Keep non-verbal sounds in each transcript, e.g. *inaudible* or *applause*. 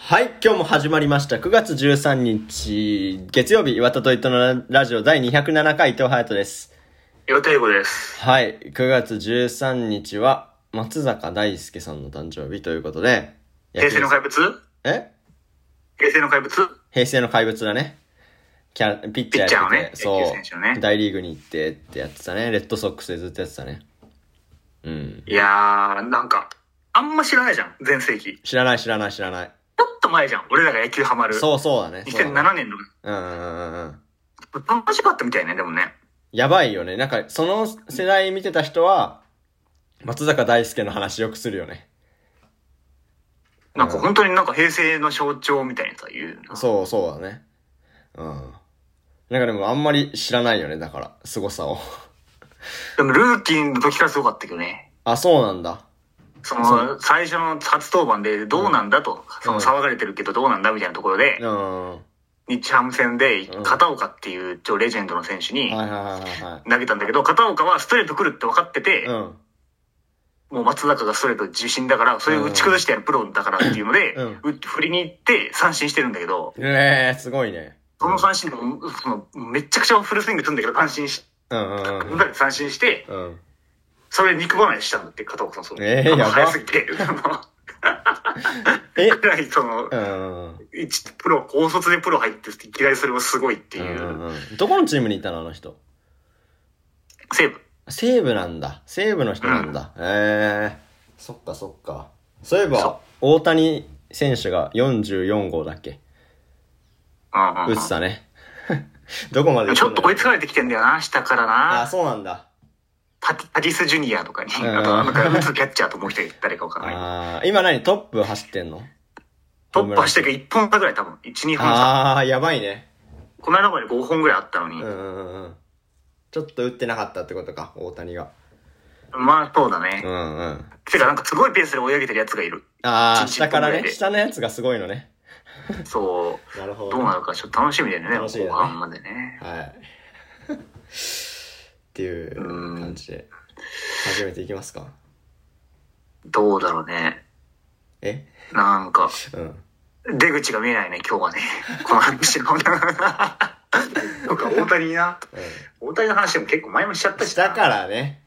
はい、今日も始まりました。9月13日、月曜日、岩田と伊藤のラジオ第207回、伊藤隼人です。予定語です。はい、9月13日は、松坂大輔さんの誕生日ということで、平成の怪物え平成の怪物平成の怪物だね。キャラピッチャーやってて、ピッチャーのね野球選手のね大リーグに行ってってやってたね。レッドソックスでずっとやってたね。うん。いやー、なんか、あんま知らないじゃん、全盛期。知らない知らない知らない。ちょっと前じゃん、俺らが野球ハマる。そうそうだね。そうだね2007年の。うんうんうんうんうん。楽しかったみたいね、でもね。やばいよね。なんか、その世代見てた人は、松坂大輔の話よくするよね。なんか本当になんか平成の象徴みたいなさ、言うな。そう、そうだね。うん。なんかでもあんまり知らないよね、だから、凄さを。でもルーキーの時からすごかったけどね。あ、そうなんだ。そその、最初の初登板でどうなんだと、その騒がれてるけどどうなんだみたいなところでう、ん。は日ハム戦でうん片岡っていう超レジェンドの選手いにはいはいは投げたんだけど、片岡はストレート来るって分かっててい。う、ん。もう松坂がストレート自信だから、それを打ち崩してやるプロだからっていうので、うんう振りに行って三振してるんだけど、ええー、すごいね。その三振でも、そのめちゃくちゃフルスイングするんだけど、三振し、うんうんうんうん。三振して、うん。それ肉離れしたんだって、片岡さん、そのえーやば早すぎて、あえの *laughs* くらい、そのう、んうん一プロ、高卒でプロ入って、いきなりそれもすごいってういんう、うん。どこのチームにいたのあの人。セーブ。西武なんだ。西武の人なんだ。ええー。そっかそっか。そういえばそ、大谷選手が44号だっけうんうんう打んつたね。 *laughs* どこまで打ちょっと追いつかかれてきてんだよな、下からあ、な。そうなんだ。タティタティスジュニアとかに、うんあと、なんか、打つキャッチャーともう一人誰かわからない。あー今何トップ走ってんの突破してるけど、1本差ぐらい多分、1、2本差。ああ、やばいね。この間まで5本ぐらいあったのうにん。うんうん。ちょっと打ってなかったってことか、大谷が。まあ、そうだうね。んうん。てか、なんかすごいペースで追い上げてるやつがいる。ああ、一日下から一本ぐらいね、で下のやつがすごいのね。そなるほう。どどね、うなるかちょっと楽しみだよね、楽しみだね後半までね。はい。 *laughs* っていううん感じで、始めていきますか。どうだろうね。えなんか、うん。出口が見えないね、今日はね。 *laughs* この話 *laughs* の。なんか、大谷な。大谷の話でも結構前もしちゃっうたん。し下な。からね。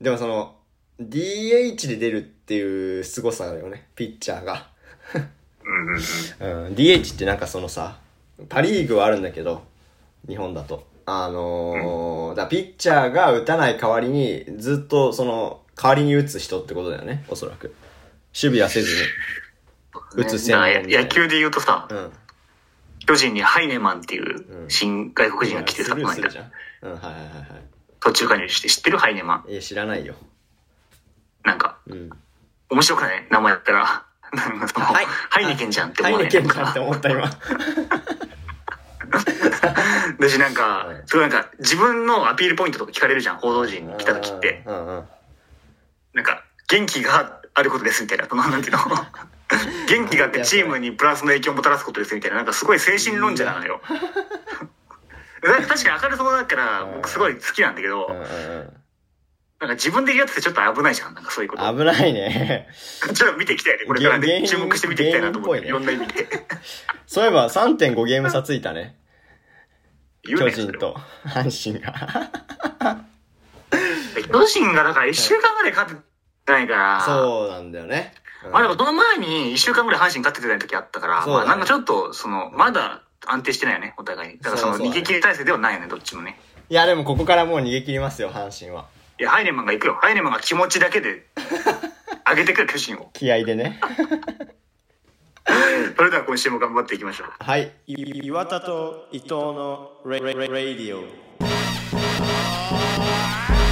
でもその、DH で出るっていう凄さだよね、ピッチャーが。うんうんうん。うん、DH ってなんかそのさパ・リーグはあるんだけど日本だとあのーだからピッチャーが打たない代わりにずっとその代わりに打つ人ってことだよねおそらく守備はせずに打つだ専か門らみたいな野球で言うとさ、うん巨人にハイネマンっていううん新外国人が来てスさ、ルこのーするじ間ゃんうんはいはいはいはい途中加入して、知ってるハイネマン。え知らないよなんか、うん面白くない名前やっ *laughs* たら。なんかそのはいハイネケンじゃんってハ思イわなネいケンじゃんって思った今私なんかうん、すごいなんか、自分のアピールポイントとか聞かれるじゃん、報道陣 *laughs* 来た時って。うんうんなんか、元気があることですみたいな、その、なんて *laughs* いうの元気があってチームにプラスの影響をもたらすことですみたいな、なんかすごい精神論者なのよ。 *laughs* 確かに明るそうだから、僕すごい好きなんだけど、うんうんなんか自分で言うやつってちょっと危ないじゃん、なんかそういうこうと。ん危ないね *laughs* ちょっと見ていきたいね、これから芸ね。芸人注目して見ていきたいなと思って、芸い人ろっんな意味で。そういえば3.5ゲーム差ついたね言う巨ねそ人れと阪神が巨人がだから1週間ぐらい勝ってないから。 *laughs* そうなんだよね。まあでもその前に1週間ぐらい阪神勝ってた時あったから、そうだまねあなんかちょっと、その、まだ安定してないよね、お互いに。だからそのそうそうだね逃げ切り体制ではないよね、どっちもね。いや、でもここからもう逃げ切りますよ、阪神は。いや、ハイネマンが行くよ。ハイネマンが気持ちだ *laughs* けで上げてくる巨人を。気合でね。それでは今週も頑張っていきましょう。 *laughs* はい。岩田と伊藤のレレレレディオ。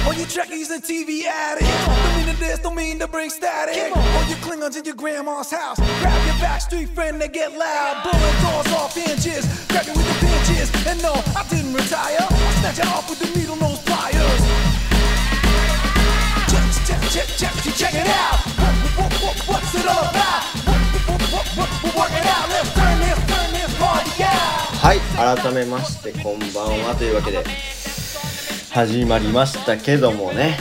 All you trackies and TV addicts Don't mean to this, don't mean to bring static All you Klingons in your grandma's house Grab your back street friend, they get loud Blowing doors off hinges Grab you with the pinches And no, I didn't retire I snatch it off with the needle nose pliers Check, check, check, check, check, check it out what, what, what, What's it all about? What, what, what, what, what, work it out Let's turn this, turn this party out はい。改めまして、こんばんはというわけで、始まりましたけどもね。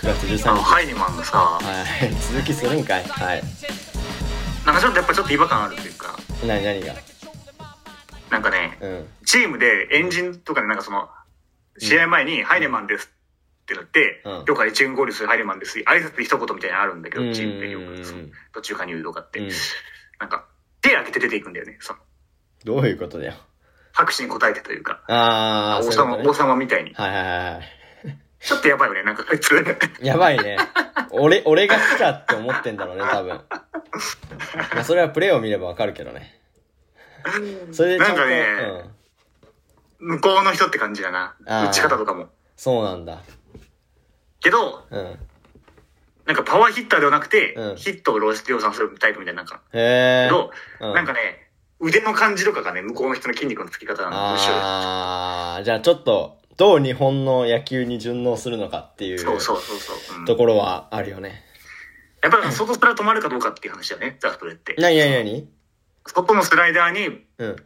9月13あの、日。ハイネマンがさ、はい。続きするんかい。はい。なんかちょっとやっぱちょっと違和感あるというか、何何がなんかね、うんチームでエンジンとかでなんかその、試合前にハイネマンですってなって、うん今日から1軍合流するハイネマンです。挨拶一言みたいなのあるんだけうんうんうど、んチームでよく、その途中加入とかって、うんなんか、手開けて出ていくんだよね。そのどういうことだよ拍手に応えてというか、ああ王そういう様、ことね王様みたいに。はいはいはいはいちょっとやばいよね、なんか *laughs* あいつ。やばいね。俺、俺が来たって思ってんだろうね、多分。まあ、それはプレイを見ればわかるけどね。それでちゃんと、なんかねうん。向こうの人って感じだな。あー打ち方とかも。そうなんだ。けど、うん。へなんかパワーヒッターではなくて、うんヒットを量産するタイプみたいな、なんか。えけ。ど、うんなんかね、腕の感じとかがね、向こうの人の筋肉のつき方なの、むしろ。ああ、じゃあちょっと、どう日本の野球に順応するのかっていうそうそうそうそう。うんところはあるよね。やっぱり外スラ止まるかどうかっていう話だよね、ザフトレって。なになになに外のスライダーに、うん。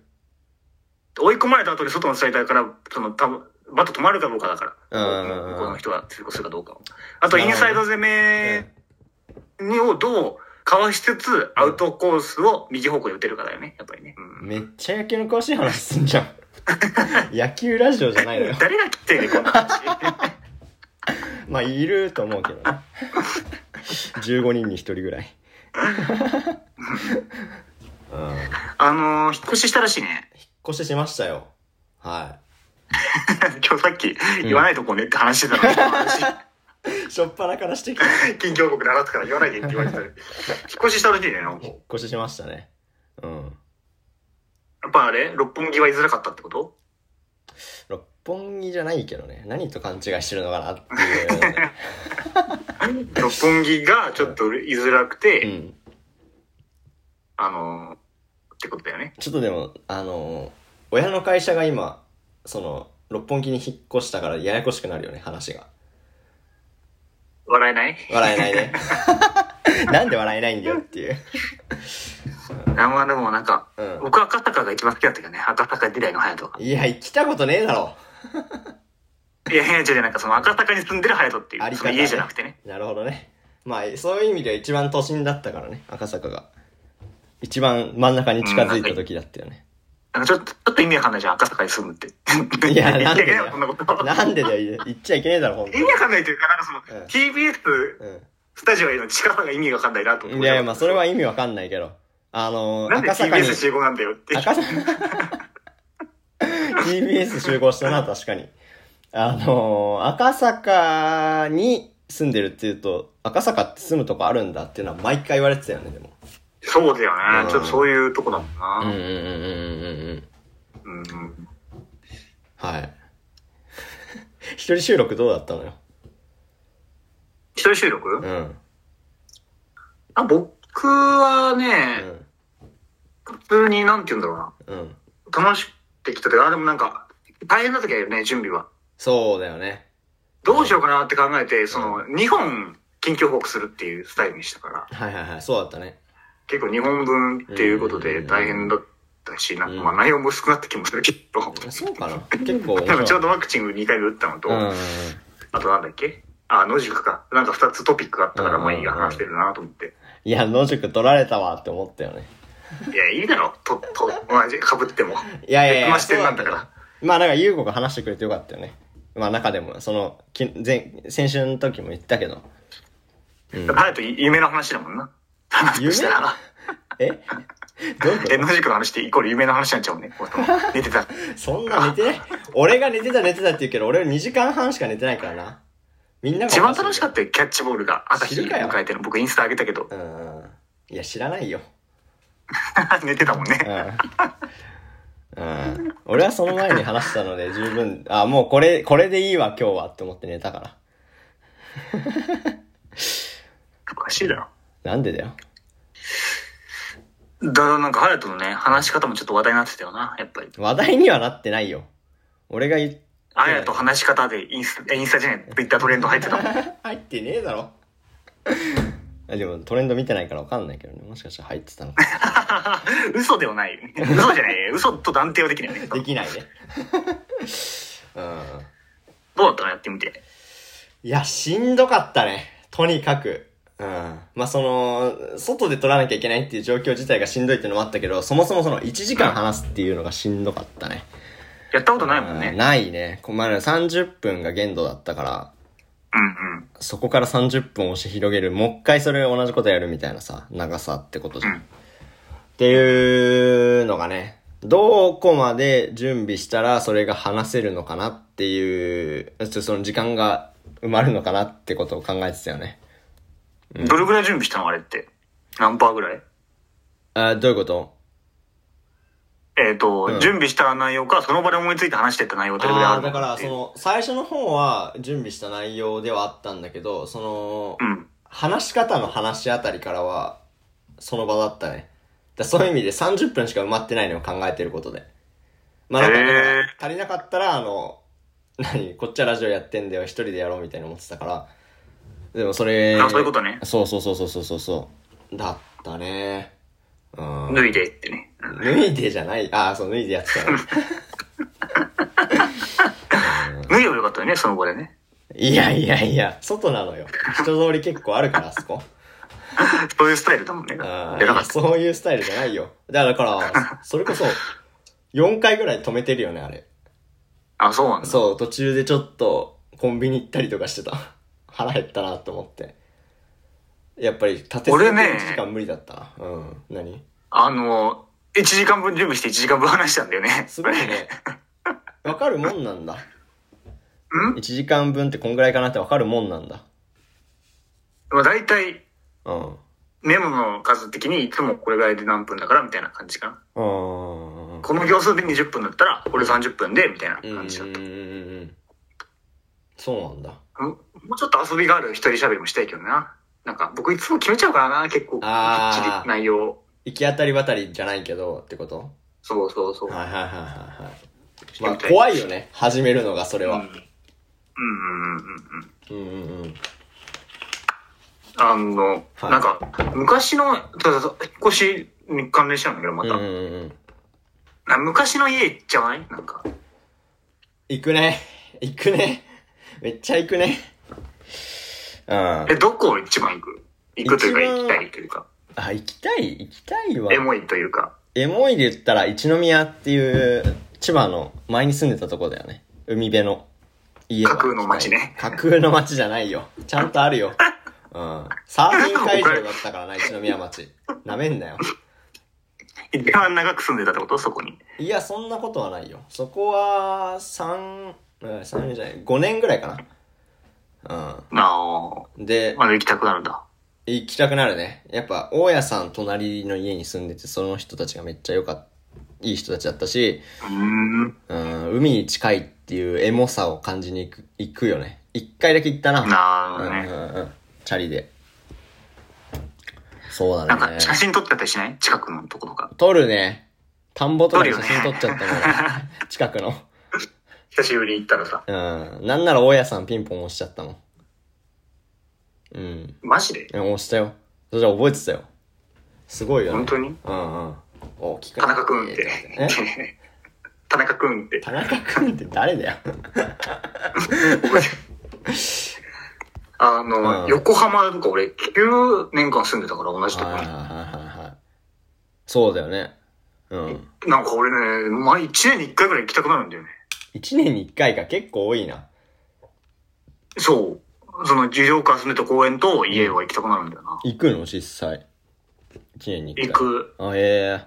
追い込まれた後に外のスライダーから、その、たバット止まるかどうかだかうら、んうんうん向こうの人が通行するかどうかを。あと、インサイド攻めにをどうかわしつつ、アウトコースを右方向に打てるかだよね、やっぱりね。うんめっちゃ野球の詳しい話すんじゃん。野球ラジオじゃないのよ。誰が来てんねん、こんな *laughs* 話。まあ、いると思うけどね。15人に1人ぐらい。うん。引っあのー、引っ越ししたらしいね。 *laughs* 越ししましたよ。は今日さっき言わないとこうねって話してたのに、 *laughs* い。しょっぱなからしてきた。引近況国習ったから言わないでって言われてたのに引っ越ししたらしいね、なんか。っ越ししましたね。うん。やっぱあれ六本木は居づらかったっ *laughs* てこと六本木じゃないけどね。何と勘違いしてるのかなっていう。六本木がちょっと居づらくて、うん。あのー、ってことだよね。ちょっとでも、あのー親の会社が今、その、六本木に引っ越したからややこしくなるよね、話が。笑えない笑えない *laughs* ね。なんで笑えないんだよっていう。あまあでもなんか、うん僕赤坂が一番好きだったけどね、赤坂時代の隼人が。いや、来たことねえだろ。いやいや、じゃなんかその赤坂に住んでる隼人ってあいりう、方そねの家じゃなくてね。なるほどね。まあ、そういう意味では一番都心だったからね、赤坂が。一番真ん中に近づいた時だったよね。なんかちょっと、ちょっと意味わかんないじゃん、赤坂に住むって。いや、なんでだ *laughs* いやいやそんなよこと。なんでだよ、言っちゃいけねえだろ、ほんと意味わかんないというか、なんかその、うん TBS うスタジオへの近さが意味わかんないなと思っん。て。いやいや、まあ、それは意味わかんないけど。あのー、なんで赤坂に、 TBS 集合なんだよって。赤坂、TBS *laughs* 集合したな、確かに。あのー、赤坂に住んでるっていうと、赤坂って住むとこあるんだっていうのは毎回言われてたよね、でも。そうだようんね。ちょっとそういうとこだもんうんうんうな。んうんうんうん。うんうんはい。一人収録どうだったのよ。一人収録うん。あ僕はうね、ん。普通に、なんて言うんだろうな。うん。楽しくてきたというか、あ、でもなんか、大変な時だよね、準備は。そうだよね。どうしようかなって考えて、その、2本、近況報告するっていうスタイルにしたから、はいはいはい。そうだったね。結構2本分っていうことで大変だったし、なんかまあ内容も薄くなった気もするけど、そうか *laughs* な。結構面な白んかい。ちょうどワクチン2回目打ったのと、うんうんうん。あとなんだっけあ、野宿か。なんか2つトピックがあったから、まあいいや、うんうんうん話してるなと思って。いや、野宿取られたわって思ったよね。いや、いいだろ、と、と、同じ、被っても。いやいやいや。ましてんなんだから。まあなんか、優子が話してくれてよかったよね。まあ中でも、その、き前先週の時も言ったけど。うん隼人、夢の話だもんな。夢したら。えどういうことえ、野宿の話ってイコール夢の話になっちゃうね。こう寝てた。そんな寝てない俺が寝てた寝てたって言うけど、俺は2時間半しか寝てないからな。みんなが一番楽しかったよ、キャッチボールが。朝日知るかよ迎えてるの。僕インスタ上げた *laughs* けど、うんうんいや知らないよ、寝てたもんうね。んうん、俺はその前に話したので十分あもうこれこれでいいわ今日はって思って寝たからおかしいだろ。なんでだよだからなんか、隼人のね、話し方もちょっと話題になってたよな、やっぱり。話題にはなってないよ俺が言っ隼人話し方でインスタ、えインスタじゃない、ツイッタートレンド入ってたもん。入ってねえだろあでもトレンド見てないから分かんないけどねもしかしたら入ってたのか嘘ではないよね。嘘じゃない。嘘と断定はできないよね。できないね *laughs* うんどうだったのやってみて。いやしんどかったねとにかくうん。まあ、その、外で撮らなきゃいけないっていう状況自体がしんどいっていうのもあったけど、そもそもその1時間話すっていうのがしんどかったね。やったことないもんうんね。ないね。こまあ、30分が限度だったから、うんうん。そこから30分押し広げる、もう一回それ同じことやるみたいなさ、長さってことじゃん。うんっていうのがね、どこまで準備したらそれが話せるのかなっていう、ちょその時間が埋まるのかなってことを考えてたよね。どれぐらい準備したのあれって。何パーぐらいあどういうことえっ、と、うん準備した内容か、その場で思いついて話してった内容どれぐらいあああるー、だのからっ、てそいうの、最初の方は準備した内容ではあったんだけど、そのう、ん。話し方の話あたりからは、その場だったね。だそういう意味で30分しか埋まってないのを考えてることで。まあなんか、へー足りなかったら、あの、何こっちはラジオやってんだよ、一人でやろうみたいに思ってたから。でもそれ、あそういうことねそうそうそうそうそうそう。だったね。うん。脱いでってね。うん脱いでじゃない。ああ、そう、脱いでやってた *laughs* ね。脱いでもよかったよね、その場でね。いやいやいや、外なのよ。人通り結構あるから、あそこ。そういうスタイルだもんね。あ偉かーった。そういうスタイルじゃないよ。だから、だからそれこそ、4回ぐらい止めてるよね、あれ。あ、そうなんだ。そう、途中でちょっと、コンビニ行ったりとかしてた。腹減ったなと思って。やっぱり、立て続け俺ね1時間無理だったな。うん。何あの、1時間分準備して1時間分話したんだよね。すごいね。わかるもんなんだ。ん ?1 時間分ってこんぐらいかなってわかるもんなんだ。 *laughs* まあ大体、うん。メモの数的にいつもこれぐらいで何分だからみたいな感じかな。うん。この行数で20分だったら、俺30分で、みたいなうんうんうん感じだった。うん。そうなんだ。うんもうちょっと遊びがある一人喋りもしたいけどな。なんか、僕いつも決めちゃうからな、結構、きっあーちり内容を。行き当たりばたりじゃないけど、ってことそうそうそう。はいはいはいはいはい。してまあみたい怖いよね始めるのがそれうん。うはんうんうんうん。うんうんうんあの、はいなんか、昔の、ただ、引っ越しに関連しちゃうんだけど、まうた。んうんうんな昔の家行っちゃわないなんか。行くね *laughs* 行くねめっちゃ行くねうんえ、どこを一番行く行くというか、一番行きたいというか、あ行きたい行きたいわエモいというか。エモいで言ったら一宮っていう千葉の前に住んでたとこだよね海辺の家は架空の街ね架空の街じゃないよちゃんとあるようんサーフィン会場だったからな一宮町なめんなよ一番長く住んでたってことそこに。いや、そんなことはないよ。そこは、3、うん3年じゃない、5年ぐらいかな。なあ、うん。で、まだ行きたくなるんだ。行きたくなるね。やっぱ、大家さん隣の家に住んでて、その人たちがめっちゃ良かった、いい人たちだったし、うーん。うん、海に近いっていうエモさを感じに行く行くよね。一回だけ行ったな。なうんうあね。んうん。チャリで。そうなだんね。か、写真撮ってたりしない近くのとことか。撮るね。田んぼとかで写真撮撮っちるよねゃったもん。近くの。久しぶりに行ったらさ。うん。なんなら大家さんピンポン押しちゃったもん。うん。マジでえ押したよ。それじゃ覚えてたよ。すごいよね。本当にうんうん。大きく田な中くんってえ。 *laughs* 田中くんって。田中くんって誰だよ。 *laughs* あの、うん横浜とか俺9年間住んでたから同じとこはいはいに。はいはい。そうだよね。うん。なんか俺ね、毎1年に1回ぐらい行きたくなるんだよね。一年に一回か結構多いな。そう。その、授業から住んでた公園と家は行きたくなるんだよな。行くの実際。一年に一回。行。く。あ、え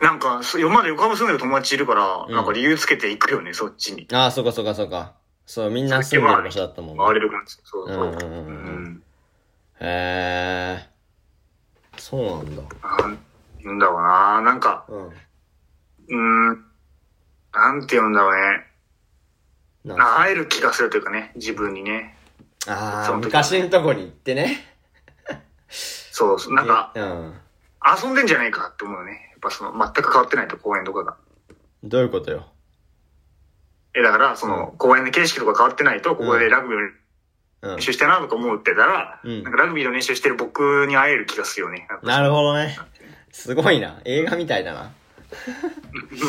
なんか、そまだ横浜住んでる友達いるから、うんなんか理由つけて行くよね、そっちに。えああ、そうかそうかそうか。そう、みんな住んでる場所だったもんね。回れる感じ。そうそう。うんうんうんうんうんへえ。そうなんだ。なんだろうななんか、うん。うーん、なんて言うんだろうね。なんか会える気がするというかね、自分にね。あそあ、の時昔のとこに行ってね。そうそう、なんか、うん。遊んでんじゃないかって思うね。やっぱその、全く変わってないと公園とかが。どういうことよ。え、だから、その、公園の景色とか変わってないと、ここでラグビーのうん練。習したなとか思ってたら、うんなんかラグビーの練習してる僕に会える気がするよね。なんかなるほどね。すごいな。映画みたいだな。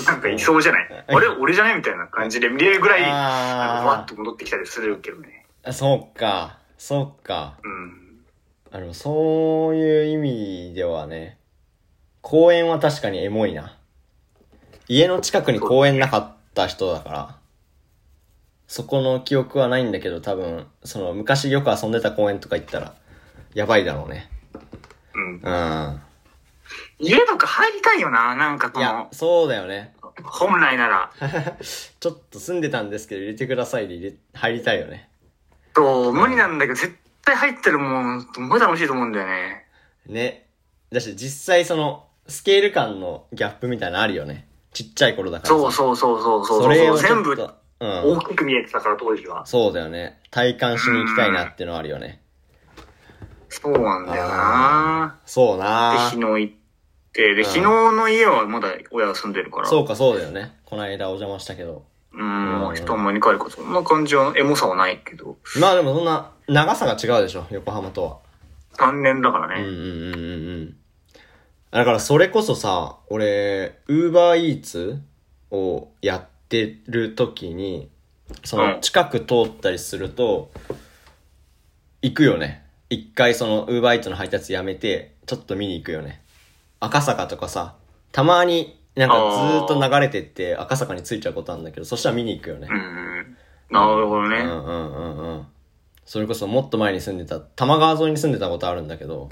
なんかいそうじゃないあれ俺じゃないみたいな感じで見れるぐらい、なんかふわあっと戻ってきたりするけどね。あ、そうか。そうか。うん。あの、そういう意味ではね、公園は確かにエモいな。家の近くに公園なかった人だから、そこの記憶はないんだけど、多分、その昔よく遊んでた公園とか行ったら、やばいだろうね。うん。うん。家とか入りたいよな、なんかいこやの、、そうだよね。本来なら。ちょっと住んでたんですけど、入れてくださいで入れ、入りたいよね。と、無理なんだけど、絶対入ったらもう、すごい楽しいと思うんだよね。ね。だし、実際その、スケール感のギャップみたいなのあるよね。ちっちゃい頃だからさ。そうそうそうそうそう。それをちょ全っと部うん大。きく見えてたから、当時は。そうだよね。体感しに行きたいなってのあるよね。そうなんだよなそうで、な日野行って、で、うん日野の家はまだ親は住んでるから。そうか、そうだよね。この間お邪魔したけど。うん、うんちょっとあんまり帰ること、そんな感じは、エモさはないけど、まあでもそんな、長さが違うでしょ、横浜とは。残念だからうんうね。んうんうんうん。だからそれこそさ、俺、ウーバーイーツをやってる時に、そうのん近く通ったりすると、行くよね。一回そのウーバーイーツの配達やめて、ちょっと見に行くよね。赤坂とかさ、たまになんかずーっと流れてって赤坂に着いちゃうことあるんだけど、そしたら見に行くよねう。ん。なるほどうね。んうんうんうん。それこそもっと前に住んでた、多摩川沿いに住んでたことあるんだけど、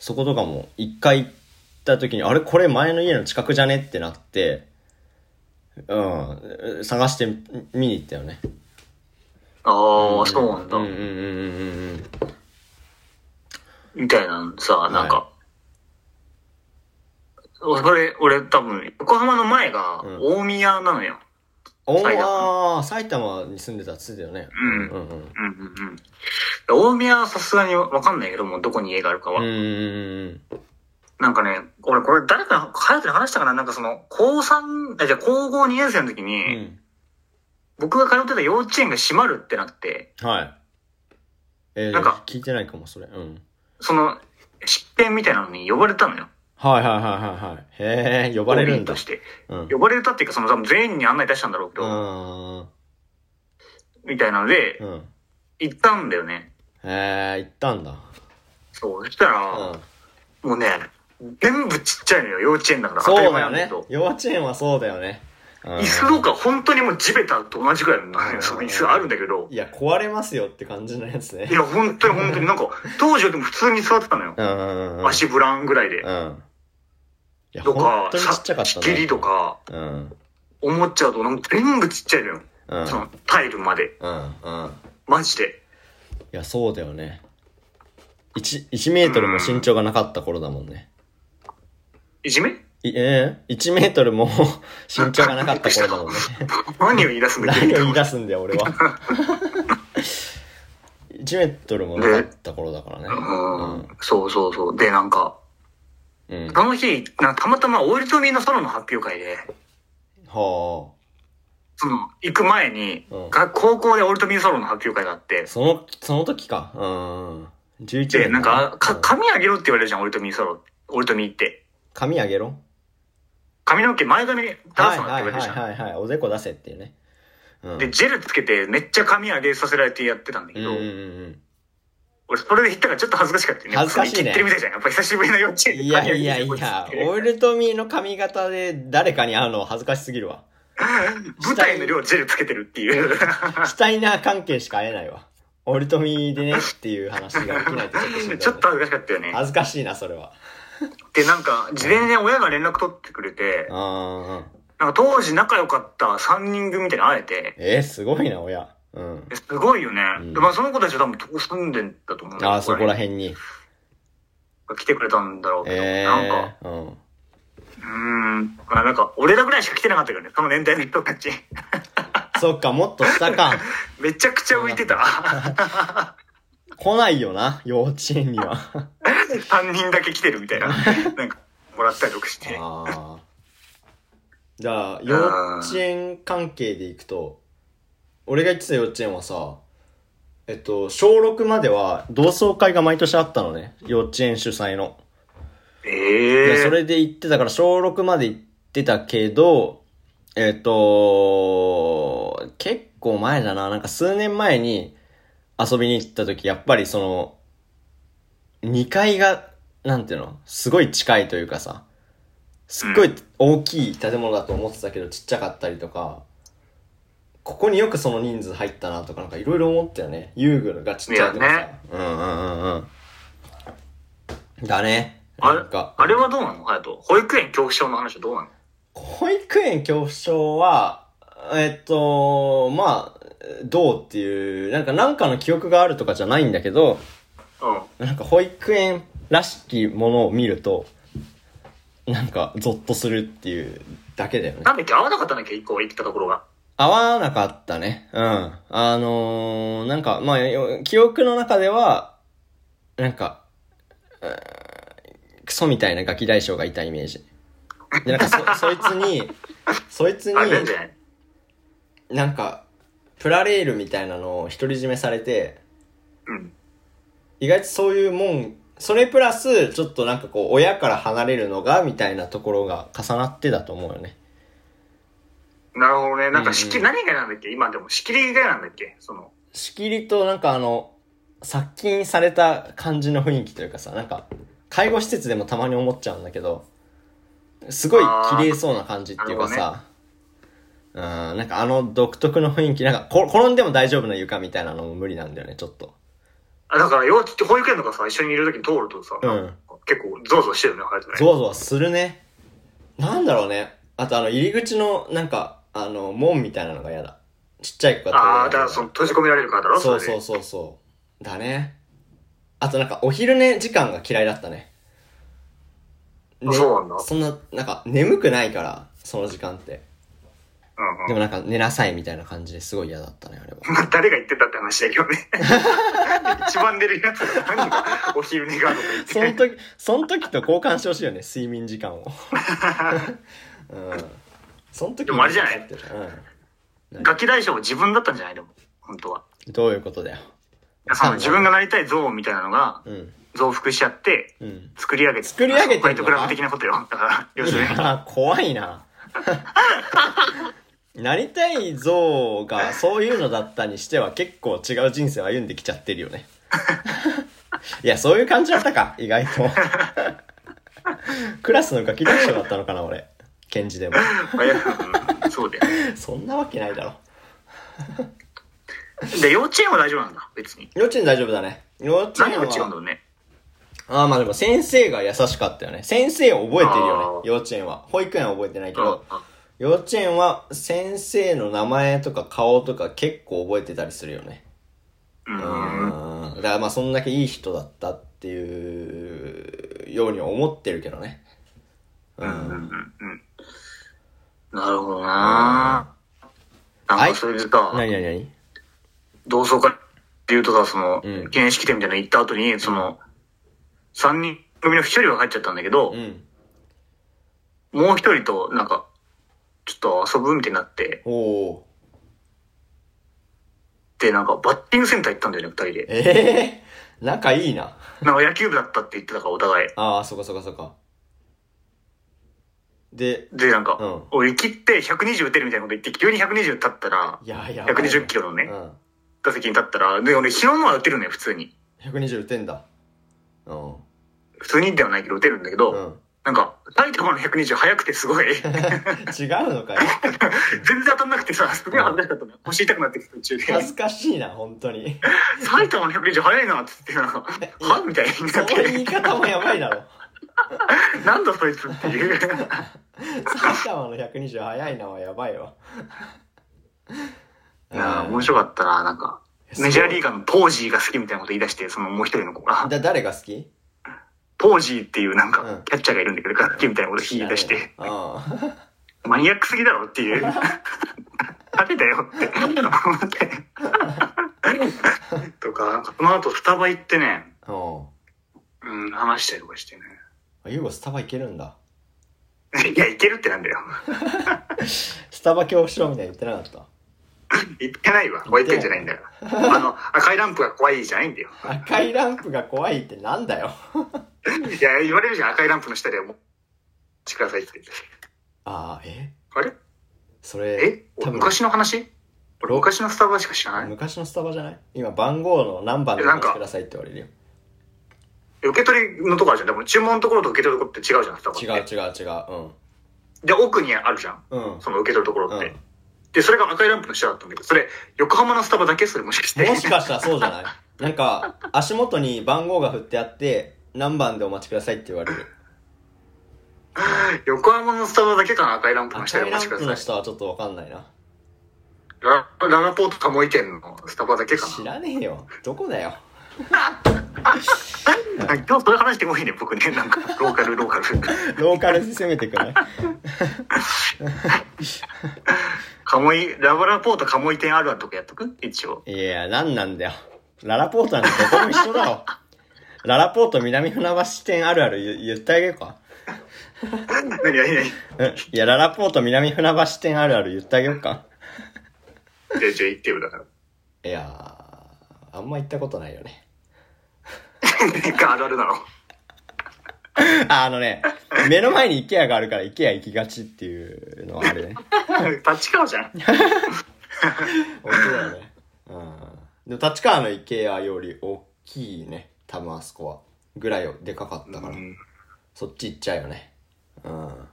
そことかも一回行った時に、あれこれ前の家の近くじゃねってなって、うん、探して見に行ったよね。ああ、そうなんだうんうん。うんうんうんうん。みたいなのさ、いなんか、それ、俺多分、横浜の前がうん大宮なのよ。お埼玉ー、あー埼玉に住んでたっつってたよね。うんうんうん。うんうんうん。大宮はさすがにわかんないけども、どこに家があるかは。うんうんなんかね、俺これ誰かに、早くに話したかななんかその、高3、あじゃあ高校2年生の時に、うんうん。うん。僕が通ってた幼稚園が閉まるってなって、はい。えー、なんか聞いてないかも、それ。うん。その、執権みたいなのに呼ばれたのよ。はいはいはいはいはい。へえ、呼ばれるん OB だと。して。うん。呼ばれたっていうか、その多分全員に案内出したんだろうけど、うん。みたいなので、うん。行ったんだよね。へえ、行ったんだ。そう。そしたら、うん。もうね、全部ちっちゃいのよ、幼稚園だから。そうだなよんだねけど。。幼稚園はそうだよね。うん椅子とか本当にもう地べたと同じくらいのね、その椅子あるんだけど、いや、壊れますよって感じのやつねい。や、本当に本当になんか、当時よりも普通に座ってたのよ。うんうんうん。足ブランぐらいでう。ん。いや、と本か、当にちっちゃかった仕切りね。とか、うん。おもちゃとか、なんか全部ちっちゃいのよ。うん。そのタイルまで。うん。うん。マジで。いや、そうだよね。1、1メートルも身長がなかった頃だもんね。いじめいえー、1メートルも *laughs* 身長がなかった頃だもんね。 *laughs* 何を言い出すんだっけ何を言い出すんだよ、俺は。1メートルもなかった頃だからね。うん、そうそうそう。で、なんか、うん。うん。その日、なんかたまたまオイルトミーのソロの発表会で、はその、行く前に、うんが高校でオイルトミーソロの発表会があってあ。、その、その時か。うん。11年で、だなんか、か、うん髪あげろって言われるじゃん、オイルトミーソロ。オイルトミーって。髪あげろ。髪の毛前髪に出すなはっいて言はわいれるはいじゃん。はいはい。おでこ出せっていうね。うん。で、ジェルつけて、めっちゃ髪上げさせられてやってたんだうけんうど、んうん俺、それで行ったからちょっと恥ずかしかったよね。恥ずかしいね生きてるみたいじゃん。やっぱ久しぶりの幼稚うん。園でいやいやい髪上げさやせられ、てオイルトミーの髪型で誰かに会うのは恥ずかしすぎるわ。舞台の量ジェルつけてるっていう。シュタイナー関係しか会えないわ。オイルトミーでねっていう話ができないとちょっとしんどいね *laughs* ちょっと恥ずかしかったよね。恥ずかしいな、それは。で、なんか、事前に親が連絡取ってくれて、あーなんか当時仲良かった3人組みたいに会えて、えー、すごいな、親。うん。ですごいよね。うんでまあその子たちは多分ここ住んでんだと思うんだけどああ、そこら辺に。来てくれたんだろうけど、えなんか、えー。うん。うーん、まあなんか、俺らぐらいしか来てなかったけどね、その年代の人たち。 *laughs* そっか、もっと下か。めちゃくちゃ浮いてた。来ないよな、幼稚園には。 *laughs* 3人だけ来てるみたい *laughs* な。なんか、もらったりとかして。ああ。じゃあ、幼稚園関係でいくと、俺が行ってた幼稚園はさ、えっと、小6までは同窓会が毎年あったのね。幼稚園主催の。えでえー。それで行ってたから、小6まで行ってたけど、えっ、と、結構前だな、なんか数年前に遊びに行った時、やっぱりその、 2階が、なんていうのすごい近いというかさ、すっごい大きい建物だと思ってたけどちっちゃかったりとか、ここによくその人数入ったなとかなんかいろいろ思ったよね。遊具がちっちゃいとかいさ。やねうんうんうんうん。だね。あれなんか、あれはどうなの隼人。保育園恐怖症の話はどうなの保育園恐怖症は、えっと、まあ、どうっていう、なんかなんかの記憶があるとかじゃないんだけど、うん。なんか保育園らしきものを見ると、なんかゾッとするっていうだけだよね。なんだっけ合わなかったんだっけ一個行ったところが。合わなかったね。うん。あのー、なんか、まあ、よ記憶の中では、なんか、うーんクソみたいなガキ大将がいたイメージ。で、なんかそ、そいつに、そいつに *laughs* あ、れなんじゃないなんか、プラレールみたいなのを独り占めされて、うん。意外とそういうもん、それプラス、ちょっとなんかこう、親から離れるのが、みたいなところが重なってだと思うよね。なるほどね。なんか仕切り、うん何がなんだっけ今でも仕切りがなんだっけその、しきりとなんかあの、殺菌された感じの雰囲気というかさ、なんか、介護施設でもたまに思っちゃうんだけど、すごい綺麗そうな感じっていうかさ、うん、なんかあの独特の雰囲気、なんかこ転んでも大丈夫な床みたいなのも無理なんだよね、ちょっと。あ、だから幼稚保育園とかさ、一緒にいるときに通るとさ、うん結構ゾワゾワしてるよね、隼人ゾね。ワゾワするね。なんだろうね。あとあの、入り口の、なんか、あの、門みたいなのが嫌だ。ちっちゃい子がああ、通れだかないらその閉じ込められるからだろそうれそうでそうそう。だね。あとなんか、お昼寝時間が嫌いだったね。ねそうなんだそんな、なんか、眠くないから、その時間って。うんでもなんか、寝なさいみたいな感じですごい嫌だったね、あれは。うん。まあ、誰が言ってたって話だけ *laughs* どね。一番寝るやつが何がお昼寝があるとか言って。その *laughs* 時、その時と交換してほしいよね、睡眠時間を。うん。その時でもあれじゃないうん。ガキ大将も自分だったんじゃないでも、本当は。どういうことだよ。その自分がなりたい像みたいなのがうん。増幅しちゃって、うん。作り上げて、作り上げてんのホワイトクラブ的なことよ。だから、要するに。あー怖い *laughs* な。なりたい像がそういうのだったにしては結構違う人生を歩んできちゃってるよね。 *laughs* いや、そういう感じだったか、意外と。クラスのガキ大将だったのかな、俺。ケンジでも。いやうんそうだよね。そんなわけないだろ。で、幼稚園は大丈夫なんだ、別に。幼稚園大丈夫だね。幼稚何園が違うんだろは。うね。ああ、まあでも先生が優しかったよね。先生を覚えてるあよーね。幼稚園は。保育園は覚えてないけうんうんど。幼稚園は先生の名前とか顔とか結構覚えてたりするよね。う。うんん。だからまあそんだけいい人だったっていうように思ってるけどね。う。うんうんんうんなるほどなぁ。なんかそれでさ、なになになに同窓会っていうとさ、その、うん記念式典みたいなの行った後に、その、3人組の1人は帰っちゃったんだけどう、ん。もう1人と、なんか、ちょっと遊ぶみたいになって、おおで、なんか、バッティングセンター行ったんだよね、2人で。ー。ええー、仲いいな。なんか野球部だったって言ってたから、お互い。ああ、そこそこそこ。で、で、なんか、うんおい、切って120打てるみたいなこと言って、急に120立ったら、いやいや。 120キロのねうん。打席に立ったら、で、俺、昨日のは打てるのよ、普通に。 120打てんだ。うん。普通にではないけど、打てるんだけど、うん。なんか、埼玉の120速くてす *laughs* ごい、違うのかよ。全然当たんなくてさ、すげえ恥ずかしかったのよ。腰痛くなってきて、途中で。恥ずかしいな、本当 *laughs* に。埼玉の120速いなって言って、なんか、はみたいにそなのっ言いて、方もやばいだろ。なんだそいつって *laughs* いう。埼玉の120早いなはやばいわ。なあ面白かったな、なんか。メジャーリーガーのポージーが好きみたいなこと言い出して、そのもう一人の子が、だ誰が好きポージーっていうなんうかん、キャッチャーがいるんだけど、楽器みたいなこと言い出し知て、らねえなうん。マニアックすぎだろ *laughs* っていう。誰だよって思 *laughs* って。とか、なんかその後スタバ行ってね、うん。うん、話したりとかしてね。あユーゴスタバ行けるんだ。いや、行けるってなんだよ。スタバ恐怖症みたいに言ってなかった。行ってないわ。保育園じゃないんだから。あの、赤いランプが怖いじゃないんだよ。赤いランプが怖いってなんだよ。いや、言われるじゃん。赤いランプの下でもう、ちくださいって。ああ、えあれそれえ、昔の話俺、昔のスタバしか知らない。昔のスタバじゃない今番号の何番でおえなん待ちかくださいって言われるよ。受け取りのとこあるじゃん。でも注文のところと受け取るところって違うじゃん、多分違うね違う違う。で、奥にあるじゃん。うん。うん。その受け取るところって。うんで、それが赤いランプの下だったんだけど、それ、横浜のスタバだけそれもしかして。もしかしたらそうじゃないなんか、足元に番号が振ってあって、何番でお待ちくださいって言われる。 *laughs* 横浜のスタバだけかな、赤いランプの下赤でおいラ待ちンくプだのさい。下はちょっとわかんないな。ラララポート鴨居店のスタバだけか知らねえよ。どこだよ。 *laughs* な。なんか今日それ話してもいいね、僕ね。なんか、ローカル、ローカル。 *laughs* ローカルで攻めてくない鴨居、ララポート鴨居店あるあるとかやっとく一応。いや、なんなんだよ。ララポートなんてどこも一緒だろ。ララポート南船橋店あるある言言ってあげるか。何何うん何いや、ララポート南船橋店あるある言ってあげようか。じゃあ、じゃあ行ってよ、だから。いやー、あんま行ったことないよね。なんかあるあるなの。ああのね、目の前に IKEA があるから IKEA 行きがちっていうのはあるね。 *laughs* 立川じゃん。本当だよね。うん。でも立川の IKEA より大きいね。多分あそこは。ぐらいをでかかったから。うんそっち行っちゃうよね。うん。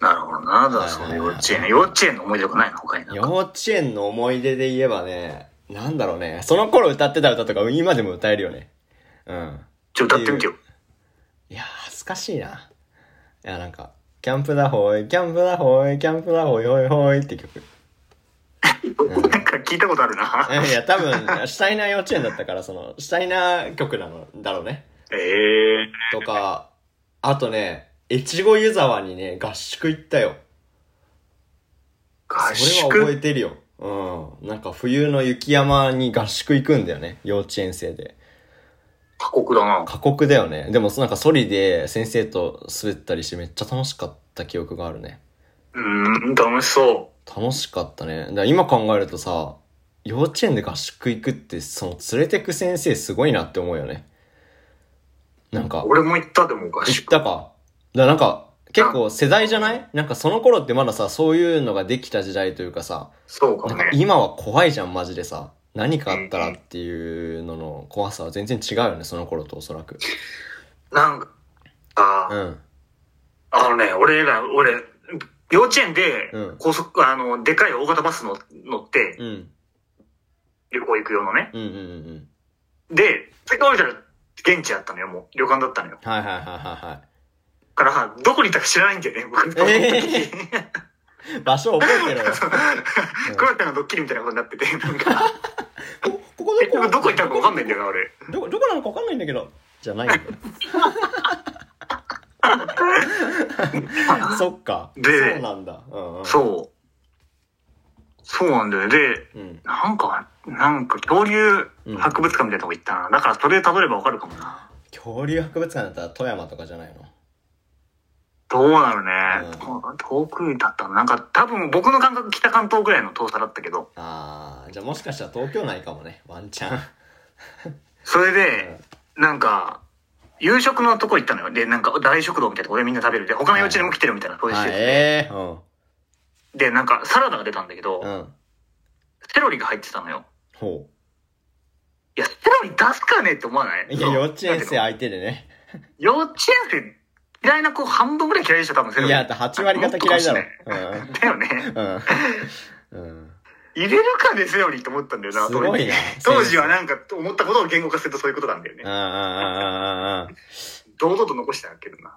なるほどな。だからその幼稚園。幼稚園の思い出とかないの他になん幼か。稚園の思い出で言えばね、なんだろうね。その頃歌ってた歌とか今でも歌えるよね。うん。ちょ、歌ってみてよ。いやー、恥ずかしいな。いや、なんか、キャンプだほーい、キャンプだほーい、キャンプだほいほいほいって曲。 *laughs* なんか聞いたことあるな。いや、多分、シュタイナー幼稚園だったから、その、シュタイナー曲なの、だろうね。ええとか、あとね、越後湯沢にね、合宿行ったよ。合それは覚宿えてるよ。うん。なんか冬の雪山に合宿行くんだよね。幼稚園生で。過酷だな。過酷だよね。でも、なんかソリで先生と滑ったりしてめっちゃ楽しかった記憶があるね。うーん、楽しそ楽しかったね。だから今考えるとさ、幼稚園で合宿行くって、その連れてく先生すごいなって思うよね。なんう。か、俺も行ったでも合行っ宿。たか。だからなんか、結構世代じゃないなんかその頃ってまださ、そういうのができた時代というかさ、そうかなもんかね。今は怖いじゃん、マジでさ。何かあったらっていうのの怖さは全然違うよね、その頃とおそらく。なんか、あうーん。あのね、俺ら、俺、幼稚園でうん高速、あの、でかい大型バスの乗って、うん。旅行行く用のね。うんうんうんうん。で、それから降りたら現地だったのよ、もう。旅館だったのよ。はいはいはいはいはい。から、どこにいたか知らないんだよね、僕。え *laughs* 場所覚えてろよ。クラテのドッキリみたいなことになってて、なんか、こここ結局どこ行ったのか分かんないんだよな、俺。どこどこなのか分かんないんだけどじゃないん *laughs* だよそっかでそうなんだうんうんそう。そうなんだよ。で、うんなんか、なんか恐竜うん博物館みたいなとこ行ったな。だからそれで例えばわかるかもな。恐竜博物館だったら富山とかじゃないのどうなるね。うん遠くだったの。なんか多分僕の感覚北関東ぐらいの遠さだったけど。あーじゃあもしかしたら東京内かもねワンチャンそれで、なんか、夕食のとこ行ったのよ。で、なんか大食堂みたいなとこでみんな食べる。で、他の幼稚園も来てるみたいな、そういう施はい設で。ええー、で、なんかサラダが出たんだけどう、んうんセロリが入ってたのよ。ほいや、セロリ出すかねって思わないういや幼稚園生相手でね幼稚園生嫌いな子半分ぐらい嫌いでしょ、多分セロいリ。やだって8割方嫌いだろだよね。うんうん、うん、入れるかね、セオリーって思ったんだよな、すごいな *laughs* 当時はなんか、思ったことを言語化するとそういうことなんだよねうん。うんうんうんうん堂々と残してあげるな。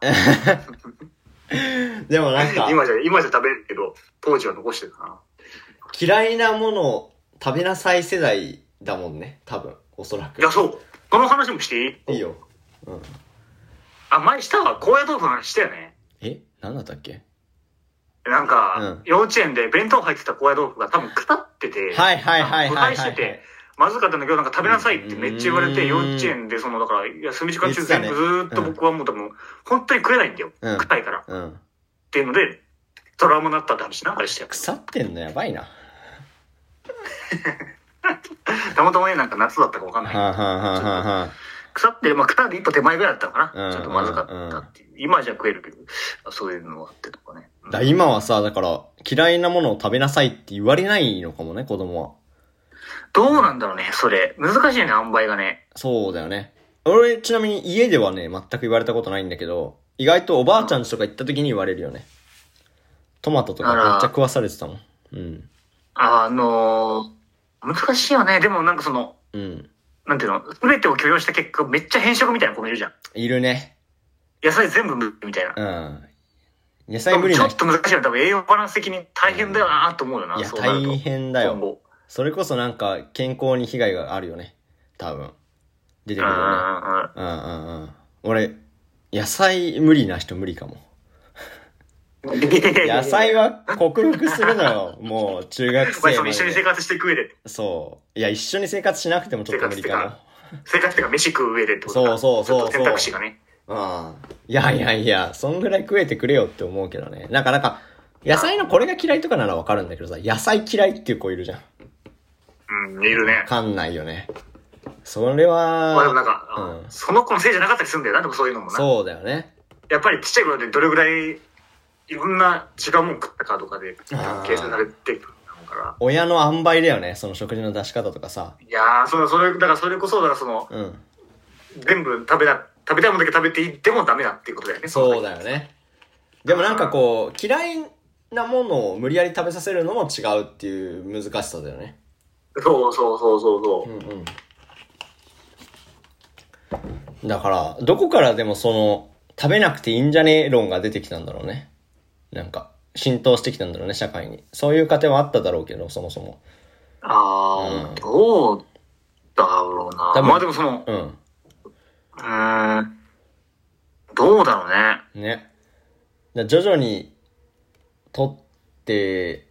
うんでも *laughs* なんか今じゃ、今じゃ食べるけど、当時は残してたな。嫌いなものを食べなさい世代だもんね多分おそらくいや、そう。この話もしていいいいようんあ、前したわ。高野豆腐の話したよね。え何だったっけなんうんか、幼稚園で弁当入ってた高野豆腐が多分腐ってて、はいはいはいはいはいはい腐敗してて、まずかったんだけど、なんか食べなさいってめっちゃ言われて、う幼ん稚園で、その、だから、休み時間言中っ全てた部ずねーっと僕はもう多分、本当に食えないんだよ。うん硬いから。っうんていうので、トラウマになったって話な、あれしたよ。腐ってんのやばいなたまたまね、なんか夏だったかわかんはないい。ははいは腐って、まあ、腐って一歩手前ぐらいだったのかな。うんちょっとまずかったっていう。今じゃ食えるけど、そういうのがあってとかね。いだ今はさだから嫌いなものを食べなさいって言われないのかもね子供はどうなんだろうね、それ。難しいね、塩梅がね。そうだよね俺、ちなみに家ではね、全く言われたことないんだけど、意外とおばあちゃんちとか行った時に言われるよね。トマトとかめっちゃ食わされてたもん。うん。あのー難しいよね。でもなんかその、うん。なんていうの、すべてを許容した結果、めっちゃ変色みたいな子もいるじゃん。いるね。野菜全部無理みたいな。うん。野多菜無分理ちょなっ人。と難しいよ。多分栄養バランス的に大変だよなと思うよな。いや、そうなると大変だ今後よ。それこそなんか、健康に被害があるよね。多分。出てうくんるうよね。んうんうん。うんうんうん。俺、野菜無理な人無理かも。野菜は克服するの *laughs* よ。もう、中学お生前そまので。一緒に生活していく上で、そう。いや、一緒に生活しなくてもちょっと無理かも。生活っていうか飯食う上でってことかそうそうそうそうちょっと選択肢がね。ああ。いやいやいや、そんぐらい食えてくれよって思うけどね。なんかなんか、野菜のこれが嫌いとかならわかるんだけどさ、野菜嫌いっていう子いるじゃん。わうん、いるね。かんないよね。それまあでもなは、んか、うんその子のせいじゃなかったりするんだよな、でもそういうのもな。そうだよね。やっぱりちっちゃい頃でどれぐらいいろんな違うもん食ったかとかであー計算されてくるから。親の塩梅だよね、その食事の出し方とかさ。いやー、そのそれ、だからそれこそ、だからその、うん。全部食べな、食べたいものだけ食べていってもダメだっていうことだよね。そううだよね。でもなんかこう、嫌いなものを無理やり食べさせるのも違うっていう難しさだよね。そうそうそうそうそう。うんうん。だから、どこからでもその、食べなくていいんじゃねえ論が出てきたんだろうね。なんか、浸透してきたんだろうね、社会に。そういう過程はあっただろうけど、そもそも。あー、うんどうだろう多な。分まあでもその、うん。うーん、どうだろうね。ね。だ徐々に、取って、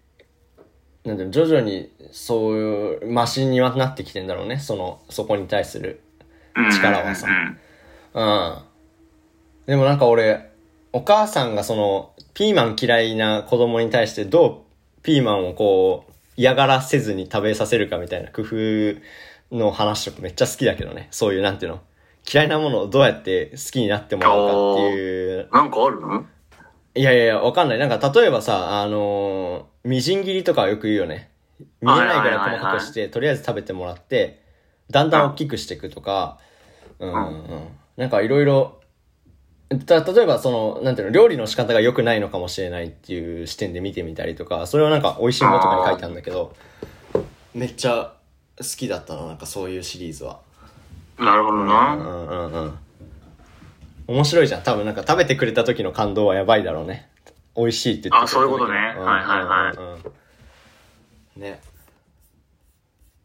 なんていうの、徐々に、そういう、マシンにはなってきてんだろうね。その、そこに対するうん力はさうんうん。でもなんか俺、お母さんがその、ピーマン嫌いな子供に対してどうピーマンをこう、嫌がらせずに食べさせるかみたいな工夫の話とかめっちゃ好きだけどね。そういうなんていうの嫌いなものをどうやって好きになってもらうかっていう。なんかあるのいやいやいや、わかんない。なんか例えばさ、あのーみじん切りとかよく言うよね。見えないぐらい細かくして、とりあえず食べてもらって、だんだん大きくしていくとか、うんうんうん。なんかいろいろ、た、例えばその、なんていうの、料理の仕方が良くないのかもしれないっていう視点で見てみたりとか、それはなんか美味しいものとかに書いてあるんだけど、めっちゃ好きだったな、なんかそういうシリーズは。なるほどうな。んうんうん。面白いじゃん。多分なんか食べてくれた時の感動はやばいだろうね。美味しいって言ってあそういうことねはいはいはいはい。ね。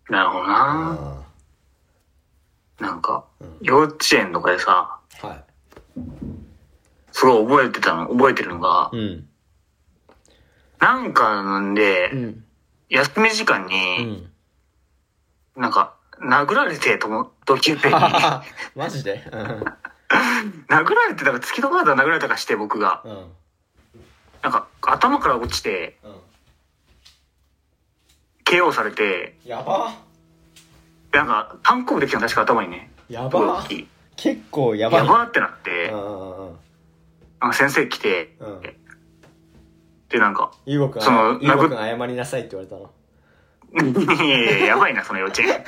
なるほどうんな。はなんか、幼稚園とかでさ、すごい覚えてたの、覚えてるのがい。、うん。なんかなんでう、ん。休み時間うに、 *laughs* ん。なんか、殴られて、とも、同級生に、マジでう *laughs* 殴られて、だから突き飛ばれたら殴られたかして、僕が、ん。うん。なんか、頭から落ちて、うん KO されて、やばなんか、パンコブできたの確か頭にね。やば当時結構やばい。やばーってなってう、んうんうんうん。なんか先生来て、うんで、なんか、 *laughs* ゆうごくん、そのゆうごくん謝りなさいって言われたの。いやいやいや、やばいな、その幼稚 *laughs* 園。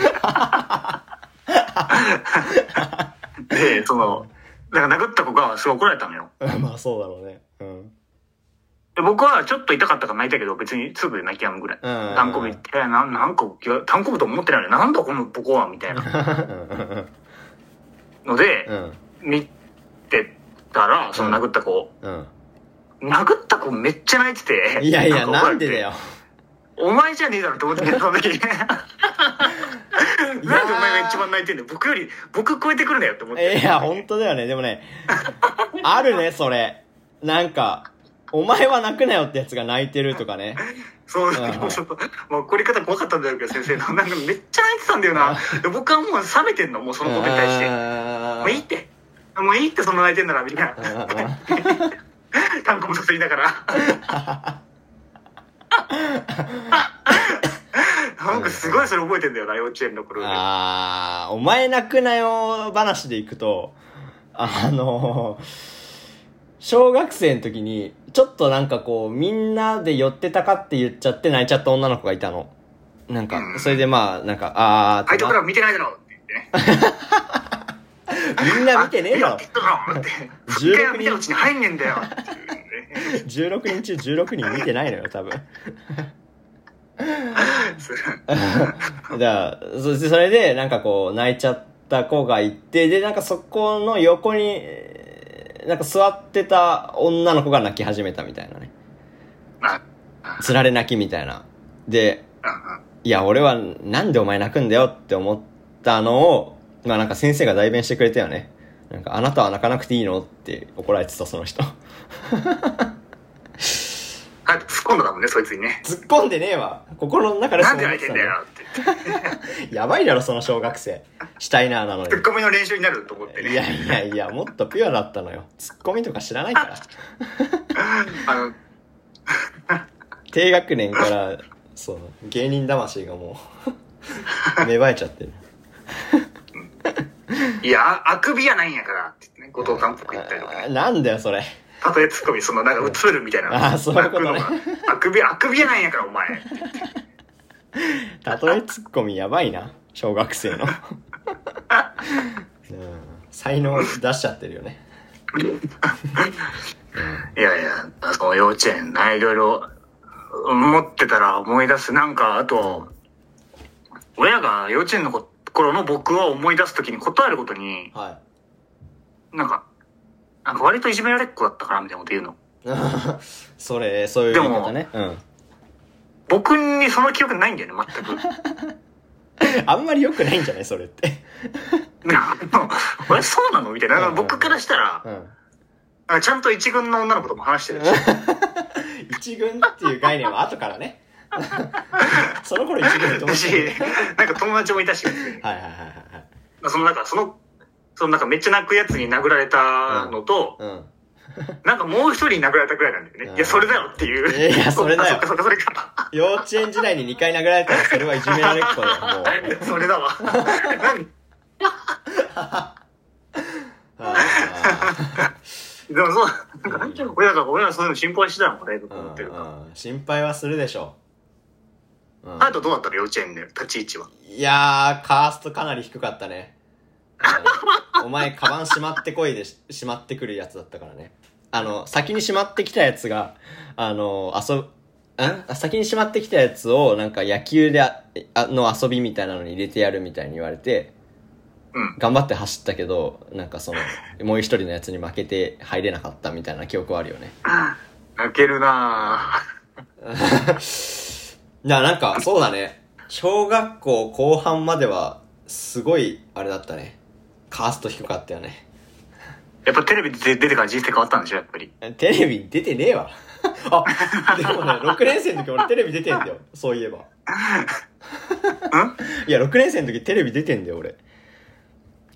で、その、だから殴った子がすごい怒られたのよ。うん *laughs* まあそうだろうね。うん。で僕はちょっと痛かったから泣いたけど、別にすぐ泣き止むぐらい。うん単行部行って、なんなんか、いや単行部と思ってないのに、なんだこのボコは、みたいな。のでう、ん。見てたら、その殴った子、うん。殴った子めっちゃ泣いてて。いやいや、か怒なられんてでだよ。。お前じゃねえだろって *laughs* 思ってた、その時。なんでお前が一番泣いてんだよ。僕より、僕超えてくるなよって思って。いや、本当だよね。でもね、あるね、それ。なんか、お前は泣くなよってやつが泣いてるとかね。そう、はいはいちょっと、まあ、怒り方怖かったんだろうけど、先生の。なんかめっちゃ泣いてたんだよな。で僕はもう冷めてんの、もうその子に対して。もういいって。もういいって、その泣いてんなら、みたいな。単語もさすりながら。 *laughs* なんかすごいそれ覚えてんだよな、幼稚園の頃で。あー、お前泣くなよ話でいくと、あの、小学生の時に、ちょっとなんかこう、みんなで寄ってたかって言っちゃって泣いちゃった女の子がいたの。なんか、それでまあ、なんか、あーってなっ相手から見てないだろうって言ってね。みんな見てねえ *laughs* よよって。言って復活が見たうちに入んねえんだよっていうね *laughs* 16人中16人見てないのよ、多分。そだかうらそそれでなんかこう泣いちゃった子がいてでなんかそこの横にえーなんか座ってた女の子が泣き始めたみたいなねまああつられ泣きみたいなであいや俺はなんでお前泣くんだよって思ったのをまあなんか先生が代弁してくれたよねなんかあなたは泣かなくていいのって怒られてたその人あ突っ込んだんだもんねそいつにね *laughs* 突っ込んでねえわ心の中でなそうんで思っ泣いててたんだよって言ってやばいだろその小学生シュタイナーなのに突っ込みの練習になると思っていやねいやいや、もっとピュアだったのよ。ツッコミとか知らないから。あの低学年から、そう、芸人魂がもう、 *laughs* 芽生えちゃってる。いやあくびやないんやからって言ってね後藤監督言ったりとかねあなんだよ、それ。たとえ突っ込みそのなんか映るみたいなあそういうことね泣くのがあくびあくびやないんやからお前たとえツッコミやばいな。小学生の。 *laughs* うん、才能出しちゃってるよね。いやいや、その幼稚園な、いろいろ思ってたら思い出す。なんか、あと、親が幼稚園の頃の僕を思い出すときに断ることに、はなんか、なんか割といじめられっ子だったからみたいなこと言うの。い。 *laughs* それ、そういう言い方ね。うん。僕にその記憶ないんだよね、全く。あんまり良くないんじゃないそれって。なんかあの、え、そうなのみたいな。なんか僕からしたらう、ん。なんかちゃんと一軍の女の子とも話してるし、一軍っていう概念は後から *laughs* ね。その頃一軍って思だっ *laughs* したよねなんか友達もいたし、はいはいはいはいはい。そのなんか、その、そのなんかめっちゃ泣くやつに殴られたのと、うん。なんかもう一人殴られたぐらいなんだようね。んいや、それだよっていう。いやそれだよあそっかそっかそれか。幼稚園時代に2回殴られたらそれはいじめられっ子だよ、もう。 *laughs* それだわ。なんあーでもそう、親が、親がそういうの心配してたのかね、とう思ってる。んうん心配はするでしょう。うんあとどうだったの幼稚園で、立ち位置は。いやー、カーストかなり低かったね。お前、カバンしまってこいでししまってくるやつだったからね。あの、先にしまってきたやつが、あの、遊ぶ、ん先にしまってきたやつを、なんか野球であ、あの遊びみたいなのに入れてやるみたいに言われて、うん頑張って走ったけど、なんかその、もう一人のやつに負けて入れなかったみたいな記憶はあるよね。泣けるなな、なんか、そうだね。小学校後半までは、すごい、あれだったね。カースト低かったよね。ぁやっぱテレビで出てから人生変わったんでしょ、やっぱり。テレビ出てねえわ。 *laughs* あ、でもね、6年生の時俺テレビ出てんだよ。そういえば。いや、6年生の時テレビ出てんだよ、俺。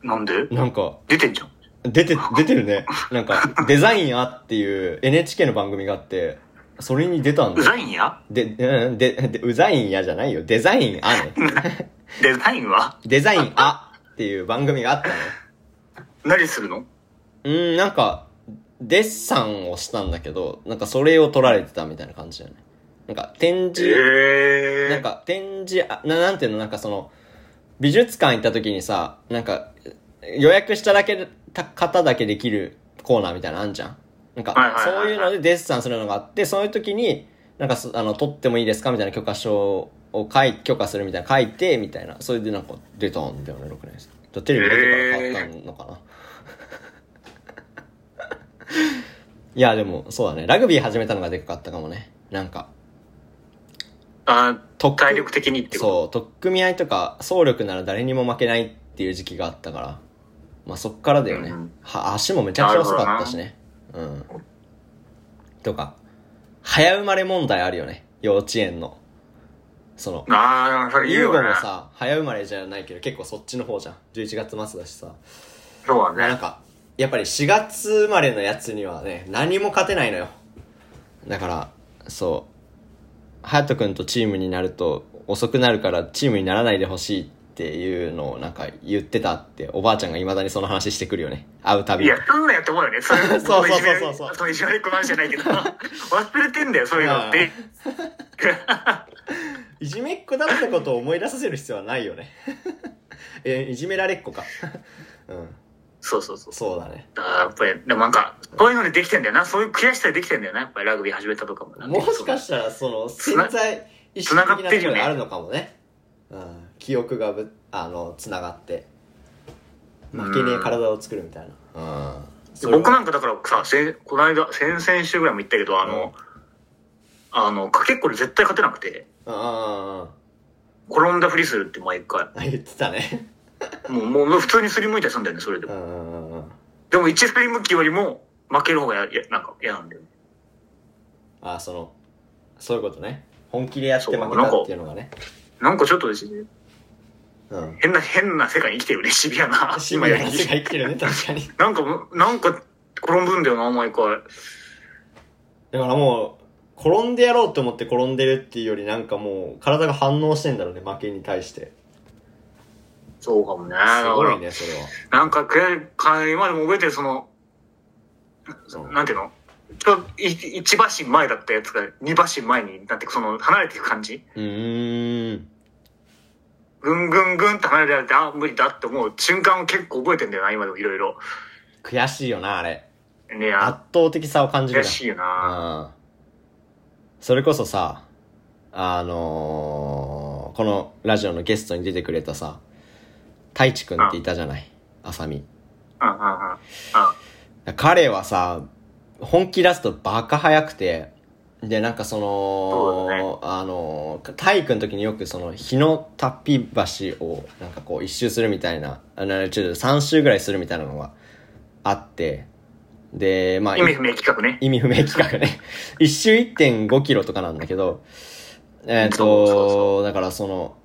なんでなんか、出てんじゃん。出て、出てるね。なんか、デザインアっていう NHK の番組があって、それに出たんデだよ。ザインやで、うん、で、で、うざいんやじゃないよ。デザインアね。デザインはデザインアっていう番組があったのよ。何するのうん、なんか、デッサンをしたんだけど、なんかそれを撮られてたみたいな感じだよね。なんか展え示、ー。なんか展示、あななんていうの、なんかその、美術館行った時にさ、なんか、予約しただけ、た方だけできるコーナーみたいなのあんじゃん。なんはいか、はいはいはいそういうのでデッサンするのがあって、そういう時に、なんかそ、あの、撮ってもいいですかみたいな許可書を書い、許可するみたいな書いて、みたいな。それでなんか出たんだよね、6年生。だからテレビ出てから買ったのかな。 *laughs* いや、でも、そうだね。ラグビー始めたのがでかかったかもね。なんか、あ特体力的にってこそう、取っ組み合いとか、総力なら誰にも負けないっていう時期があったから、まあそっからだよね。うんは足もめちゃくちゃ遅かったしね。うん。とか、早生まれ問題あるよね。幼稚園の。そのと。、ああ、それ言うユーよゴねも。さ、早生まれじゃないけど、結構そっちの方じゃん。11月末だしさ。そうまあだなんね。か、やっぱり4月生まれのやつにはね、何も勝てないのよ。だから、そう。隼人君とチームになると遅くなるからチームにならないでほしいっていうのをなんか言ってたって、おばあちゃんが未だにその話してくるよね。会うたびいに。や、そんなんやって思うよね。それそうそうそうそうそのいじめそのいじめっ子の話じゃない *laughs* けど。忘れてんだよ、そういうのって。いじめっ子だった *laughs* ことを思い出させる必要はないよね。え、いじめられっ子か。うん。そうそうそう。そうだね。だからやっぱり、でもなんか、そういうのでできてんだよな。そういう悔しさでできてんだよな。やっぱりラグビー始めたとかもな。もしかしたら、その、つ潜な在意識つながっ的なてとるころよねにあるのかもね。うん。記憶がぶ、あの、つながって、負けねえ体を作るみたいな。うん。それは僕なんかだからさ、せこの間、先々週ぐらいも言ったけど、あの、あの、かけっこで絶対勝てなくて、うんうんうんうん。転んだふりするって毎回。あ、言ってたね。もう、もう普通にすりむいたりするんだよね、それでうも。んうんうんうん。でも1スプリムキよりも負ける方がや、やなんか嫌なんだよね。あ、その、そういうことね。本気でやって負けたっていうのがね。なんかちょっとうん。変な、変な世界に生きてるね、シビアな。 *laughs* シ今ビアやりな世界生きてるね、確かに。なんかもう、なんか転ぶんだよな、毎回。だからもう、転んでやろうと思って転んでるっていうよりなんかもう、体が反応してんだろうね、負けに対して。そうかもね。だすかごらいね、それは。なんか悔い、か今でも覚えてる、その、そうなんていうのちょい一馬身前だったやつが二馬身前になって、その、離れていく感じ。うーん。ぐんぐんぐんって離れられて、あ、無理だって思う瞬間を結構覚えてんだよな、今でもいろいろ。悔しいよな、あれ。ねえ、圧倒的さを感じ悔るな。しいような。ん。それこそさ、あのーこのラジオのゲストに出てくれたさ、太一くんっていたじゃない、あさみ。うんうんうん。うん。彼はさ、本気出すとバカ早くて、で、なんかそそうの、だねあの、体育の時によくその、日のたっぴ橋を、なんかこう一周するみたいな、あの、ちょっと3周ぐらいするみたいなのがあって、で、まあ、意味不明企画ね。意味不明企画ね。 *laughs* 一周1.5キロとかなんだけど、えっ、そとうそうだからその、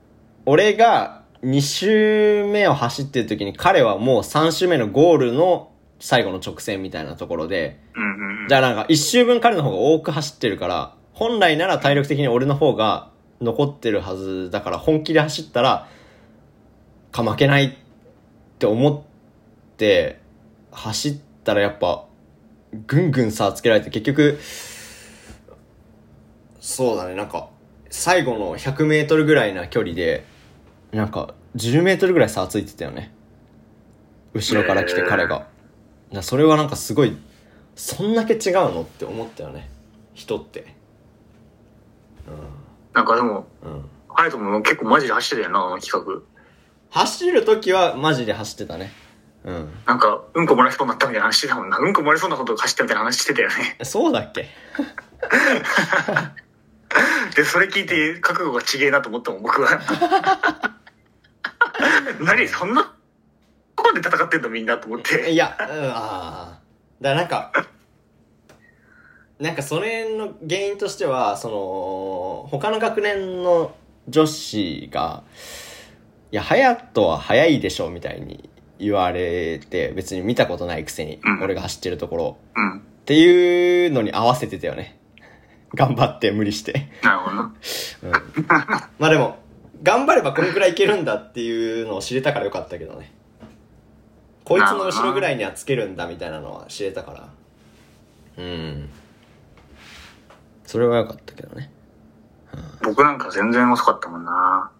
俺が2周目を走ってる時に彼はもう3周目のゴールの最後の直線みたいなところで、うんうんうん。じゃあなんか1周分彼の方が多く走ってるから、本来なら体力的に俺の方が残ってるはずだから本気で走ったら、か負けないって思って、走ったらやっぱ、ぐんぐん差つけられて結局、そうだね、なんか、最後の100メートルぐらいな距離で、なんか、10メートルぐらい差ついてたよね。後ろから来て彼が。だからそれはなんかすごい、そんだけ違うのって思ったよね。人って。なんかでも、うん。ハヤトも結構マジで走ってたよな、あの企画。走るときはマジで走ってたね。うん。なんか、うんこ漏らしそうになったみたいな話してたもんな。うんこ漏れそうなことを走ったみたいな話してたよね。 *laughs* そうだっけで、それ聞いて覚悟がちげえなと思ったもん、僕は。 *laughs* 何そんな、ここで戦ってんのみんなと思って。いや、うん、ああ。だからなんか、なんかそれの原因としては、その、他の学年の女子が、いや、隼人は早いでしょ、みたいに言われて、別に見たことないくせにう、ん俺が走ってるところ、うん。っていうのに合わせてたよね。頑張って、無理して。なるほどな。まあでも、頑張ればこれくらいいけるんだっていうのを知れたからよかったけどね。こいつの後ろぐらいにはつけるんだみたいなのは知れたから。うん。それはよかったけどね。僕なんか全然遅かったもんな。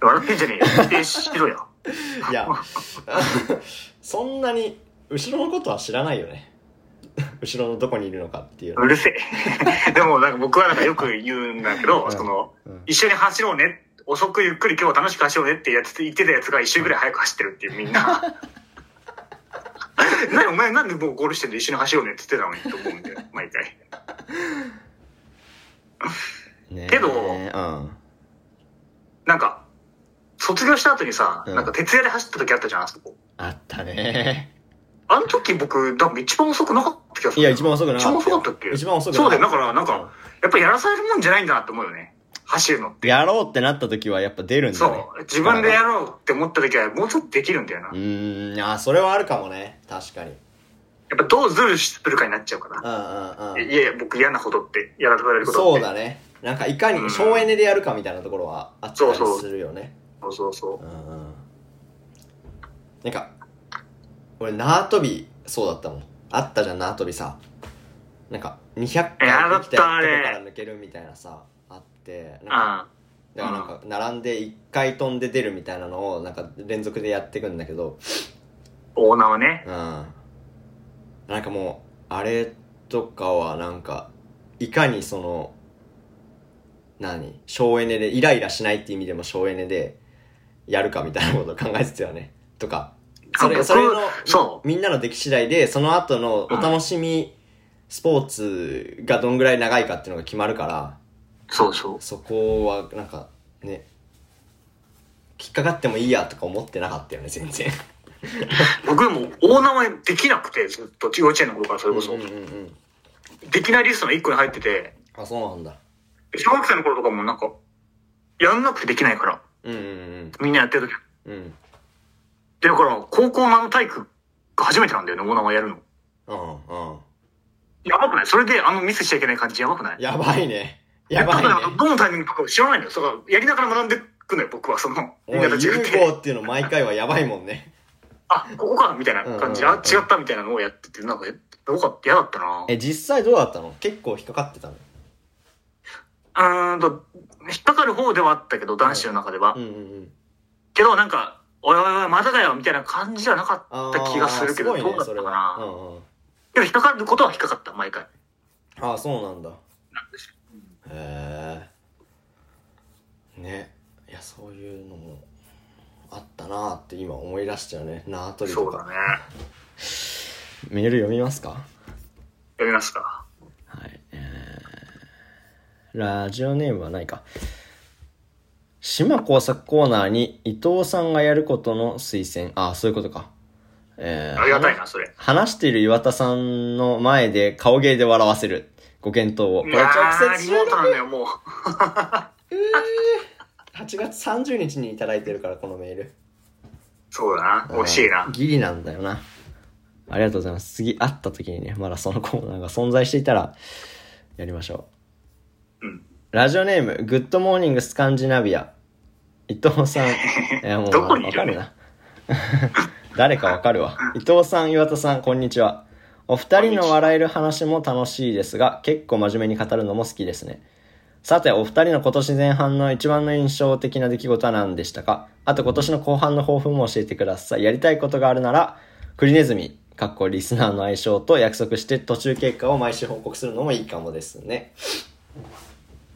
笑ってんじゃねえよ。否定しろよ。いや、 *laughs* そんなに、後ろのことは知らないよね。 *laughs* 後ろのどこにいるのかっていうのう。るせえ。 *laughs* でもなんか僕はなんかよく言うんだけど、うんそのうん、一緒に走ろうね。遅くゆっくり今日は楽しく走ろうねってやつ言ってたやつが一周ぐらい早く走ってるっていうみんな。 *laughs* なにお前なんでもうゴールしてんで一緒に走ろうねって言ってたのにと思うんだよ、毎回。ねけどうん。なんか、卒業した後にさ、うんなんか徹夜で走った時あったじゃん、あそこ。あったね。あの時僕、多分一番遅くなかった気がすいる。や、一番遅くな一かった番よ。遅かったっけ一番遅くなそうだよ。かだっから、なんか、やっぱやらされるもんじゃないんだなって思うよね。走るの。た。やろうってなった時はやっぱ出るんだそね。う。自分でやろうって思った時は、もうちょっとできるんだよな。うやーん、あー、それはあるかもね。確かに。っぱどうズルするかになっちゃうかうら。んうんいうん。やいや、僕嫌なことって、やらされることって。そうだね。なんかいかうんに省エネでやるかみたいなところはあったそうりそうするよね。そうそうそううんうん。なんか、俺縄跳び、そうだったもん。あったじゃん、縄跳びさ。なんか、200回やだでったきたとこあれから抜けるみたいなさ、あって、なんかあだからなんか並んで1回飛んで出るみたいなのをなんか連続でやっていくんだけどオーナーはねうんなんかもうあれとかはなんかいかにその何省エネでイライラしないって意味でも省エネでやるかみたいなことを考えてたよねとかそあれ僕それのそうみんなの出来次第でその後のお楽しみスポーツがどんぐらい長いかっていうのが決まるからそうそうそこはなんかね引っかかってもいいやとか思ってなかったよね全然僕もオーナーはできなくてずっと幼稚園の頃からそれこそ、うんうんうんできないリストの1個に入っててあそうなんだ小学生の頃とかもなんかやんなくてできないからうんうんみんなやってる時うんうんでだから高校のあの体育が初めてなんだよねオーナーはやるのうんうんやばくないそれであのミスしちゃいけない感じやばくないやばいねやばいだからねどのタイミングとか知らないのよだからやりながら学んでくのよ僕はそのおみいんなたちがいて UFO っていうの毎回はやばいもんねあここかみたいな感じ、うんうんうんあ違ったみたいなのをやっててなんかよかった嫌だったなえ実際どうだったの結構引っかかってたのうーんと引っかかる方ではあったけど男子の中では、うんうんうんけどなんかおいおいおいまたかよみたいな感じじゃなかあっーた気がするけどごいどうねだったそかれなは、うんうんでも引っかかることは引っかかった毎回ああそうなんだなんですよへえねいやそういうのもあったなーって今思い出しちゃうね縄跳びとそうだかねメール読みますかやりますかはいえーラジオネームはないか島工作コーナーに伊藤さんがやることの推薦ああそういうことかえーありがたいなそれ話している岩田さんの前で顔芸で笑わせるご検討をこいれやー直リ接モートなんだよもう8月30日にいただいてるからこのメールそうだな惜しいなギリなんだよなありがとうございます次会った時にねまだそのコーナーが存在していたらやりましょう、うんラジオネームグッドモーニングスカンジナビア伊藤 *laughs* さんいやもうどこにいわるかるな *laughs* 誰かわかるわ伊藤さん岩田さんこんにちはお二人の笑える話も楽しいですが結構真面目に語るのも好きですねさて、お二人の今年前半の一番の印象的な出来事は何でしたかあと今年の後半の抱負も教えてください。やりたいことがあるなら、クリネズミ、かっこリスナーの愛称と約束して途中経過を毎週報告するのもいいかもですね。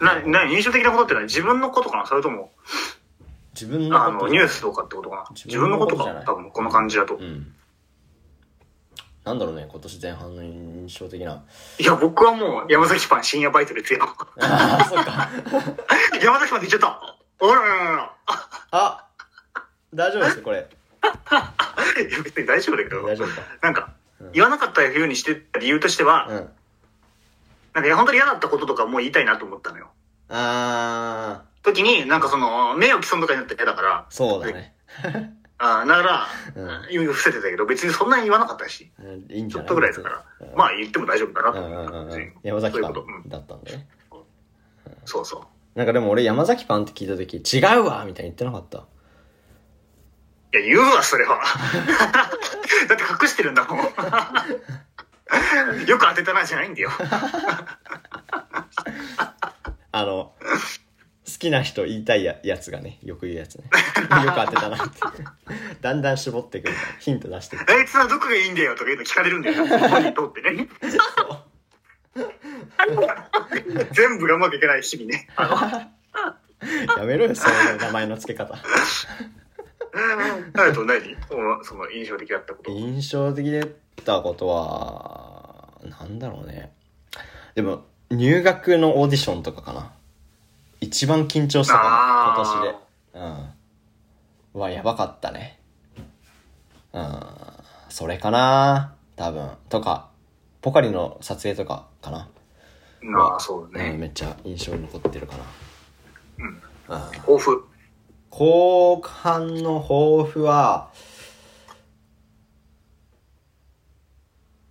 なな印象的なことって何自分のことかなそれとも自分あのこと。のニュースとかってことかな自自分分のこのこととじゃかない多分この感じだと、うん。なんだろうね、今年前半の印象的 *laughs* な。いや僕はもう山崎パン深夜バイトですよああ、そうか。山崎パンって言っちゃったおらららららああ大丈夫ですかこれ。いや別に大丈夫だけど大丈夫か。なんかうん、言わなかったふうにしてた理由としては、うん。なんかいや本当に嫌だったこととかもう言いたいなと思ったのよ。あ時に、なんかその、名誉毀損とかになったら嫌だからー、、そうだね。あーだかうんら、言う伏せてたけど、別にそんなに言わなかったし、うんいいんちじゃょなっいとぐらいだから別に、まあ言っても大丈夫だなとうん思うっんうんうた別にん。山崎パそういうことンだったんだね。うんそうそう。なんかでも俺山崎パンって聞いた時、違うわみたいに言ってなかった。いや、言うわ、それは。 *laughs* だって隠してるんだもん。よく当てたな、じゃないんだよ。あの、好きな人言いたいややつがね、よく言うやつね。 *laughs* よく当てたなって。 *laughs* だんだん絞ってくるから、ヒント出してくる。あいつはどこがいいんだよとか言うの聞かれるんだよ。本人通ってね。 *laughs* 全部がうまくいかない日々 *laughs* ね。やめろよ、その名前の付け方。あと何おその印象的だったこと。印象的だったことは、なんだろうね。でも、入学のオーディションとかかな。一番緊張したかな、今年で。うん。は、やばかったね。うん。それかな多分。とか、ポカリの撮影とかかな。ああ、そうだうん、ね。めっちゃ印象に残ってるかうん。な。うん。抱負。後半の抱負は、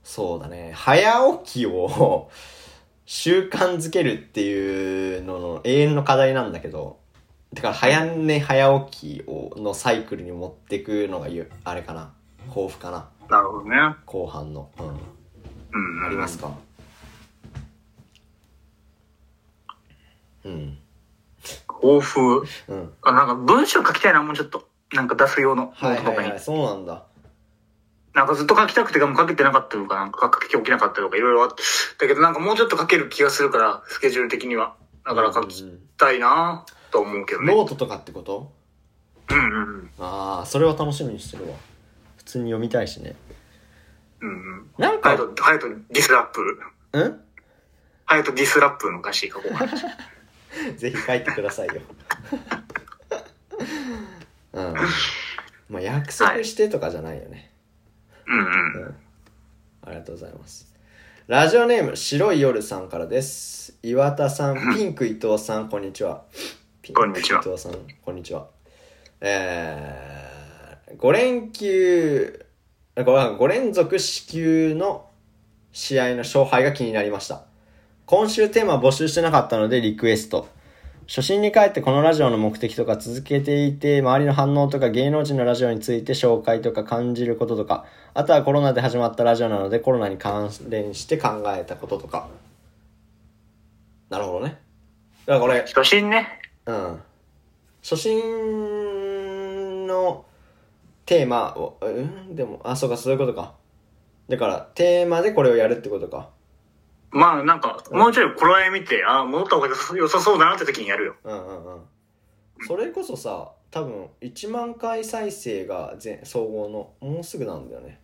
そうだね。早起きを習慣づけるっていうのの永遠の課題なんだけど、だから早寝早起きをのサイクルに持ってくのがゆ、あれかな。抱負かな。なるほどね。後半の。うん。うん。あります。かうん。抱負。うん。あなんか文章書きたいな、もうちょっと。なんか出す用のノはいートとはいかには。い、そうなんだ。なんかずっと書きたくて、もう書けてなかったとか、なんか書き起きなかったとか、いろいろあって。だけどなんかもうちょっと書ける気がするから、スケジュール的には。だから書きたいなと思うけどね。ノートとかってことうんうんああ、それは楽しみにしてるわ。普通に読みたいしね。うん。うんうん。なんハか、ヤト、ハヤトディスラップ。うんハヤトディスラップの歌詞書こうかな。ぜひ書いてくださいよ。 *laughs* うん。まあ、約束してとかじゃないよね。うんうん。ありがとうございます。ラジオネーム、白い夜さんからです。岩田さん、ピンク伊藤さん、こんにちは。ピンこクんにちは伊藤さん、こんにちは。えー、5連休、5連続支給の試合の勝敗が気になりました。今週テーマ募集してなかったのでリクエスト。初心に帰ってこのラジオの目的とか続けていて周りの反応とか芸能人のラジオについて紹介とか感じることとかあとはコロナで始まったラジオなのでコロナに関連して考えたこととかなるほどねだからこれ初心ね。うん初心のテーマをうんでもあそうかそういうことかだからテーマでこれをやるってことかまあなんか、もうちょい頃合い見て、ああ、戻った方が良さ良さそうだなって時にやるよ。うんうんうんそれこそさ多分1万回再生が全総合のもうすぐなんだよね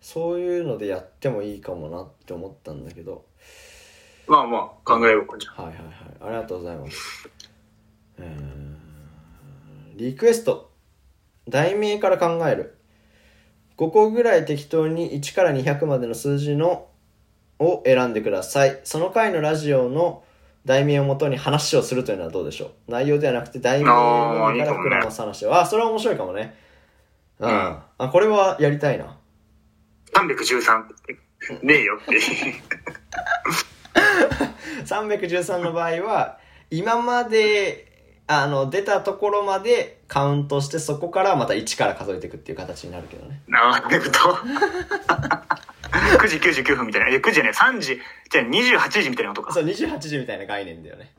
そういうのでやってもいいかもなって思ったんだけどまあまあ、考えようかじゃあはいはいはいありがとうございますうーんリクエスト題名から考える5個ぐらい適当に1から200までの数字のを選んでくださいその回のラジオの題名をもとに話をするというのはどうでしょう内容ではなくて題名のみから膨らます話をああそれは面白いかもねうん、うんあこれはやりたいな。 313ねえよって。 313の場合は今まであの出たところまでカウントしてそこからまた1から数えていくっていう形になるけどねなあ、ってこと。9時99分みたいな。いや、9時じゃねえ、3時、じゃあ28時みたいなことか。そう28時みたいな概念だよ *laughs* ね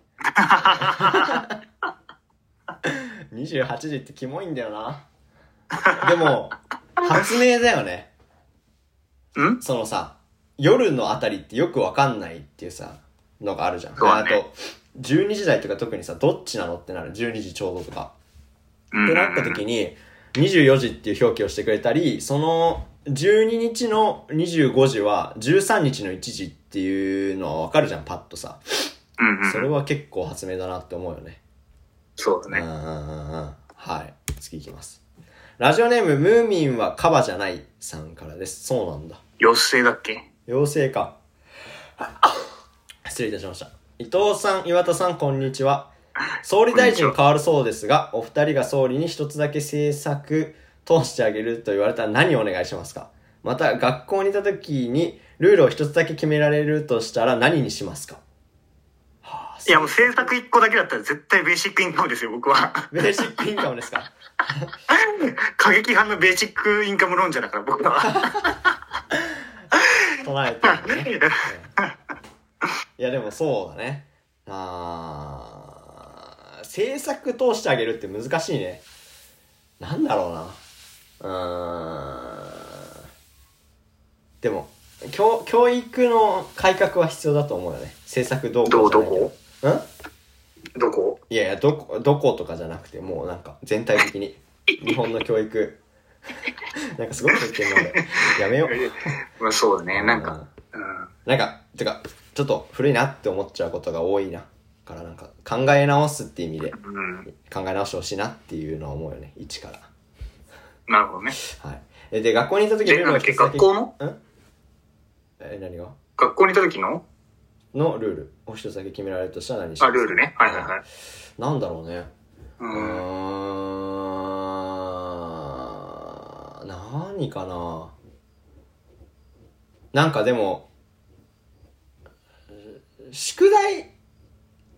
28時ってキモいんだよなでも発明だよねんそのさ夜のあたりってよくわかんないっていうさのがあるじゃん、そうだあねと12時台とか特にさどっちなのってなる12時ちょうどとかうんってなった時に24時っていう表記をしてくれたりその12日の25時は13日の1時っていうのは分かるじゃんパッとさうんうん。それは結構発明だなって思うよねそうだうんうんね。うんうんはい次いきますラジオネームムーミンはカバじゃないさんからですそうなんだ妖精だっけ妖精か *laughs* 失礼いたしました伊藤さん岩田さんこんにちは総理大臣こんにちは変わるそうですがお二人が総理に一つだけ政策通してあげると言われたら何をお願いしますかまた学校にいた時にルールを一つだけ決められるとしたら何にしますかはあいや、もう制作1個だけだったら絶対ベーシックインカムですよ、僕は。 *laughs* ベーシックインカムですか過激派のベーシックインカム論者だから、僕は。唱えてるのねいやでもそうだね。あー制作通してあげるって難しいね。なんだろうな。うーん。でも、教、教育の改革は必要だと思うよね。制作どう *laughs* こうどう、じゃどないけどうんこどこいやいや、どこ、どことかじゃなくて、もうなんか全体的 *laughs* に。日本の教育。 *laughs* なんかすごく言ってるので。やめよう。まあそうだね、なんか。うん。なんか、てか、ちょっと古いなって思っちゃうことが多いな。からなんか、考え直すって意味で、うん。考え直してほしいなっていうのは思うよね。一から。なるほどね。はい。え、で、学校に行った時でルールをなんだっけ一つだけ学校のんえ、何が学校にいた時ののルールを一つだけ決められるとしたら何しあ、ますルールね。はいはいはい。なんだろうね。ううん。ーん。何かななんかでも、宿題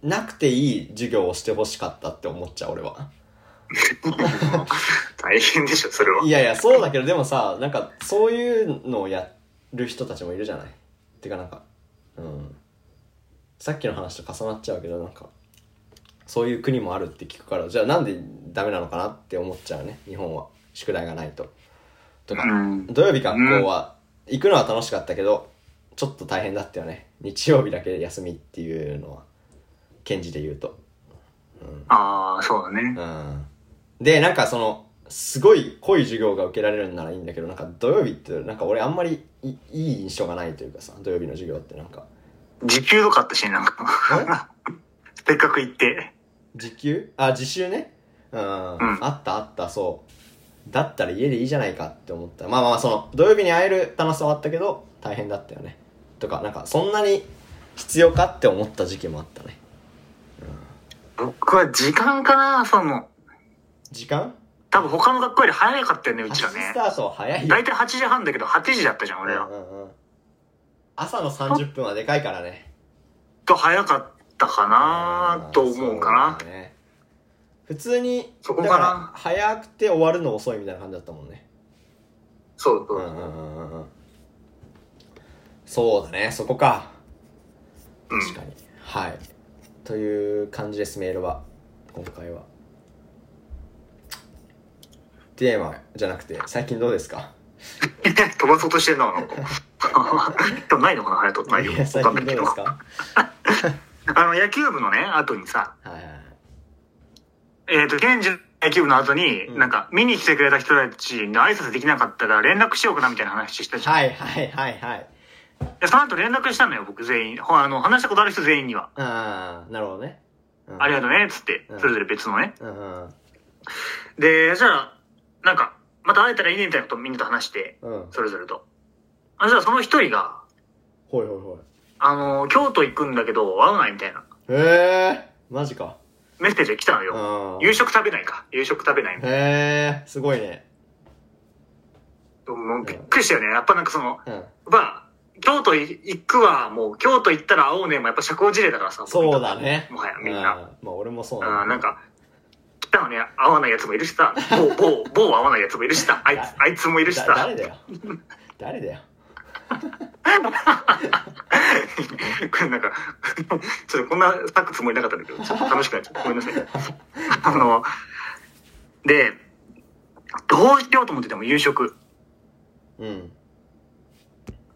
なくていい授業をしてほしかったって思っちゃう、俺は。大変でしょ、それは。いやいや、そうだけど、でもさ、なんか、そういうのをやる人たちもいるじゃないてかなんか、うん。さっきの話と重なっちゃうけど、なんか、そういう国もあるって聞くからじゃあなんでダメなのかなって思っちゃうね日本は宿題がないと。とか、うん土曜日学校は行くのは楽しかったけどちょっと大変だったよね日曜日だけ休みっていうのは検事で言うと。ああ、そうだね。うんで、なんかその、すごい濃い授業が受けられるんならいいんだけど、なんか土曜日って、なんか俺あんまりいいい印象がないというかさ、土曜日の授業ってなん *laughs* か。時給とかあったしね、なんか。 *laughs* せっかく行って。時給あ、自習ね。うん。あったあった、そう。だったら家でいいじゃないかって思った。まあまあまあ、その、土曜日に会える楽しさはあったけど、大変だったよね。とか、なんかそんなに必要かって思った時期もあったね。僕は時間かな、その。時間多分他の学校より早かったよね、うちら8ねスタ。ート早いよ大。体8時半だけど、8時だったじゃん、俺らう。んうんうん朝の30分はでかいからね。と早かったかな、と思うかなそ。だね普通にそこかなだら早くて終わるの遅いみたいな感じだったもんねそううそんうう。んうんうんうんそうだねそこかうん *laughs* 確かに、はいという感じですメールは今回はテーマじゃなくて最近どうですか飛ばそうとしてんな、なんか。 *laughs* でもないのかな、ハヤト。ないよ。や *laughs* わ最か近んどなういでけすど。かあの、野球部のね、後にさ、はいはいはいえっと、ケンジの野球部の後に、うんなんか、見に来てくれた人たちの挨拶できなかったから連絡しようかな、みたいな話したじゃん。はいはいはいはいで、その後連絡したのよ、僕全員。ほあの、話したことある人全員には。ああなるほどね、うん、ありがとうね、つってうん、それぞれ別のね。とう、うんで、じゃあ、なんか、また会えたらいいね、みたいなことをみんなと話して、うんうんそれぞれと。あじゃあ、その一人が、ほいほいほいあの、京都行くんだけど、会わないみたいな、へえマジかメッセージが来たのよ。うん夕食食べないか。夕食食べないみたいなへえすごいねもうびっくりしたよね。やっぱなんかその、うんまあ、京都行くわ、もう、京都行ったら会おうね、もやっぱ社交辞令だからさ。そうだねもはやみんうんな。まあ俺もそううん、だなんか、来たのね、会わないやつもいるしさ、某、 *laughs* 某、某会わないやつもいるしさ、あいつだ、あいつもいるしださ誰、だよ *laughs* 誰だよ *laughs* これなんか、ちょっとこんな書くつもりなかったんだけど、ちょっと楽しくなっちゃった。ごめんなさい。 *laughs* あの、で、どうしようと思ってても夕食。うん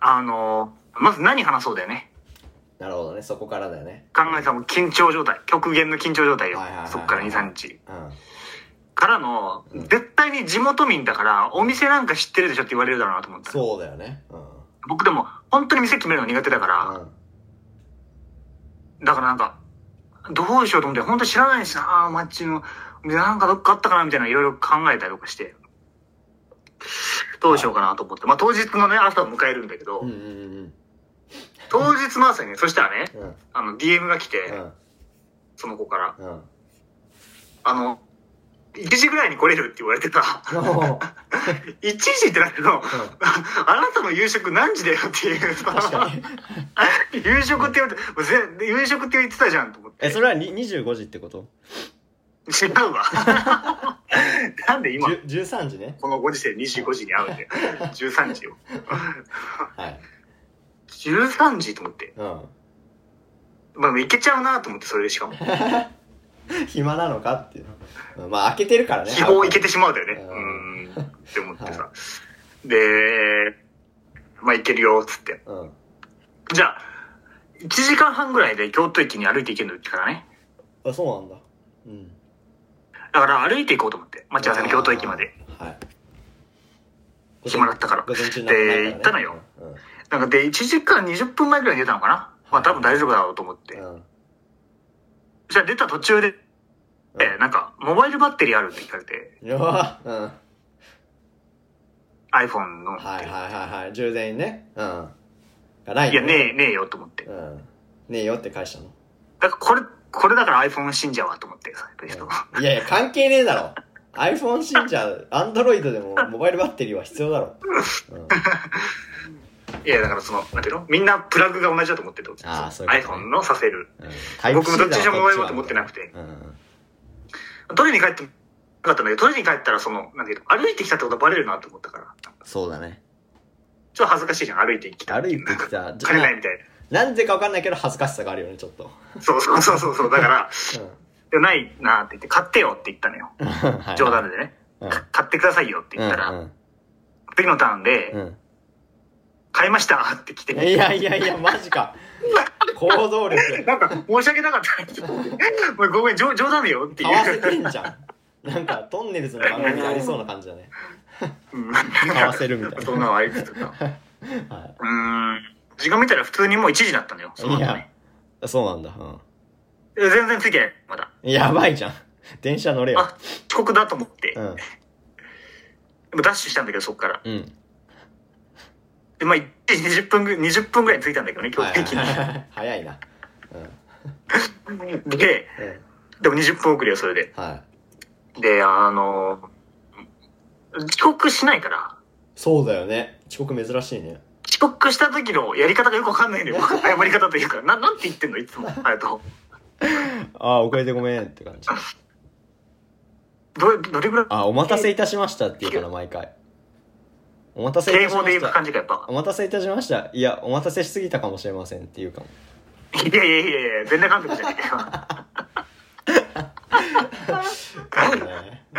あの、まず何話そうだよね。なるほどねそこからだよね考えたもう緊張状態極限の緊張状態よはいはいはいはいそっから23日うんからの、うん絶対に地元民だからお店なんか知ってるでしょって言われるだろうなと思ったそうだよねうん僕でも本当に店決めるの苦手だから、だからなんかどうしようと思って本当に知らないしなあマッチのなんかどっかあったかなみたいないろいろ考えたりとかしてどうしようかなと思って、まあ当日のね朝を迎えるんだけど、うんうんうん当日の朝にねそしたらねうんうんあの DM が来て、うんその子からうんうんあの1時ぐらいに来れるって言われてた *laughs* おー1時ってなっての、 *laughs* あなたの夕食何時だよっていうさ確か *laughs* に夕食って言われてもうぜ夕食って言ってたじゃんと思ってえそれはに25時ってこと違うわ *laughs* なんで今じゅ13時ねこのご時世25時に会うん *laughs* で13時よはい13時と思ってうんまあいけちゃうなと思ってそれでしか *laughs* も暇なのかっていううんまあ開けてるからね希望いけてしまうだよねううんんって思ってさ、はでまあいけるよっつってうんじゃあ1時間半ぐらいで京都駅に歩いて行けるのってからねあそうなんだうんだから歩いて行こうと思って待ち合わせの京都駅まではい暇だったから午前中で行ったのよ、なんかで、1時間20分前ぐらいに出たのかなまあ多分大丈夫だろうと思って。うんうんじゃあ出た途中で、え、なんか、モバイルバッテリーあるって聞かれて、うん、よーうんは iPhone の。いはいはいはい充電ねうんがないいや、ねえ、ねえよと思って。えうだんねえよって返したの、からこれ、これだから iPhone 信者はと思ってさ、そういう人うんいやいや関係ねえだろ iPhone 信者アンドロイドでもモバイルバッテリーは必要だろ、うん、いや、だからその、なんていうのみんなプラグが同じだと思ってた。あーそういうことね iPhone のさせる。うん僕もどっちにしろモバイルバッテリー持ってなくてうん取りに帰ってもなかったんだけど、取りに帰ったらその、なんていうの歩いてきたってことはバレるなと思ったから。ちょっそうだねと恥ずかしいじゃん、歩いてきた。歩いてきた帰れないみたいなんでかわかんないけど恥ずかしさがあるよねちょっと、な。そうそうそうそうそう。だから、うんでないなって言って、買ってよって言ったのよ。はい冗談でね。うんか買ってくださいよって言ったら、うん次のターンで、うん買いましたって来て、うんいやいやいやマジか行動力なんか申し訳なかった。ごめんごめん、冗冗談だよってい合わせてう。んじゃんなんかトンネルズの番組にありそうな感じだねうん合わせるみたいなそんなのありつつか。 *laughs* はうーん。時間見たら普通にもう1時だったのよ。そのいい後やね。そうなんだうえ全然ついてない、まだ。んやばいじゃん電車乗れよあ、遅刻だと思って。うんでもダッシュしたんだけど、そっから。うんで、まあ、1時20分ぐ、20分ぐらいに着いたんだけどね、今はい日的はに。い早いなうんうで、んでも20分遅れよ、それで。はいで、あの、遅刻しないから、そうだよね遅刻珍しいね遅刻した時のやり方がよくわか *laughs* んないのよ。謝り方というか、な、なんて言ってんのいつも。あれと。ああ遅れてごめんって感じど、どれぐらいあお待たせいたしましたっていうかな毎回お待たせい敬たし語までし言う感たじがやっぱお。待たせいたしましたいやお待たせしすぎたかもしれませんっていうかもいやいやいやいや、全裸監督 *laughs* じゃないかそうねよ。 *laughs*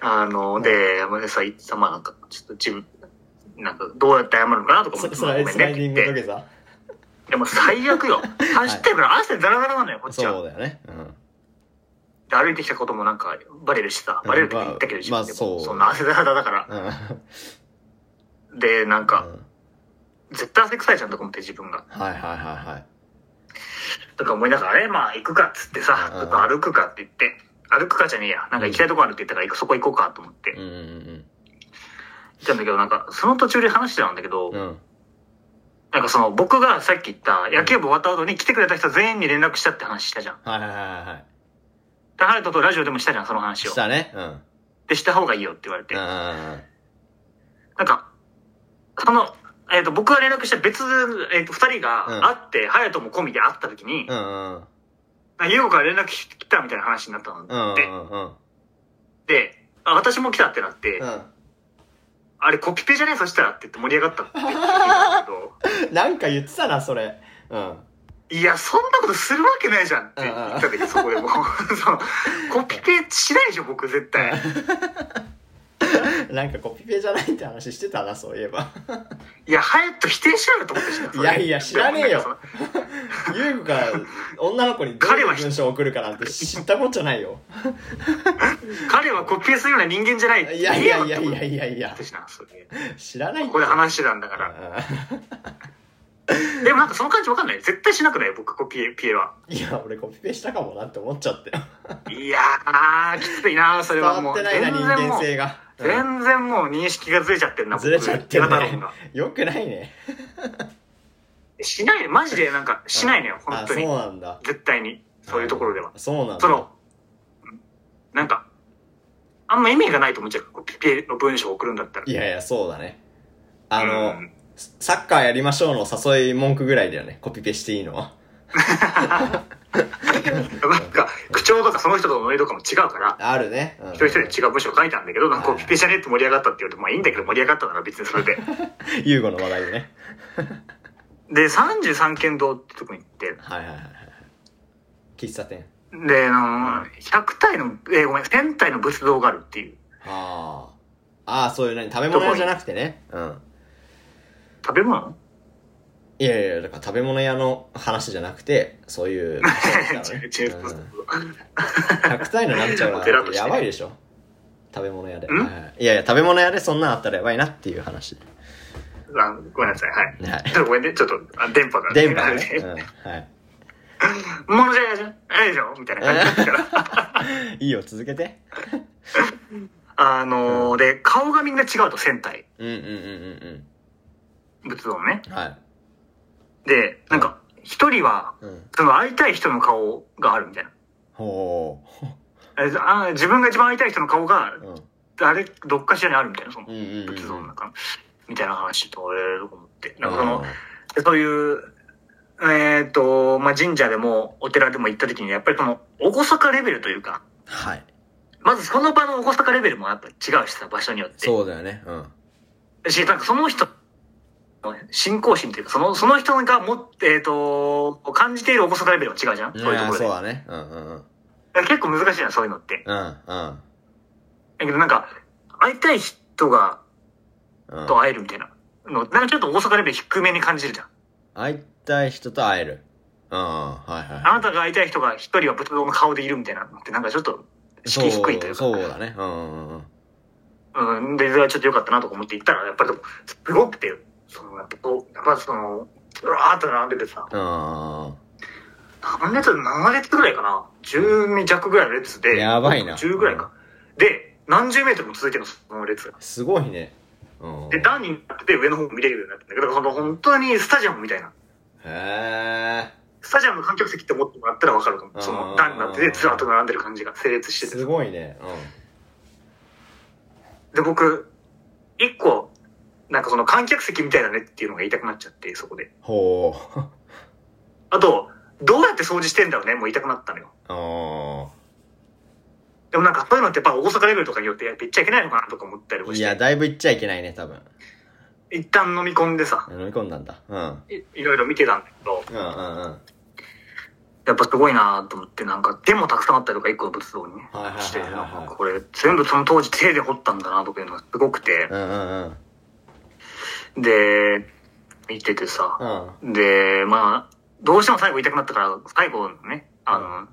あの、で、山根さん、様なんか、ちょっと自分、なんか、どうやって謝るのかなとか思っスて、スごラめイんねっスラてイディ言ンっグ土て。下座でも最悪よ。走ってるから汗ザラザラなのよ、こっちは。そうだよねうんで歩いてきたこともなんかバレるしさ、バレるって言ったけど、まあ自まあそ分でもうそんな汗だらだだから。うんで、なんうか、ん絶対汗臭いじゃんとか思って自分が。はいはいはいはいとか思いながら、え、まあ行くかっつってさ、うんちょっと歩くかって言って、歩くかじゃねえや。なんか行きたいとこあるって言ったから、そこ行こうかと思って。う行んうんったんだけど、なんか、その途中で話してたんだけど、うんうんなんかその、僕がさっき言った、野球部終わった後に来てくれた人全員に連絡したって話したじゃん。はいはいはいはで、ハルトとラジオでもしたじゃん、そのい話をし。たねうんうんで、した方がいいよって言われて。うんなんか、その、えっ、と、僕が連絡した別、えっ、と、二人うんが会って、隼人も込みで会った時に、うんうんうんなんか優子から連絡来たみたいな話になったのうんうんで、うんで、あ、私も来たってなって、うあれコピペじゃねえそしたらって言って盛り上が *laughs* ったって言ってたんだんなんか言ってたなそれうんけど、いや、そんなことするわけないじゃんって言ったんだけど、そこで *laughs* もう。そのコピペしないでしょ、僕絶対。なんかコピペじゃないって話してたなそういえ *laughs* ばいや、隼人否定しろよと思ってしまった。いやいや知らねえよでもなんかその優子が女の子にどういう文章を送るかなんて知ったことじゃないよ彼はコピペするような人間じゃないってい言やいえやよっいてや思いっやいやいやてしまったそれ知らないってここで話してたんだから。でもなんかその感じわかんない。絶対しなくない僕、コピエ、ピエは。うんいや俺コピペしたかもなって思っちゃったよいやー、きついなそれ伝はもわっう。てないな人間性が全然もう。全然もう認識がずれちゃってるな、うんず僕。れちゃって岩る太郎ねがよくないねしない、マジでなんか、しないのよ、本あ当そうに。なんだ絶対に。そういうところでは。そうなんだその、なんか、あんま意味がないと思っちゃう。ピピエの文章を送るんだったら。いやいやそうだねあの、うんサッカーやりましょうの誘い文句ぐらいだよねコピペしていいのはなんか、口調とかその人とのノリとかも違うから、あるね、うん一人一人違う文章を書いたんだけど、なんかコピペじゃねえって盛り上がったって言うと、まあいいんだけど盛り上がったなら別にそ *laughs* れで。優吾の話題でねで、33県道ってとこに行って、はいはいはいはい喫茶店で、あの、100体の、えー、ごめん、1000体の仏像があるっていう。ああああそういう何食べ物屋じゃなくてねうん食べ *laughs* 物いやいやだから食べ物屋の話じゃなくてそういう *laughs* 違う *laughs* 違ううん100体のなんちゃおら寺っとてしてやばいでしょ食べ物屋でんはいはいいやいや食べ物屋でそんなんあったらやばいなっていう話あごめんなさい、はい。はいちょ *laughs* っとごめんね、ちょっと、あ電波が。電波 *laughs* がね、でうんはい物じゃないじゃん。あれでしょみたいな感じだったから。 *laughs* いいよ続けてあのーで、顔がみんな違うと、1000体。うんうんうんうん仏像のね。うんはいで、なんか、一人は、うんその会いたい人の顔があるみたいな。ほえあ自分が一番会いたい人の顔がう、うん、誰、どっかしらにあるみたいな、そのうんうんうん仏像の中の、みたいな話と、えー、と思って。なんかその、あでそういう、えっ、と、まあ、神社でもお寺でも行った時に、やっぱりその、おごそかレベルというか、ーはいまずその場のおごそかレベルもやっぱ違うしさ、場所によって。そうだよねうんし、なんかその人の信仰心というか、その、その人がもっえっ、と、感じているおごそかレベルも違うじゃん、そういうところそでう。だねうんうんうん結構難しいな、そういうのって。うん、うん。だけどなんか、会いたい人が、うんと会えるみたいなの、なんかちょっと大阪レベル低めに感じるじゃん。会いたい人と会える。うん、はいはあなたが会いたい人が一人は仏像の顔でいるみたいなのって、なんかちょっと、い。敷居低いというか。そうそうだね。うんうんうん。うん、で、それはちょっと良かったなとか思って行ったら、やっぱりでもすごくて、その、やっぱこう、やっぱその、ずらーっと並んでてさ、うん。何列 ?7 列ぐらいかな ?12 弱ぐらいの列で、やばいな10ぐらいか。で、何十メートルも続いてるの、その列が。すごいね。うん。で、段になってて上の方も見れるようになってんだけど、だからその本当にスタジアムみたいな。へスタジアムの観客席って思ってもらったらわかるかうも。んその段になってて、ずらーっと並んでる感じが整列しえ。ててす。ごいね。で、僕、一個、なんかその観客席みたいだねっていうのが言いたくなっちゃって、そこで。うん。ほう。 *laughs* あと、どうやって掃除してんだろうね、もう言いたくなったのよ。あでもなんか、そういうのってやっぱ大阪レベルとかによって、やっぱ言っちゃいけないのかなとか思ったりもーしいて。や、だいぶ行っちゃいけないね、多分。一旦飲み込んでさ、飲み込んだんだ。うん。いいろいろ見てたんだけど、うんうんうん。やっぱすごいなと思って、なんか、でもたくさんあったりとか、一個の仏像にねはいはいはいはいはいして、なんかこれ、全部その当時手で掘ったんだなとかいうのがすごくて、うんうんうん。で、見ててさ、うん。で、まあ、どうしても最後痛くなったから、最後のね、あの、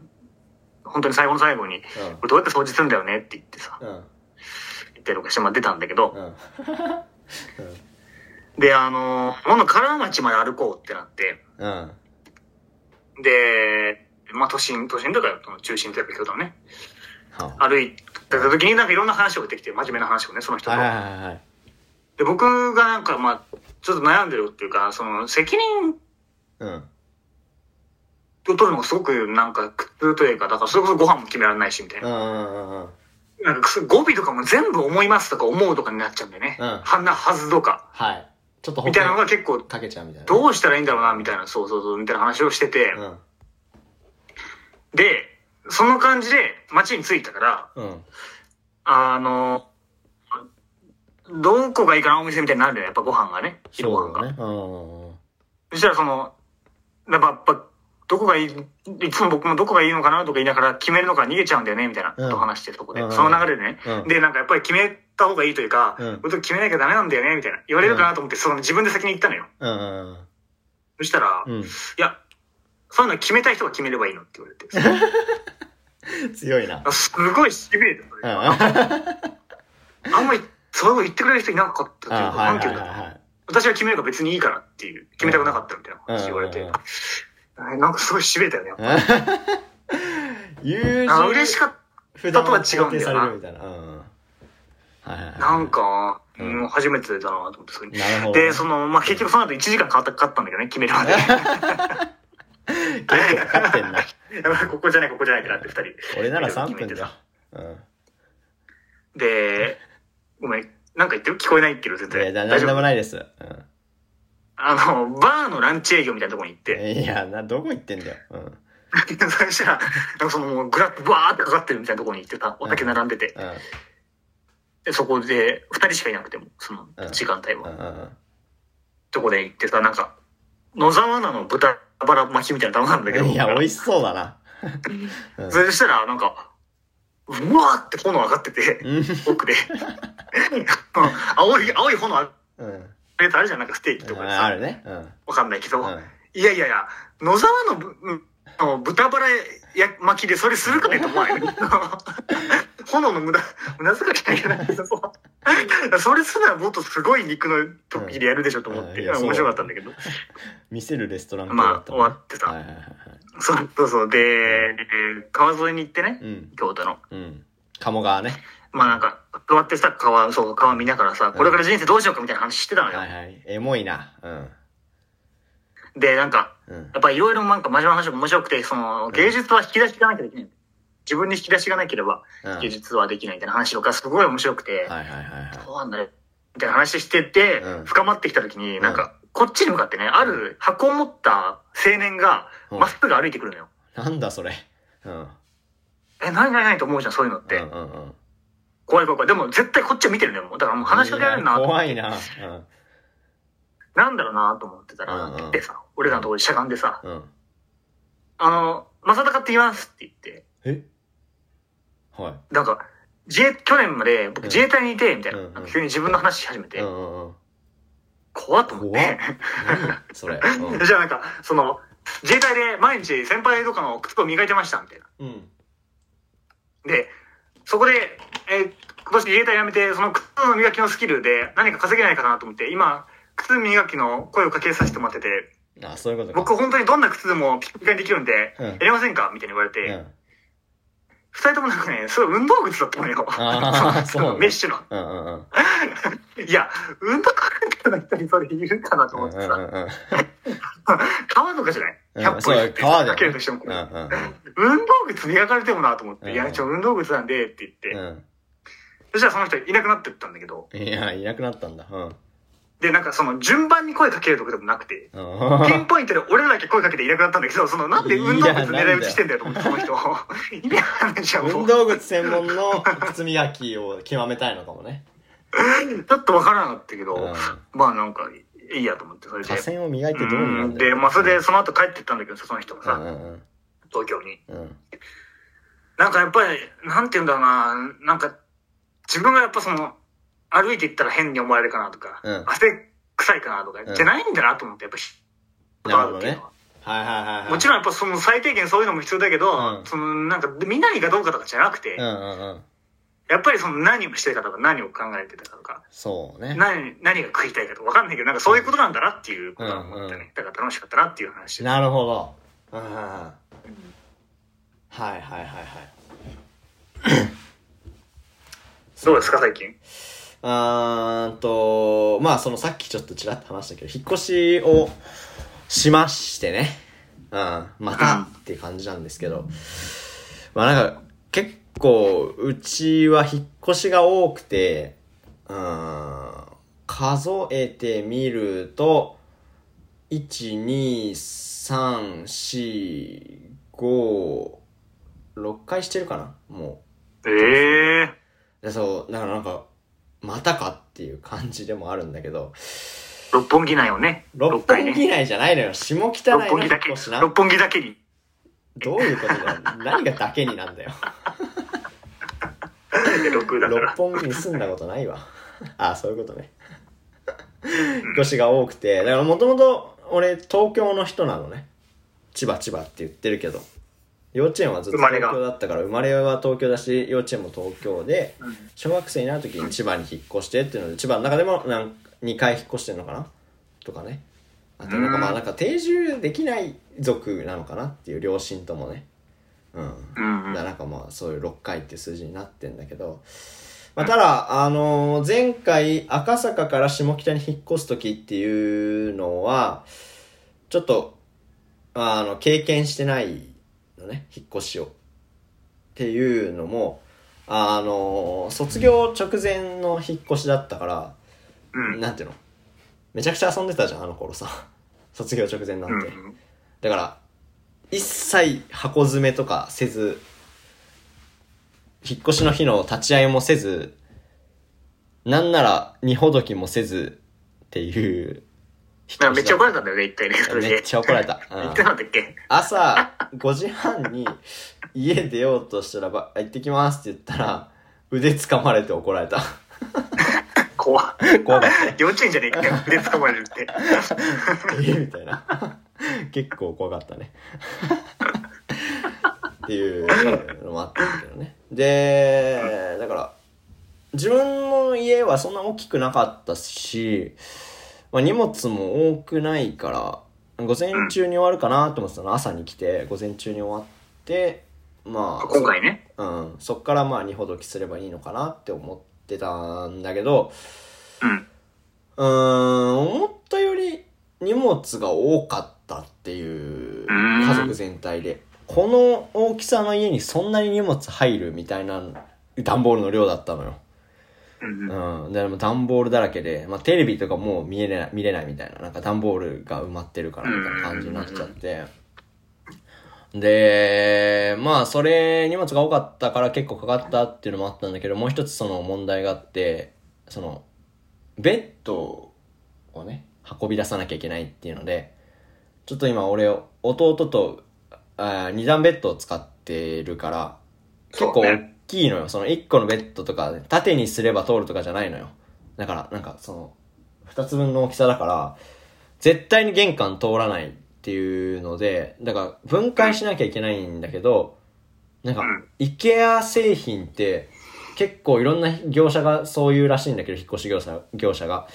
本当に最後の最後に、これどうやって掃除するんだよねって言ってさ、うん。言ったりとかして、まあ出たんだけど、うん。うん。で、あの、ほんの河原町まで歩こうってなって、うん。で、まあ都心、都心とかその中心というか、京都のね、は歩いた時になんかいろんな話をできて、真面目な話をね、その人あはいと。はいはいはい。で、僕がなんかまあ、ちょっと悩んでるっていうか、その責任うん。を取るのがすごくなんか苦痛というか、だからそれこそご飯も決められないしみたいなう。んうんうんうん。なんかす語尾とかも全部思いますとか思うとかになっちゃうんだよね。うんはなはず *laughs* とか。はい。ちょっとみたいなのが結構、かけちゃうみたいな。どうしたらいいんだろうな、みたいな、そうそうそう、みたいな話をしてて。うん。で、その感じで街に着いたから、うん。あの、どこがいいかな、お店みたいになるんだよ、やっぱご飯がね。昼ごそう飯が。だね。うんうん。そしたらその、やっぱ、やっぱどこがいい、いつも僕もどこがいいのかなとか言いながら決めるのから逃げちゃうんだよね、みたいなうんことを話してるとこで、うんその流れでね、うんで、なんかやっぱり決めた方がいいというか、うん僕決めなきゃダメなんだよね、みたいな。言われるかなと思って、その自分で先に言ったのよ。うんうんそしたら、うん。うん。いや、そういうの決めたい人が決めればいいのって言われて。強いな。すごい痺れた、それうん。が。ああんまり、そういうこと言ってくれる人いなかったっていうか、はないんはていいうはいのかなはい。私が決めるから別にいいからっていう、決めたくなかったみたいなうん話言われて、うんうんえなんかすごい痺れたよね。友あ人嬉しかった。普とは違うんだよなされるみたいな。うんうん。はいはいはい。なんか、ううんん、初めてだなと思って、それになるほどで、その、まあ、結局その後1時間かかったかかったんだけどね、決めるまで。結構かかってんな。 *laughs* やばいここじゃない、ここじゃないってなって2人。俺なら3決め分てださ。うん。で、ごめん、なんか言ってる聞こえないっていうの全いや、然。ななんでもい。ないです。うん。あの、バーのランチ営業みたいなとこに行って、いや、な、どこ行ってんだよ。うん。うん。そしたら、なんかその、もうグラッとバーってかかってるみたいなとこに行ってた、お酒並んでて、でそこで2人しかいなくても、そのうん時間帯は。うんうんとこで行ってさ、なんか、野沢菜の豚バラ巻きみたいなの頼んだけうど。ん。いや、美味しそうだな。それしたら、なんか、うわーって炎上がってて、うん。奥で。 *laughs* 青い、青い炎上がうん。るやつあるじゃん、なんかステーキとかであさ。るね。うん。わかんないけど。うんいやいやいや、野沢のぶうんあの豚バラや巻きでそれするかねと思わない *laughs* 炎の無駄、無駄遣いしなきゃいけないけどそう *laughs* それするならもっとすごい肉の時でやるでしょと思っうんて、いやそう面白かったんだけど。見せるレストラン系まあたね終わってたはいはいはいはい。そうそうそう。で、で川沿いに行ってね、うん。京都の。うん。鴨川ね。まあなんか、座ってさ、川、そう、川見ながらさ、これから人生どうしようかみたいな話してたのよ。はいはい。エモいな。で、なんか、うん。うん。やっぱいろいろなんか真面目な話も面白くて、その、芸術は引き出しがなきゃできない。自分に引き出しがなければ、うん。はい芸術はできないみたいな話とか、すごい面白くて、はいはいはそうなんだよ。みたいな話してて、うん深まってきた時に、なんか、こっちに向かってね、ある箱を持った青年が、うんまっすぐ歩いてくるのよ。い。なんだそれ。うん。え、なになになにと思うじゃん、そういうのっうて。んうんうん。怖い怖い怖い。でも絶対こっちは見てるのよ、もう。だからもう話しかけられるなといや思って怖いな。うん。なんだろうなと思ってたら、うんうん来てさ、俺らのところにしゃがんでさ、うん。あの、まさたかって言いますって言って、えはなんか、自衛、去年までうん僕自衛隊にいて、みたいな。うんうんなんか急に自分の話し始めい。て、うんうん *laughs* うん。怖っと思って。それ。うん *laughs* じゃあなんか、その、自衛隊で毎日先輩とかの靴を磨いてました、みたいな。うん。で、そこで、えー今年自衛隊辞めて、その靴の磨きのスキルで何か稼げないかなと思って、今、靴磨きの声をかけさせてもらってて、あ、そういうことか。僕本当にどんな靴でもピッカピカにできるんで、うんやりませんかみたいに言われて、うん。二人ともなんかね、すごい運動靴だったのよ。あー *laughs* そそうのなんだメッシュの。うんうんうん。いや、運動靴の人にそれ言うかなとうん思うってんさ、うん革とかじゃないうん。 ?100 そう、本川だかけよねるとしても、。うんうん運動靴磨かれてもなと思って、うんいや、ちょ、運動靴なんでって言って、うん。そしたらその人いなくなってったんだけど、うん。いや、いなくなったんだ。うん。で、なんかその順番に声かけるとかでもなくて、ピンポイントで俺らだけ声かけていなくなったんだけど、そのなんで運動靴狙い撃ちしてんだよと思って、その人。意味あるじゃん、も運う。動靴専門の靴磨きを極めたいのかもね。ちょっとわからなかったけど、うんまあなんか、いいやと思って、それで河。川を磨いてどうになうるんんだで、よまあそれでその後帰ってったんだけどさ、その人がうんうさ、ん東京に。うん。うん。なんかやっぱり、なんて言うんだろうな、なんか、自分がやっぱその、歩いていったら変に思われるかなとか、うん汗臭いかなとか、うんじゃないんだなと思って、やっぱし、なるほどねこ。はいはいはいとがあるっていうのは。はいもちろんやっぱその最低限そういうのも必要だけど、うんそのなんか、見ないがどうかとかじゃなくて、うんうんうん。やっぱりその何をしてるかとか、何を考えてたかとか、そうね。何、何が食いたいかとかわかんないけど、なんかそういうことなんだなっていうことは思ったね。うんうんだから楽しかったなっていう話。なるほど。うんうんうん。はいはいはいはい。どうですか、最近。あーんと、まあそのさっきちょっとちらっと話したけど、引っ越しをしましてね。うん。またっていう感じなんですけど。まあなんか、結構、うちは引っ越しが多くて、うん。数えてみると、1、2、3、4、5、6回してるかなもう。ええでそう、だからなんか、またかっていう感じでもあるんだけど、六本木なんよね。六回本木以内じゃないのよ。下北六内の本木引だっけ。越しな。六本木だけに。どういうことだよ。何がだけになんだよ。六だか六ら。本木に住んだこと *laughs* ないわ。あ、そういうことね。 *laughs* 引っ越しが多くて、だからもともと俺東京の人なのね。千葉千葉って言ってるけど。幼稚園はずっと生まれ東が京だったから、生まれは東京だし、幼稚園も東京で、うん小学生になる時に千葉に引っ越してっていうので、千葉の中でもなん2回引っ越してんのかなとかね。あとなんかまあなんか定住できない族なのかなっていう両親ともね。うん。うんうん。だなんかまあそういう6回っていう数字になってんだけど、まあ、ただ、あのー前回赤坂から下北に引っ越す時っていうのはちょっとあの経験してないのね引っ越しを。っていうのもあのー卒業直前の引っ越しだったから、うん。なんていうのめちゃくちゃ遊んでたじゃんあの頃さ卒業直前なんて。うんだから、一切箱詰めとかせず、引っ越しの日の立ち会いもせず、なんなら荷ほどきもせずっていう引っ越しなだんかめっちゃ怒られたんだよね、一回ね。それで。めっちゃ怒ら *laughs* れた。うん言ってなんだっけ朝5時半に家出ようとしたらば、あ行ってきますって言ったら、腕掴まれて怒られ *laughs* た。怖っ怖かっ幼稚園じゃねえかよ。 *laughs* で捕まえるって。た。えみたいな。 *laughs* 結構怖かったね。 *laughs* っていうのもあったんだけどね。で、だから、自分の家はそんな大きくなかったし、まあ、荷物も多くないから、午前中に終わるかなと思ってたの。朝に来て、午前中に終わって、まあ、今回ね。うん、そっからまあ、荷ほどきすればいいのかなって思ってたんだけど、うん。うーん、思ったより荷物が多かったっていう、うん家族全体で。この大きさの家にそんなに荷物入るみたいな段ボールの量だったのよ。うんうん。うん。で、でも段ボールだらけで、まあ、テレビとかもう見えれない、見れないみたいな、なんか段ボールが埋まってるからみたいな感じになっちゃって。で、まあ、それ、荷物が多かったから結構かかったっていうのもあったんだけど、もう一つその問題があって、その、ベッドをね、運び出さなきゃいけないっていうので、ちょっと今俺、弟と、あー二段ベッドを使ってるから、結そう構ね大きいのよ。その1個のベッドとか、縦にすれば通るとかじゃないのよ。だから、なんかその、2つ分の大きさだから、絶対に玄関通らないっていうので、だから分解しなきゃいけないんだけど、なんかうん、イケア製品って、結構いろんな業者がそういうらしいんだけど、引っ越し業者業者が。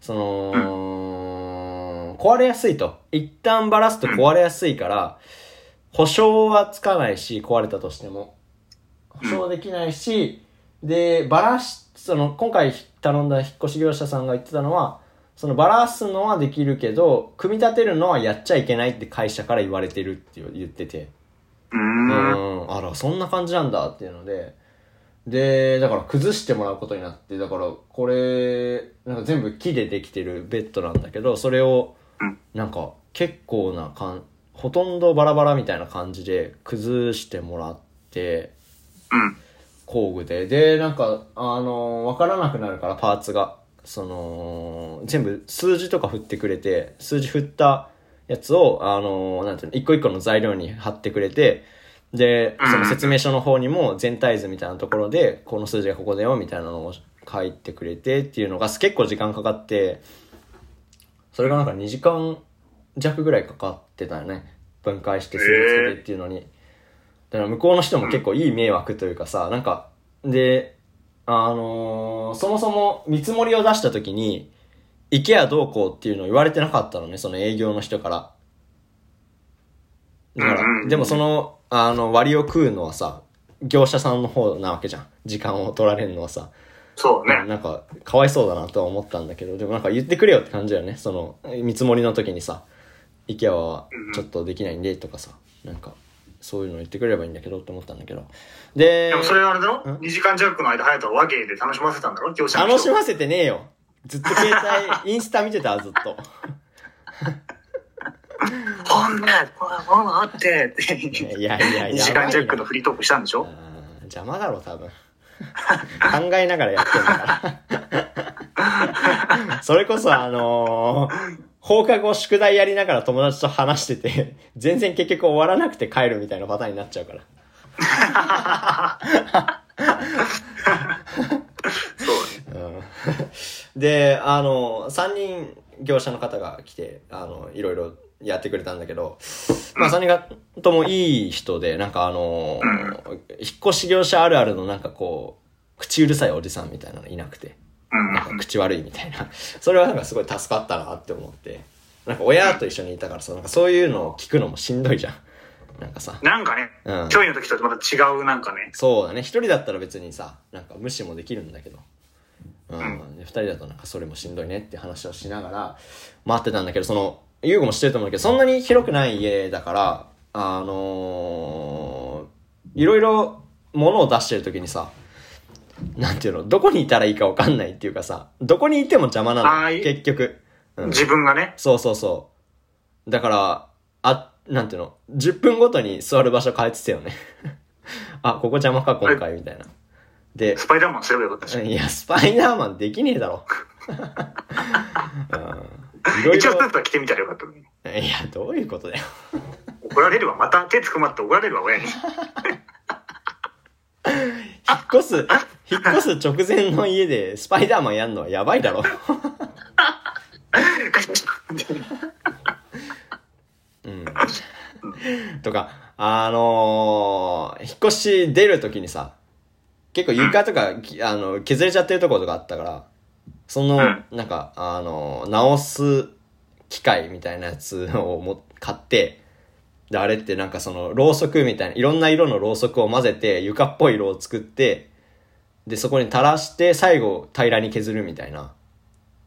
その、壊れやすいと。一旦バラすと壊れやすいから、保証はつかないし、壊れたとしても。保証できないし、で、バラし、その、今回頼んだ引っ越し業者さんが言ってたのは、そのバラすのはできるけど、組み立てるのはやっちゃいけないって会社から言われてるって言ってて。うー。うんん、あら、そんな感じなんだっていうので、で、だから崩してもらうことになって、だからこれ、なんか全部木でできてるベッドなんだけど、それをうん、なんか結構なかん、ほとんどバラバラみたいな感じで崩してもらって、うん。工具で。で、なんか、あのーわからなくなるから、パーツが。その、全部数字とか振ってくれて、数字振ったやつを、あのーなんていうの、一個一個の材料に貼ってくれて、で、その説明書の方にも全体図みたいなところで、この数字がここだよ、みたいなのを書いてくれてっていうのが結構時間かかって、それがなんか2時間弱ぐらいかかってたよね。分解して数字つけてっていうのに。だから向こうの人も結構いい迷惑というかさ、なんか、で、あのーそもそも見積もりを出した時に、IKEA どうこうっていうのを言われてなかったのね、その営業の人から。だからうんうんう、んでもその、あの、割を食うのはさ、業者さんの方なわけじゃん。時間を取られるのはさ。そうね。なんか、かわいそうだなとは思ったんだけど、でもなんか言ってくれよって感じだよね。その、見積もりの時にさ、IKEA はちょっとできないんでとかさ、なんか、そういうの言ってくれればいいんだけどって思ったんだけど。で、でもそれはあれだろうん ?2 時間弱の間、隼人は和芸で楽しませたんだろ業者の人楽しませてねえよ。ずっと携帯、インスタ見てたわずっと。ほんな、ほらほらって。いやいや、や2時ば間い弱なのフリートークしたんでしあょー邪魔だろ、多分。考えながらやってんだから。それこそあのー放課後宿題やりながら友達と話してて、全然結局終わらなくて帰るみたいなパターンになっちゃうから。そうね。うんで、あの、3人業者の方が来て、あの、いろいろやってくれたんだけど、まあ3人がともいい人で、なんかあの、引っ越し業者あるあるのなんかこう、口うるさいおじさんみたいなのいなくて、うんなんか口悪いみたいな。 *laughs* それはなんかすごい助かったなって思って、なんか親と一緒にいたからさ、なんかそういうのを聞くのもしんどいじゃん。なんかさ。なんかねうん、ちょいの時とはまた違うなんかね。そうだね。一人だったら別にさ、なんか無視もできるんだけど。うん。で二人だとなんかそれもしんどいねって話をしながら待ってたんだけど、その、優吾もしてると思うんだけど、そんなに広くない家だから、あのー、いろいろ物を出してる時にさ、なんていうの、どこにいたらいいかわかんないっていうかさ、どこにいても邪魔なはの、い結局。うん自分がね。そうそうそう。だから、あ、なんていうの、10分ごとに座る場所変えてたよね。 *laughs* あ、ここ邪魔か、今回、みたいな。で、スパイダーマンすればよかったし。いや、スパイダーマンできねえだろ。 *laughs* うんいろい一応スろー、ツは着てみたらよかったのに。いや、どういうことだよ。怒られるわ。また手つくまって怒られるわ、*laughs* 親に。引っ越す、引っ越す直前の家でスパイダーマンやんのはやばいだろ。うん。とか、あのー引っ越し出るときにさ、結構床とか、きあの、削れちゃってるところとかあったから、その、うんなんか、あのー直す機械みたいなやつをも買って、で、あれってなんかその、ろうそくみたいな、いろんな色のろうそくを混ぜて、床っぽい色を作って、で、そこに垂らして、最後、平らに削るみたいな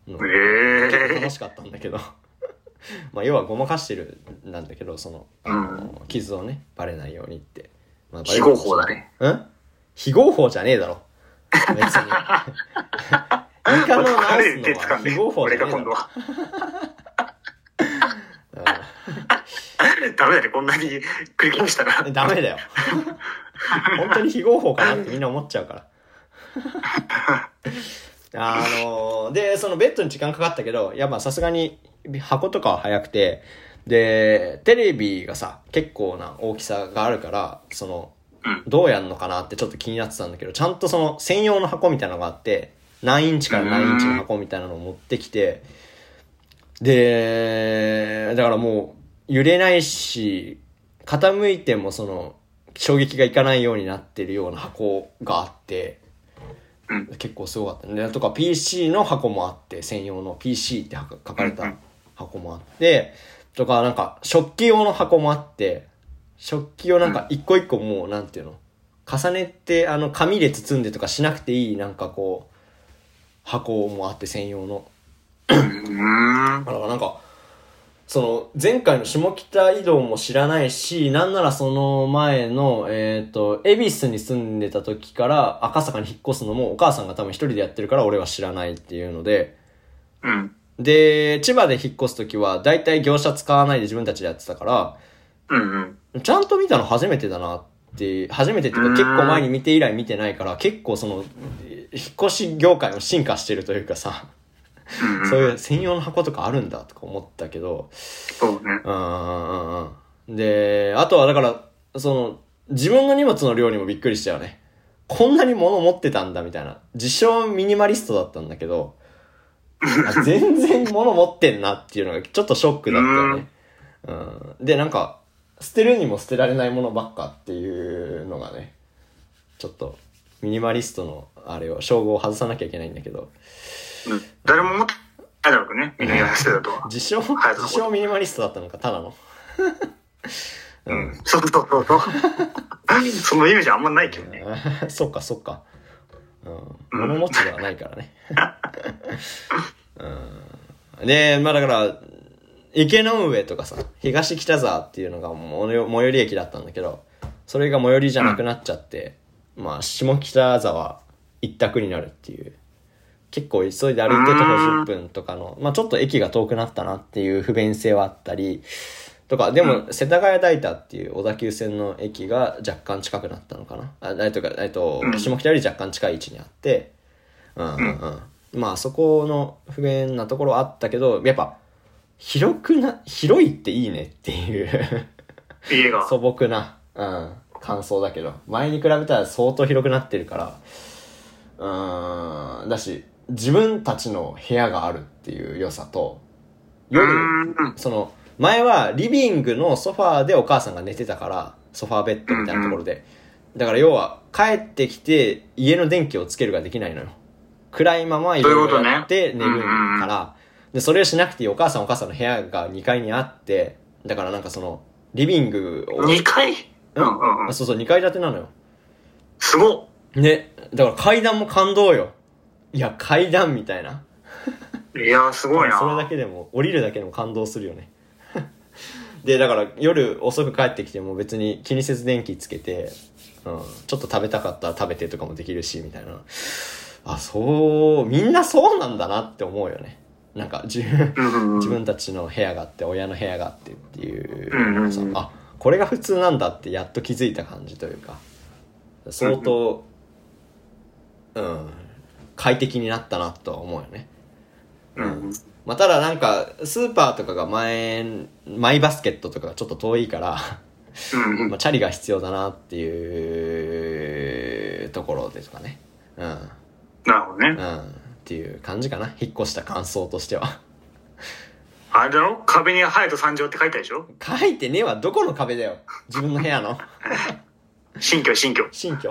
の。結構ええ楽しかったんだけど *laughs* まあ要はごまかしてるなんだけどその、あの傷をねバレないようにって、まあ、バレるかもしれない非合法だねうん非合法じゃねえだろ別に床の直疲れするの手つかはん *laughs* で、非合法じ俺ゃねがえだ今度ろは。 *laughs* ダメだね、こんなに繰り返したら。ダメだよ本当に非合法かなってみんな思っちゃうからあのーでそのベッドに時間かかったけどいやまあさすがに箱とかは早くてでテレビがさ結構な大きさがあるからそのどうやんのかなってちょっと気になってたんだけど、ちゃんとその専用の箱みたいなのがあって、何インチから何インチの箱みたいなのを持ってきて、で、だからもう揺れないし、傾いてもその衝撃がいかないようになってるような箱があって、うん結構すごかったね。でとか PC の箱もあって、専用の PC って箱書かれた箱もあって、とかなんか食器用の箱もあって、食器をなんか一個一個もうなんていうの重ねてあの紙で包んでとかしなくていいなんかこう箱もあって専用のうん。だからなんか、その、前回の下北移動も知らないし、なんならその前の、えっ、と、恵比寿に住んでた時から赤坂に引っ越すのもお母さんが多分一人でやってるから俺は知らないっていうので、うん。で、千葉で引っ越す時は大体業者使わないで自分たちでやってたから、うん。うん。ちゃんと見たの初めてだなって、初めてっていうかうん結構前に見て以来見てないから、結構その、えー引っ越し業界も進化してるというかさ、うんそういう専用の箱とかあるんだとか思ったけど、そうね。うんうんうんうん。で、あとはだから、その、自分の荷物の量にもびっくりしたよね。こんなに物持ってたんだみたいな。自称ミニマリストだったんだけど、あ全然物持ってんなっていうのがちょっとショックだったよね。うん、で、なんか、捨てるにも捨てられないものばっかっていうのがね、ちょっと、ミニマリストのあれを、称号を外さなきゃいけないんだけど、うん誰も持ってないだろうけどね。みんな言わせてたとは。自称、はい自称ミニマリストだったのか、ただの。うん。そうそうそう *laughs* そう。そのイメージあんまないけどね。あー *laughs* そっかそっか。うん。物持ちではないからね。うん。で、まあだから、池の上とかさ、東北沢っていうのがものよ最寄り駅だったんだけど、それが最寄りじゃなくなっちゃって、まあ下北沢一択になるっていう。結構急いで歩いて徒歩10分とかの、まあちょっと駅が遠くなったなっていう不便性はあったり、とか、でも、世田谷代田っていう小田急線の駅が若干近くなったのかな。あ、えっとか、えっとう、ん下北より若干近い位置にあって、うんうんうん。まあ、そこの不便なところはあったけど、やっぱ、広くな、広いっていいねっていう。 *laughs* 家が。素朴な、うん、感想だけど、前に比べたら相当広くなってるから、うーん、だし、自分たちの部屋があるっていう良さと、夜、うん。その、前はリビングのソファーでお母さんが寝てたから、ソファーベッドみたいなところで。だから要は、帰ってきて家の電気をつけるができないのよ。暗いまま色そういうこと々ねやって寝るうんうんうかんら、で、それをしなくていいお母さんお母さんの部屋が2階にあって、だからなんかその、リビングを、 2階うんうんあうん。そうそう、2階建てなのよ。すごっ。ね、だから階段も感動よ。いや、階段みたいな。いやーすごいな。それだけでも降りるだけでも感動するよね *laughs* でだから夜遅く帰ってきても別に気にせず電気つけて、うん、ちょっと食べたかったら食べてとかもできるしみたいなあそうみんなそうなんだなって思うよねなんか自分うんうんうん自分たちの部屋があって親の部屋があってっていう,、うんうんうんあこれが普通なんだってやっと気づいた感じというか相当うん快適になったなとは思うよねうんまあ、ただなんか、スーパーとかが前、マイバスケットとかがちょっと遠いから、うんうんまあ、チャリが必要だなっていうところですかね。うん。なるほどうね。ん。っていう感じかな。引っ越した感想としては。あれだろ壁に「ハヤト参上」って書いてあるでしょ書いてねえわ。どこの壁だよ。自分の部屋の。新居新居。新居。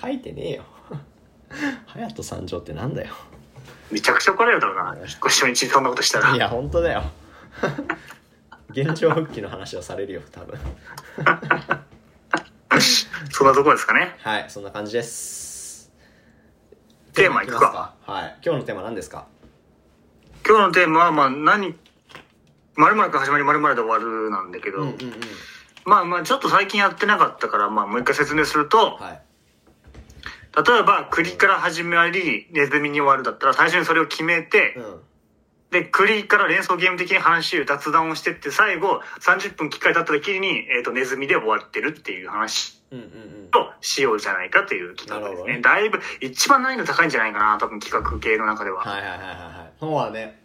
書いてねえよ。隼人三条ってなんだよ。めちゃくちゃ怒られるだろうな。引っ越し初日にそんなことしたら。いや、本当だよ。現状復帰の話をされるよ、多分。 *laughs* そんなとこですかね。はい、そんな感じです。テーマいきくまかすか。はい。今日のテーマ何ですか今日のテーマは、まあ、何、〇〇から始まり〇〇で終わるなんだけど、うんうんうん。まあまあ、ちょっと最近やってなかったから、まあ、もう一回説明すると、はい。例えば、栗から始まり、ネズミに終わるだったら、最初にそれを決めて、うん。で、栗から連想ゲーム的に話を雑談をしてって、最後、30分機会経った時に、えっ、と、ネズミで終わってるっていう話うんうんうん。としようじゃないかという企画ですなるね。ほだいぶ、一番難易度高いんじゃないかな、多分企画系の中では。はいはいはいはいはい。そうはね。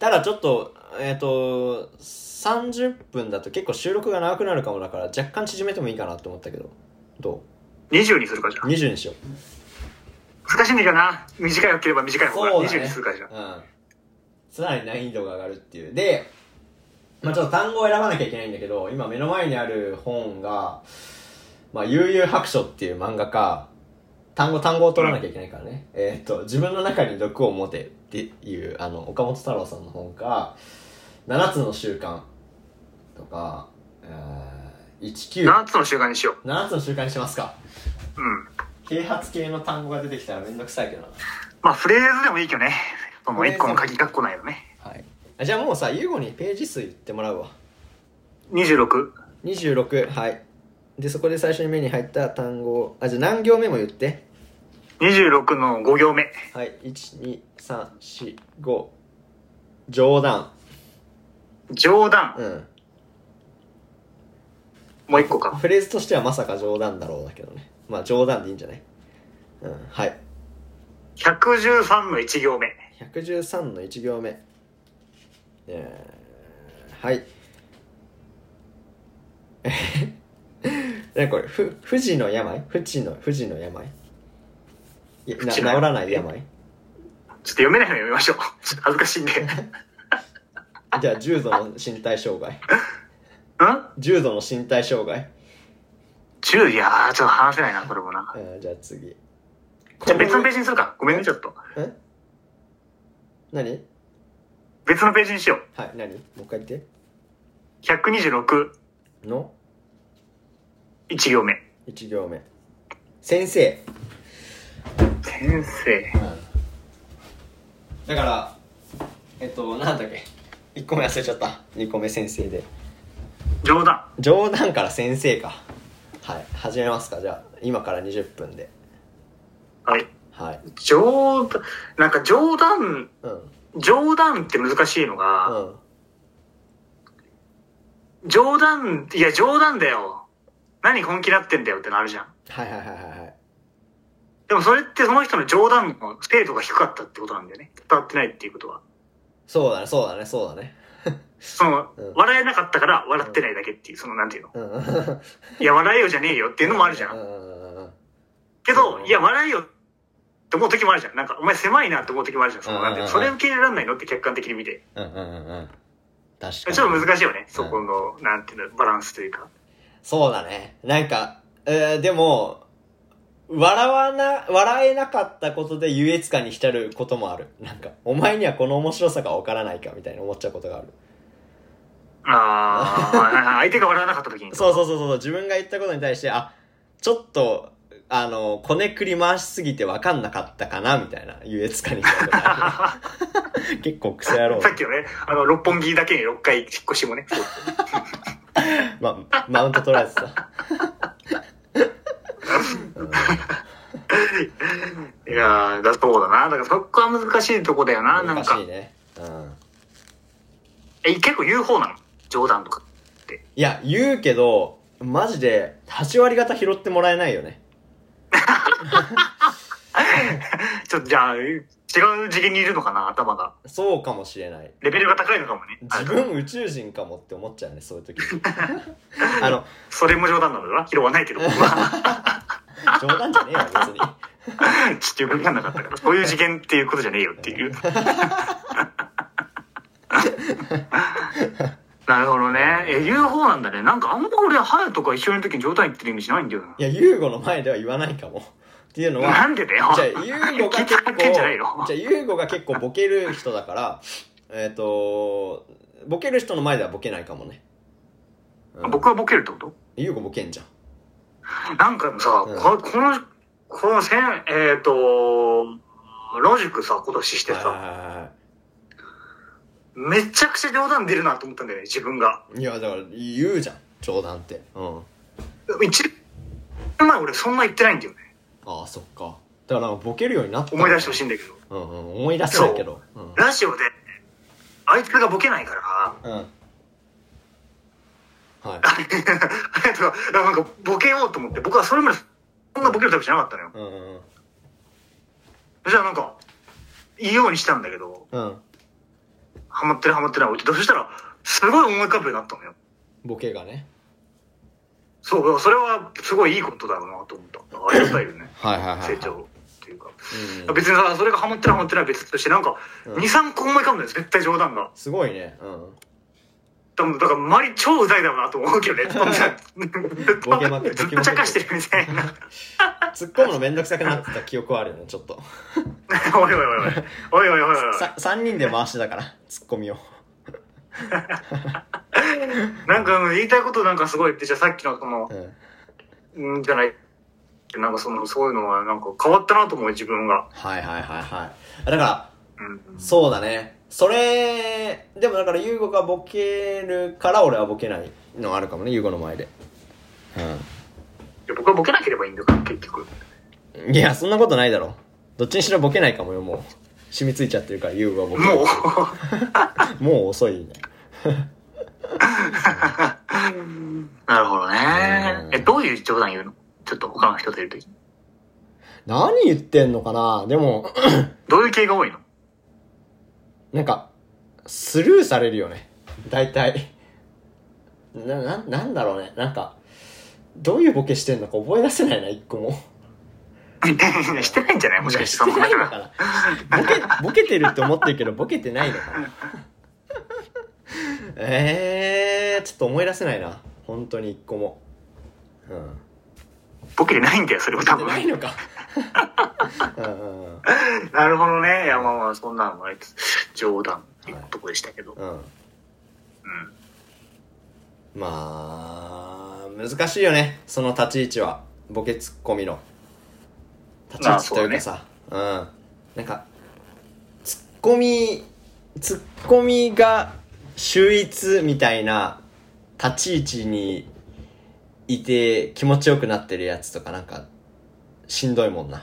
ただちょっと、えっ、と、30分だと結構収録が長くなるかもだから、若干縮めてもいいかなと思ったけど、ど20にするかじゃうあ ?20 にしよう。難しいんだけどな短いければ短い方がそうだ20にねするかじゃあ。うん。さらに難易度が上がるっていう。で、まあちょっと単語を選ばなきゃいけないんだけど、今目の前にある本が、まあ悠々白書っていう漫画か、単語単語を取らなきゃいけないからね。えーっと、自分の中に毒を持てっていう、あの、岡本太郎さんの本か、7つの習慣とか、えー、19、 7つの習慣にしよ7つの習慣にしますか。ううん啓発系の単語が出てきたらめんどくさいけどな。まあフレーズでもいいけどねもう1個の鍵括弧ないよねはい。あじゃあもうさ、ゆうごにページ数言ってもらうわ。 26 26はいでそこで最初に目に入った単語をあじゃあ何行目も言って26の5行目はい12345冗談冗談うんもう1個かフレーズとしてはまさか冗談だろうだけどねまあ冗談でいいんじゃないうんはい113の1行目113の1行目えーはい *laughs* えへへ何これふ富士の病富士の富士の病いやな不治治のらない病ちょっと読めないの読みましょう *laughs* ちょっと恥ずかしいんでじゃあ重度の身体障害うん重度の身体障害、 10いやーちょっと話せないなそれもなえーじゃあ次じゃあ別のページにするかごめんねちょっとん何別のページにしようはい何もう一回言っ126ての1行目1行目先生先生だからえっとなんだっけ1個目忘れちゃった2個目先生で冗談冗談から先生かはい始めますかじゃあ今から20分ではいはい冗談なんか冗談うん冗談って難しいのうが、ん冗談いや冗談だよ何本気だってんだよってなるじゃんはいはいはいはいはいでもそれってその人の冗談の精度が低かったってことなんだよね伝わってないっていうことはそうだねそうだねそうだねその、うん笑えなかったから笑ってないだけっていうそのなんていうのうんうんいや笑えよじゃねえよっていうのもあるじゃんうんうんけうど、んいや、笑いよって思う時もあるじゃん。なんか、お前狭いなって思う時もあるじゃん。そのなんうんうんうてんそれ受け入れられないのって客観的に見て。うんうんうんうん確ちかょっにと難しいよね。そこの、なんていうの、バランスというか。そうだね。なんか、えーでも、笑わな、笑えなかったことで優越感に浸ることもある。なんか、お前にはこの面白さがわからないかみたいな思っちゃうことがある。ああ、相手が笑わなかった時に。そうそうそうそう、自分が言ったことに対して、あ、ちょっと、あの、こねくり回しすぎてわかんなかったかなみたいな優越感に浸ることある。 *laughs* 結構癖野郎さ。っきのね、あの、六本木だけに6回引っ越しもね。そうま、マウント取られて *laughs* た。いやーだそうだな。だからそこは難しいとこだよな。なん難かしい、ね。うん。え結構言う方なの。冗談とか。いや、言うけど、マジで、8割方拾ってもらえないよね。ちょっとじゃあ、違う次元にいるのかな、頭が。そうかもしれない。レベルが高いのかもね。自分宇宙人かもって思っちゃうね、そう *laughs* いう時。あの、それも冗談なのだな。拾わないけど、僕は。冗談じゃねえよ、別に。 *laughs* ちょっとよくわかんなかったから、そういう次元っていうことじゃねえよっていう。 *laughs* なるほどね。え、言う方なんだね。なんかあんま俺、ハヤとか一緒の時に冗談言ってる意味しないんだよな。いや、ユーゴの前では言わないかも。っていうのは、なんでだよ。じゃあ、ユーゴが聞い結て発構、見じゃないじよ。ゃあ、ユーゴが結構ボケる人だから、えっ、と、ボケる人の前ではボケないかもね。うん僕はボケるってことユーゴボケんじゃん。なんかさ、うんここの、このせん、えっ、と、ロジックさ、今年してはいさ、はいはいはめちゃくちゃ冗談出るなと思ったんだよね、自分が。い。いや、だから、言うじゃん。冗談って。うん。一年前俺そんな言ってないんだよね。ああ、そっか。だから、ボケるようになった。思い出してほしいい。んだけど。うんうん、思い出せないけど。うん。ラジオで、あいつがボケないから、 *laughs* うん。はい。あいつが、なんかボケようと思って、僕はそれまでそんなボケるタイプじゃなかったのよ。うんうんうん。じゃあなんか、言いようにしたんだけど、うん。ハマってるハマってない置いててそしたら、すごい思い浮かぶようになったのよ。ボケがね。そう、それはすごいいいことだろうなと思った。ありがたいよねはいはいはいはい成長っていうか。うん別にさ、それがハマってるハマってないは別として、なんか、うん2、3個思い浮かぶのよ、絶対冗談が。すごいねうん多分だから、周り超うざいだろうなと思うけどね。ボケまくって *laughs* ずっと茶化してるみたいな。突っ込むのめんどくさくなってた記憶はあるよねちょっとおいおいおいおい。おいおいおいおいおい。さ3人で回してたからツッコミをなんか、うん言いたいことなんかすごいって、じゃあさっきのそのう、んうんじゃない。なんかその、そういうのはなんか変わったなと思う、自分が。はいはいはいはいだからうん。そうだねそれでもだから優吾がボケるから俺はボケないのあるかもね優吾の前でいや僕はボケなければいいんだから、結局。うんいやそんなことないだろどっちにしろボケないかもよもう染みついちゃってるから優吾はボケ *laughs* もう、もう遅いねなるほどねう。んえ、どういう冗談言うのちょっと他の人といるとき。何言ってんのかなでも *clears throat* どういう系が多いのなんかスルーされるよね大体なななんだろうねなんかどういうボケしてんのか覚え出せないな一個もしてないんじゃないもしかしてそのしてないのかなボケボケてるって思ってるけどボケてないのかなえー、ちょっと思い出せないな本当に一個もうんボケてないんだよ、それも多ボケて分。ないのか *laughs* うんうんうんなるほどね。いや、まあまあ、そんなのもあいつ、冗談っていうとこでしたけど。うんうん。まあ難しいよねその立ち位置はボケツッコミの立ち位置というかさう,、んなんかツッコミツッコミが秀逸みたいな立ち位置にいて気持ちよくなってるやつとかなんかしんどいもんな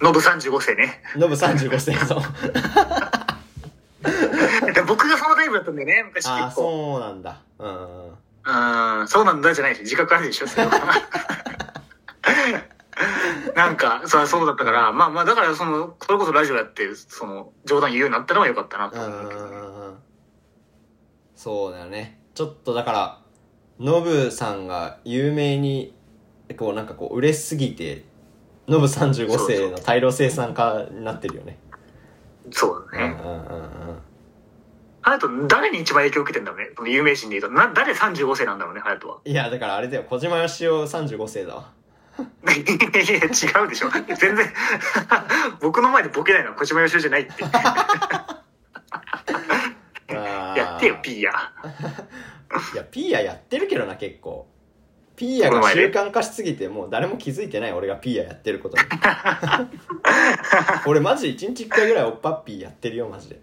ノブ35世ね。 *laughs* ノブ35世そうで僕がそのタイプだったんだよね、昔ああ結構。そうなんだうんうんうん、そうなんだじゃないでしょ。自覚あるでしょ、それ *laughs* はなんか、そうそうだったから、まあまあ、だから、その、それこそラジオやって、その、冗談言うようになったのは良かったなうとん思うけうどね。んうんうんそうだよねちょっとだからノブさんが有名にこうなんかこう売れすぎてノブ35世の大量生産化になってるよねそうだうんね。うんうんうんハヤト、誰に一番影響を受けてんだろうね。その有名人で言うと。な、誰35世なんだろうね、ハヤトは。いやだからあれだよ小島よしお35世だわいやいや、違うでしょ。全然、 *laughs* 僕の前でボケないのは小島よしおじゃない *laughs* って。やってよ、ーピーや。いやピーヤやってるけどな結構ピーヤが習慣化しすぎてもう誰も気づいてない俺がピーヤやってること *laughs* に俺マジ1日1回ぐらいおっぱっぴーやってるよマジで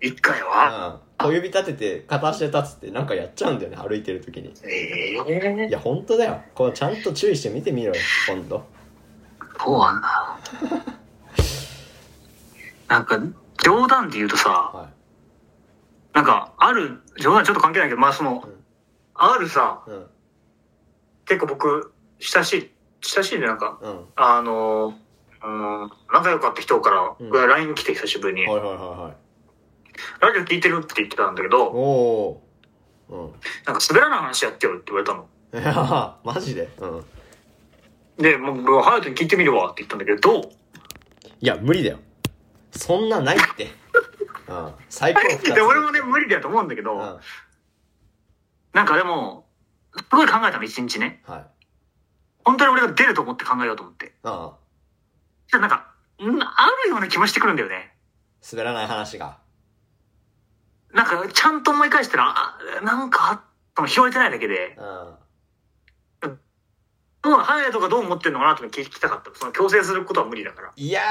一回は。うん小指立てて片足で立つってなんかやっちゃうんだよね歩いてる時にいええや本当だよこうちゃんと注意して見てみろよ今度そうなんだ。なんか、冗談で言うとさ、はなんか、ある、冗談ちょっと関係ないけど、まあそのうん、あるさ、いうん結構僕、親しい、親しいね、なんか、うんあの、うん、仲良かった人からうん、俺 LINE 来て久しぶりに、はいはいはいはいラジオ聞いてるって言ってたんだけど、おおうん *laughs* なんか滑らない話やってよって言われたの。いやーマジでうんで、もう、ハヤトに聞いてみるわって言ったんだけど、 *laughs* どういや無理だよそんなないってうん最高2つ *laughs* で、俺もね、無理だと思うんだけど、うんはなんかでも、すごい考えたの、一日ね。い本当に俺が出ると思って考えようと思って。うんじゃなんか、んあるような気もしてくるんだよね。滑らない話がなんか、ちゃんと思い返したら、あなんかあったの、拾えてないだけで、うんうん、ハヤトがどう思ってんのかなとか聞きたかった。その、強制することは無理だから。いや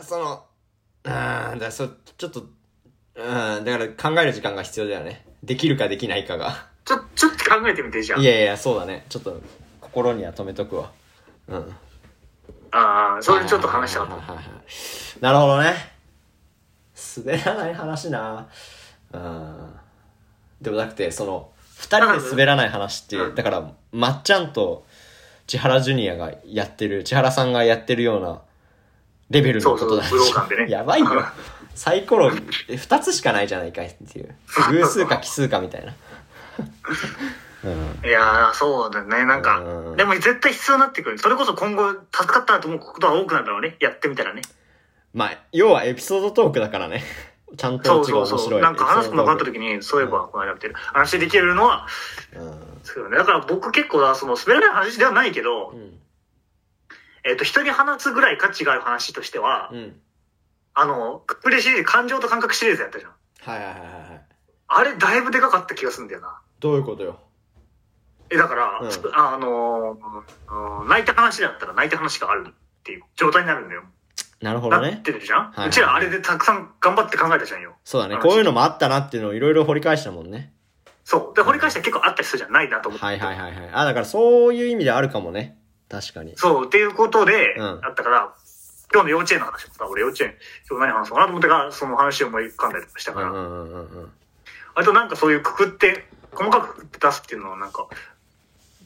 ー、その、うーん、だそちょっと、うーん、だから考える時間が必要だよね。できるかできないかが。ちょ、ちょっと考えてみて、じゃいやいや、そうだね。ちょっと、心には留めとくわ。うん。あ。ああ、それちょっと話したかった。はいはいはいはいなるほどね。滑らない話なうん。でもなくて、その、二人で滑らない話って、だから、まっちゃんと千原ジュニアがやってる、千原さんがやってるようなレベルのことだしそうそう武道館でね *laughs* やばい *laughs* よ。サイコロ2つしかないじゃないかいっていう。偶数か奇数かみ *laughs* たいな。いやー、そうだね。なんかう、んでも絶対必要になってくる。それこそ今後、助かったなと思うことが多くなるだろうね。やってみたらね。まあ、要はエピソードトークだからね。ちゃんとそオうチそが面白うそう。い。なんか話すの分かったエピ時に、そういえば、この間みたいな。話できるのは、ソードトークそうよね。だから僕結構な、その、滑らない話ではないけど、うん。えっ、と、人に話すぐらい価値がある話としては、うん。うん。あの、クップレシリーズ、感情と感覚シリーズやったじゃん。はいはいはいはいはい。あれ、だいぶでかかった気がするんだよな。どういうことよ。え、だから、うんあのーうん泣いた話だったら泣いた話があるっていう状態になるんだよ。なるほどなっね。てるじゃん、はいうちらあれでたくさん頑張って考えたじゃんよ。そうだね。話こういうのもあったなっていうのをいろいろ掘り返したもんね。そう。で、掘り返したら結構あったりするじゃんないなと思って。はいはいはいはい。あ、だからそういう意味であるかもね。確かに。そう、っていうことで、うんあったから、今日の幼稚園の話もさ、俺幼稚園、今日何話そうかなと思ってから、その話を思い浮かんだりとかしたうかんうんら、うんうんうん。あとなんかそういうくくって、細かくくって出すっていうのはなんか、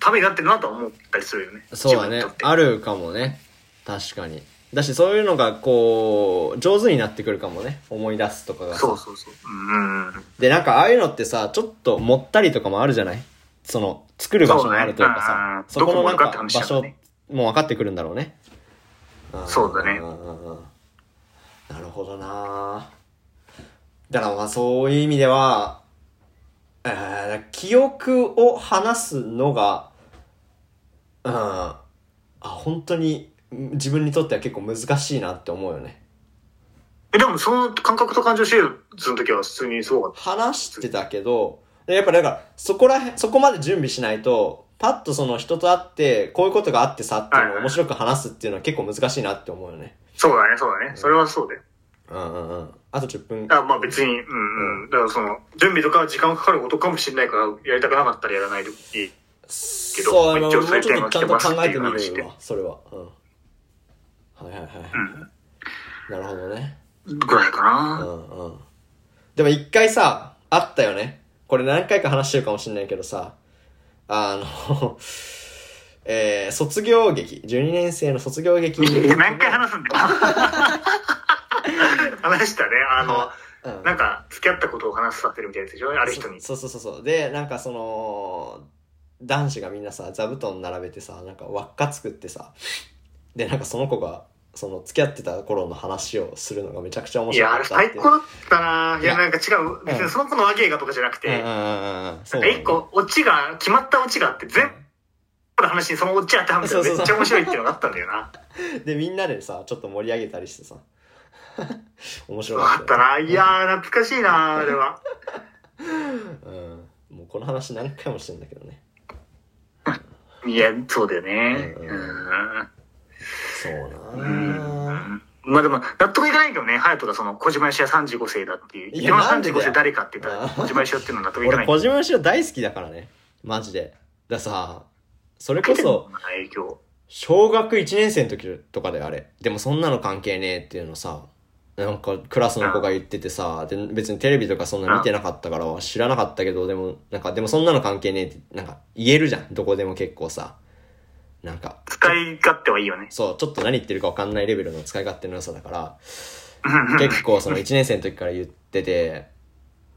ためになってるなとは思ったりするよね。そうだね自分にとっ。てあるかもね。確かに。だし、そういうのが、こう、上手になってくるかもね。思い出すとかがさ。そうそうそう。うんうん。で、なんか、ああいうのってさ、ちょっともったりとかもあるじゃないその、作る場所もあるというかさ、そ,、そうねこのうなんんか、どこもあるか場って話だ所よねも分かってくるんだろうね。んそうだんねんうんなるほどなだからまあ、そういう意味では、えー記憶を話すのが、うん、あ、本当に自分にとっては結構難しいなって思うよね。え、でもその感覚と感情シリーズの時は普通にすごかっ話してたけど、でやっぱだから、そこら辺、そこまで準備しないと、パッとその人と会って、こういうことがあってさっていうはいのをはい面白く話すっていうのは結構難しいなって思うよね。た。そうだね、そうだね。それはそうだよ。うんうんうん。あと10分。あまあ別に、うんうん。だからその、準備とか時間がかかることかもしれないから、やりたくなかったらやらないでいい。けどそう、あまの、もあうちょっ一応そういとうちテーゃマん来てとます考ってえいてうみ話るでわ、それは。うん。はいはいはい。なるほどね。ぐらいかうんな。うん。でも一回さ、あったよね。これ何回か話してるかもしれないけどさ、あの、 *laughs* えー、卒業劇、12年生の卒業劇何回話すんだよ。話したね。あうんの、なんか、付き合ったことを話させるみたいですよね。ある人に。そそうそうそうそうでなんかその男子がみんなさ座布団並べてさなんか輪っか作ってさでなんかその子がその付き合ってた頃の話をするのがめちゃくちゃ面い白や、かあれったって最高だったな。いや、いやなんか違う。別うんにその子の和芸がとかじゃなくうんうんて、うんうんそなうんだかね一個、オチが、決まったオチがあって、全部の話にそのオチ当てはめたらそうめそうっそうちゃ面白いっていうのがあったんだよな。でみんなでさちょっと盛り上げたりしてさ *laughs* 面白あかっったたよな。いやー、懐かしいな、あれは。うんもうこの話何回もしてんだけどねいや、そうだよね。ううんん。そうなあまあでも、納得いかないけどね、ハヤトがその、小島よしや35世だっていう。いや今なんでだよ35世誰かって言ったあら、ー小島よしやっていうのは納得いか俺ない。小島よしお大好きだからねマジでださそれこそ影響。小学1年生の時とかであれでもそんなの関係ねえっていうのさなんかクラスの子が言っててさで別にテレビとかそんな見てなかったから知らなかったけどでもなんかでもそんなの関係ねえってなんか言えるじゃんどこでも結構さなんか使い勝手はいいよね。そうちょっと何言ってるか分かんないレベルの使い勝手の良さだから結構その1年生の時から言ってて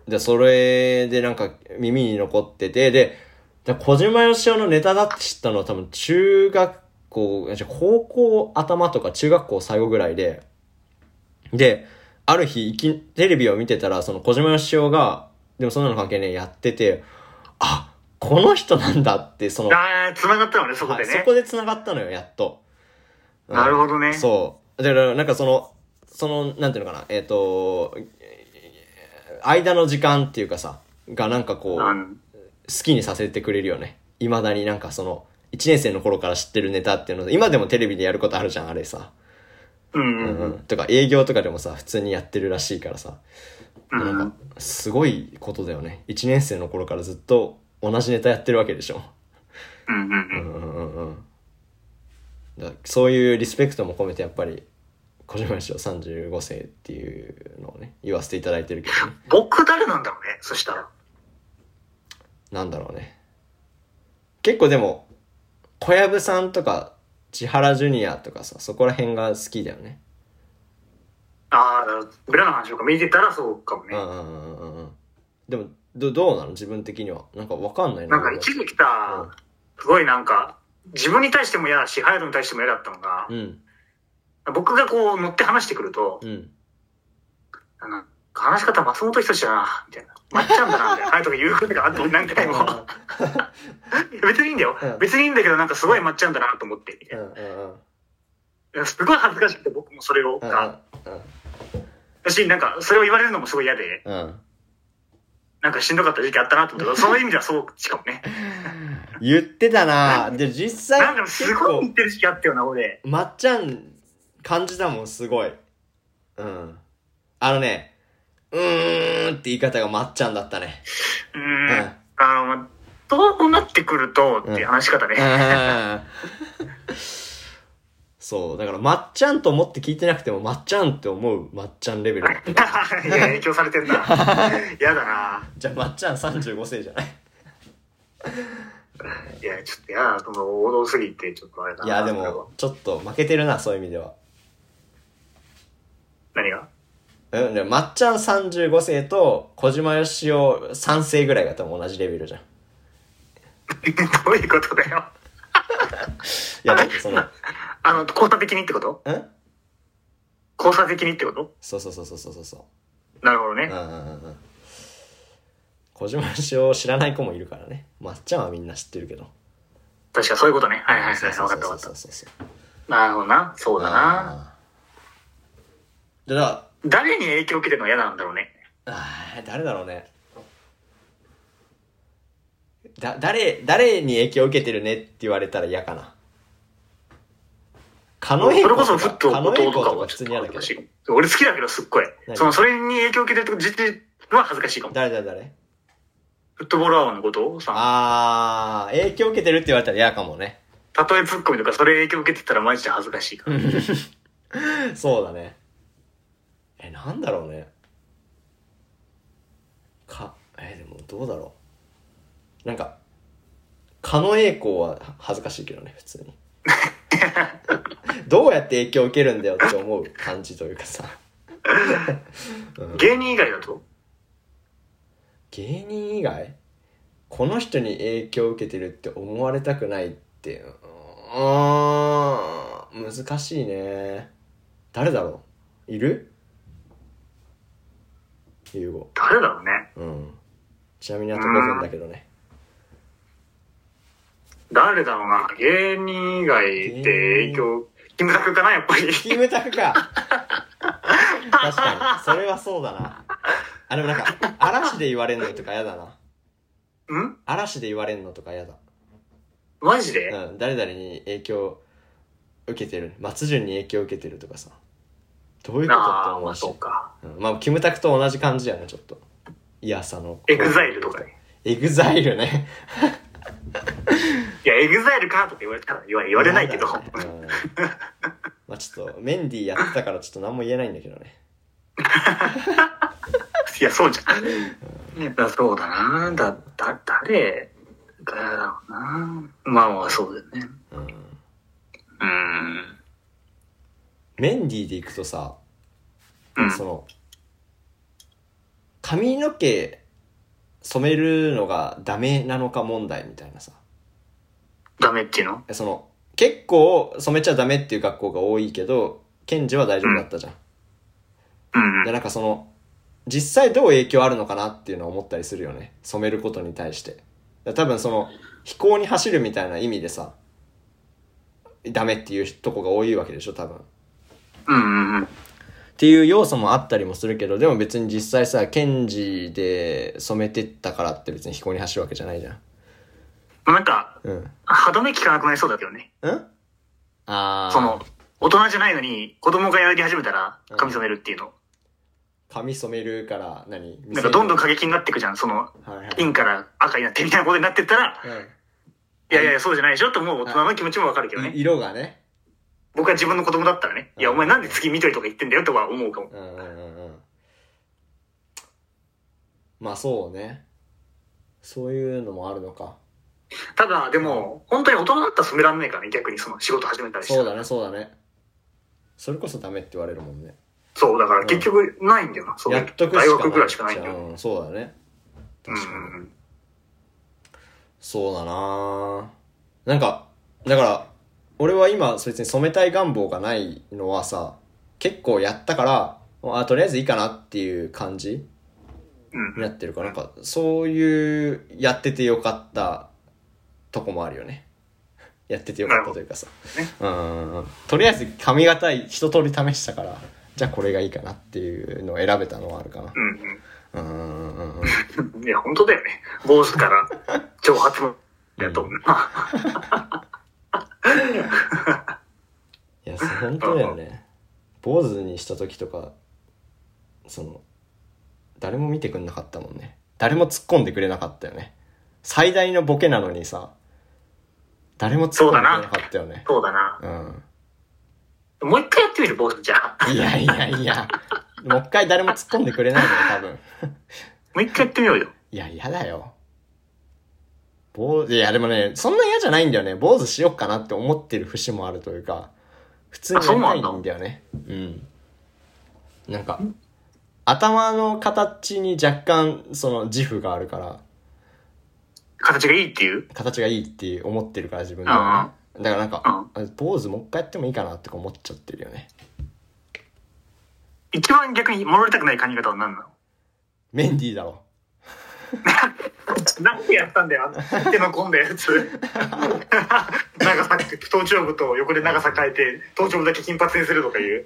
でそれでなんか耳に残っててでで小島よしおのネタだって知ったのは多分中学校じゃ高校頭とか中学校最後ぐらいでである日いきテレビを見てたらその小島よしおがでもそんなの関係ねえやっててあこの人なんだってその、ああ、繋がったのね、そこはでい、そね。こで繋がったのよやっと。うんなるほどね。そう。だから、なんかその、その、なんていうのかな、えっ、と、間の時間っていうかさ、がなんかこう、う好ん。きにさせてくれるよね。未だになんかその、1年生の頃から知ってるネタっていうの、今でもテレビでやることあるじゃん、あれさ。うんううんんううんん。とか、営業とかでもさ、普通にやってるらしいからさ。うなんんか、すごいことだよね。1年生の頃からずっと同じネタやってるわけでしょ。うんう。うんんうんうんうんだそういうリスペクトも込めてやっぱり小島よしお35世っていうのをね言わせていただいてるけど、ね、僕誰なんだろうね、そしたら。なんだろうね結構でも小籔さんとか千原ジュニアとかさそこら辺が好きだよねあー、裏の話とか見てたらそうかもうね。んうんうんうんうんでもどどうなの自分的にはなんかわかんないななんか一時期来うんた、すごいなんか、自分に対しても嫌だし、ハヤトに対しても嫌だったのが、うん僕がこう乗って話してくると、うんあの話し方松本人志だな、みたいな。まっちゃんだな、みたいな。ハヤトが言うことがあって何回も。 *laughs* 別にいいんだようん。別にいいんだけど、なんかすごいまっちゃんだなと思って、みたういんな。うんうんすごい恥ずかしくて、僕もそれを、うんが、私なんかそれを言われるのもすごい嫌で、うんうんなんかしんどかった時期あったなと思ったけど、その意味ではそうしかもね。言ってたなで実なん際かす結ごい構言ってる時期あったよな、俺。まっちゃん感じたもんすごいうんあのねうーんって言い方がまっちゃんだったねううんん。あの、どうなってくると、っていう話し方ね。そう、だから、まっちゃんと思って聞いてなくても、まっちゃんって思うまっちゃんレベルだった。 *laughs* いや、影響されて *laughs* んな。やだな。じゃあ、まっちゃん35世じゃないいや、ちょっとやだな。その王道すぎて、ちょっとあれだいな。や、でも、ちょっと負けてるな、そういう意味では。何が *laughs* うん、でも、まっちゃん35世と、小島よしお3世ぐらいが多分同じレベルじゃん。いどういうことだよ。や、だってその、んあの、交差的にってこと交差的にってことそうそうそうそうそうそう。なるほどね。うんうんうんうん。小島よしお知らない子もいるからね。まっちゃんはみんな知ってるけど。確かそういうことね。はいはいはい。そう分そかうっそたう分かっそたう。そう。なるほどな。そうだな。あー。でだから誰に影響を受けてるのが嫌なんだろうね。あー誰だろうねだ誰誰に影響を受けてるねって言われたら嫌かな狩野英それ孝こそとフかット狩野英弟孝とかともかち普通ょっとに嫌だけど恥ずかしい俺好きだけどすっごい。何その、それに影響を受けてる時点は恥ずかしいかも。誰誰誰フットボールアワーのことさ、あー影響を受けてるって言われたら嫌かもねたとえツッコミとかそれ影響を受けてたらマジで恥ずかしいか *laughs* ら。そうだねえなんだろうねかえでもどうだろうなんか狩野英孝は恥ずかしいけどね普通にどうやって影響を受けるんだよって思う感じというかさ芸人以外だと芸人以外この人に影響を受けてるって思われたくないってうーん難しいね誰だろういる優吾誰だろうね。うんちなみにあと5分だけどね誰だろうな。芸人以外で影響、キムタクかな、やっ *laughs* ぱり。キムタクか *laughs* 確かにそれはそうだなあでもなんか嵐で言われんのとか嫌だなん嵐で言われんのとか嫌だマジで、うん、誰々に影響を受けてる松潤に影響を受けてるとかさどういうことってああ、思まうあしそうか。うんまあキムタクと同じ感じやねちょっといやさのエグザイルとかね。エグザイルねいや、エグザイルかとか言われたら言わ言われないけど。やだねうんまあちょっとメンディーやってたからちょっと何も言えないんだけどね *laughs* いや、そうじゃん。いやそうだな。だ、だ、誰がやだろうな。まあまあ、そうだよね。うーん。メンディーで行くとさうん。その髪の毛染めるのがダメなのか問題みたいなさダメっていうのその結構染めちゃダメっていう学校が多いけど賢治は大丈夫だったじゃん、うん。でなんかその実際どう影響あるのかなっていうのは思ったりするよね染めることに対してだ多分その飛行に走るみたいな意味でさダメっていうとこが多いわけでしょ多分っうんうんうん。ていう要素もあったりもするけどでも別に実際さ賢治で染めてったからって別に飛行に走るわけじゃないじゃんなんか、うん歯止め効かなくなりそうだけどね。うんああその、大人じゃないのに、子供がやり始めたら、髪染めるっていうの。髪染めるから何なんか、どんどんは過激になっていくじゃん。その、いはい、金から赤になってみたいなことになってったら、うんいやいやいや、そうじゃないでしょって思う大人の気持ちもわかるけどね。色がね。僕は自分の子供だったらね、いや、お前なんで次緑とか言ってんだよとは思うかも。うんうんうんうん。まあそうね。そういうのもあるのか。ただ、でも、本当に大人だったら染めらんないからね、逆にその仕事始めたりして。そうだね、そうだね。それこそダメって言われるもんね。そう、だから結局ないんだよな。そうやっとくしかない大学ぐらいしかないんだよ。うんそうだねうんう確かに、んそうだなぁなんかだから俺は今別に染めたい願望がないのはさ結構やったからもうあとりあえずいいかなっていう感じうん。になってるからなんかそういうやっててよかったとこもあるよねやっててよかったというかさ、うんうんとりあえず髪型一通り試したからじゃあこれがいいかなっていうのを選べたのはあるかなうんうん。うんうんうんうん *laughs* いや、本当だよね。坊主から、長髪も、やと思うな。いや、そう本当だよね。坊主にした時とか、その、誰も見てくんなかったもんね。誰も突っ込んでくれなかったよね。最大のボケなのにさ、誰も突っ込んでくれなかったよね。そうだな。うん。もう一回やってみる、坊主じゃあ。いやいやいや、もう一回誰も突っ込んでくれないのよ、多分。もう一回やってみようよ。いや、嫌だよ。坊主、いや、でもね、そんな嫌じゃないんだよね。坊主しよっかなって思ってる節もあるというか、普通にやりたいんだよね。うん。なんか、頭の形に若干、その、自負があるから、形がいいっていう。形がいいって思ってるから、自分ではね。だからなんか、坊主もう一回やってもいいかなって思っちゃってるよね。一番逆に戻りたくない髪型は何なのメンディーだろ。なんでやったんだよ、あの手の込んだやつ。 *laughs* 長さ、頭頂部と横で長さ変えて、頭頂部だけ金髪にするとかいう。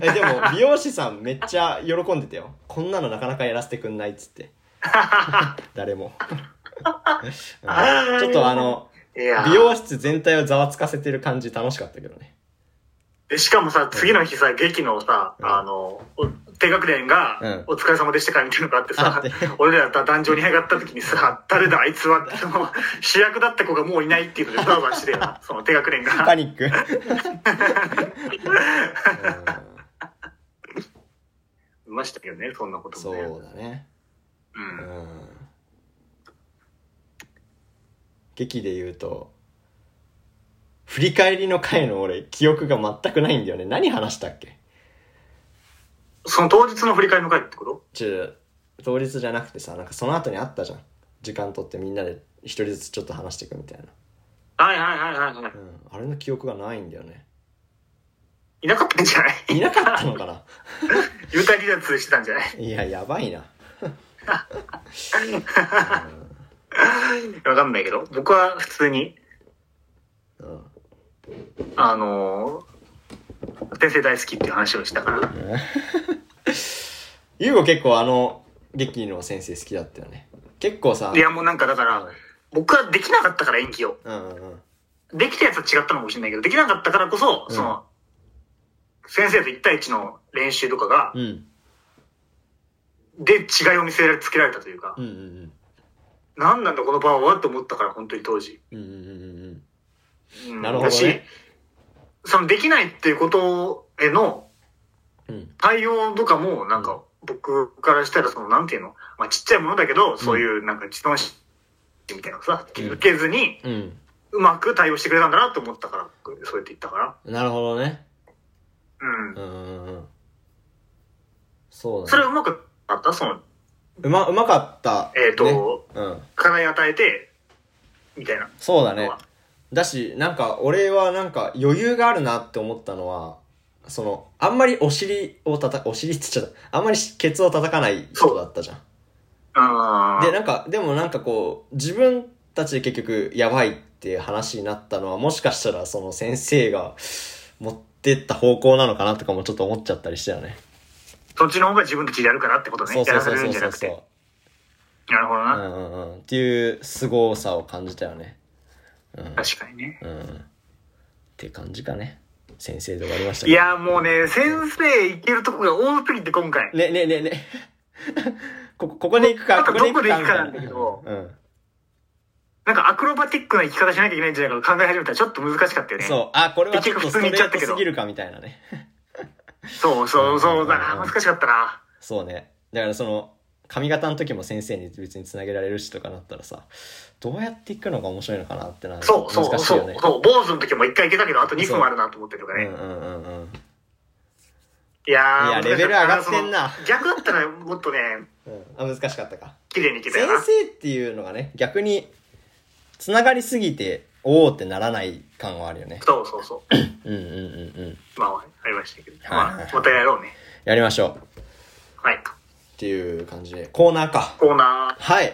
え、でも、美容師さんめっちゃ喜んでたよ。こんなのなかなかやらせてくんないっつって。誰も。うんちょっとあの、いやー美容室全体をざわつかせてる感じ楽しかったけどね。でしかもさ、次の日さ、劇のさ、んあの、お低学年が、うお疲れ様でしたかみたいなのがあってあっさて、 *laughs* 俺らが壇上に上がった時にさ、誰だあいつはって、その主役だった子がもういないっていうので、バーバーしてたよ *laughs* な、その低学年パが。ニック。ういましたよね、そんなこんとそもね。うだね。う。うんん。劇で言うと、振り返りの回の俺、記憶が全くないんだよね。何話したっけその当日の振り返りの会ってことちょ当日じゃなくてさなんかその後にあったじゃん時間取ってみんなで一人ずつちょっと話していくみたいな、はいはいはいはいはい。うん、あれの記憶がないんだよねいなかったんじゃない *laughs* いなかったのかな幽体離脱してたんじゃないいややばいなわかんないけど、僕は普通に、うんあのー先生大好きっていう話をしたから。優吾結構あの劇の先生好きだったよね結構さいやもうなんかだから、僕はできなかったから演技を。うんうんうんできたやつは違ったのかもしれないけど、できなかったからこそ、うんその、先生と1対1の練習とかが、うんで、違いを見せつけられたというか、うんうんなんなんだこのパワーはって思ったから、本当に当時。うんうんうんうんなるほどねだしその、できないっていうことへのうんうん対応とかも、なんか、僕からしたら、その、なんていうの、まあ、ちっちゃいものだけど、そういう、なんか、自動し、みたいなのさ、うん受けずに、うんうまく対応してくれたんだなと思ったから、そうやって言ったから。うんなるほどねうう。んんうんうんそうそだねれはうまくあったその、うまうまかったえっ、と、ねうん課題与えて、みたいな。そうだね。だし、なんか、俺はなんか余裕があるなって思ったのは、その、あんまりお尻をたた、お尻って言っちゃった。あんまりケツを叩かない人だったじゃん。あで、ーなんか、でもなんかこう、自分たちで結局やばいっていう話になったのは、もしかしたらその先生が持ってった方向なのかなとかもちょっと思っちゃったりしたよね。そっちの方が自分たちでやるからってことね。そうそうそやうらそせるんうじゃそなうくて。なるほどうな。んうんうん。っていう凄さを感じたよね。確かにね。うん。って感じかね。先生で終わりましたいけどや、もうね、先生行けるとこが多すぎて今回。ねねねね。 *laughs* ここ、ここで行くか、あとここで行くか。どこで行くかなんだけどみたいなうん。なんかアクロバティックな生き方しなきゃいけないんじゃないかと考え始めたらちょっと難しかったよね。そう。あ、これはちょっとストレ結局普通に行っちゃーったトけすどぎるかみたいなね。そうそうそうだな。うん難しかったな。そうね。だからその、髪型の時も先生に別につなげられるしとかなったらさ、どうやっていくのが面白いのかなってなるそうそう難しいそようね。。そう、坊主の時も一回行けたけど、あと2分あるなと思ってるとかうんね。うんうんうん。いやーいやレベル上がってんなその逆だったらもっとね、うん、あ難しかったか綺麗にいけた先よな。生っていうのがね逆につながりすぎておおってならない感はあるよねそうそうそう。うんうんうんうんまあ、ありましたけど。はいまあ、またやろうね。やりましょうっはい。ていう感じでコーナーかコーナはい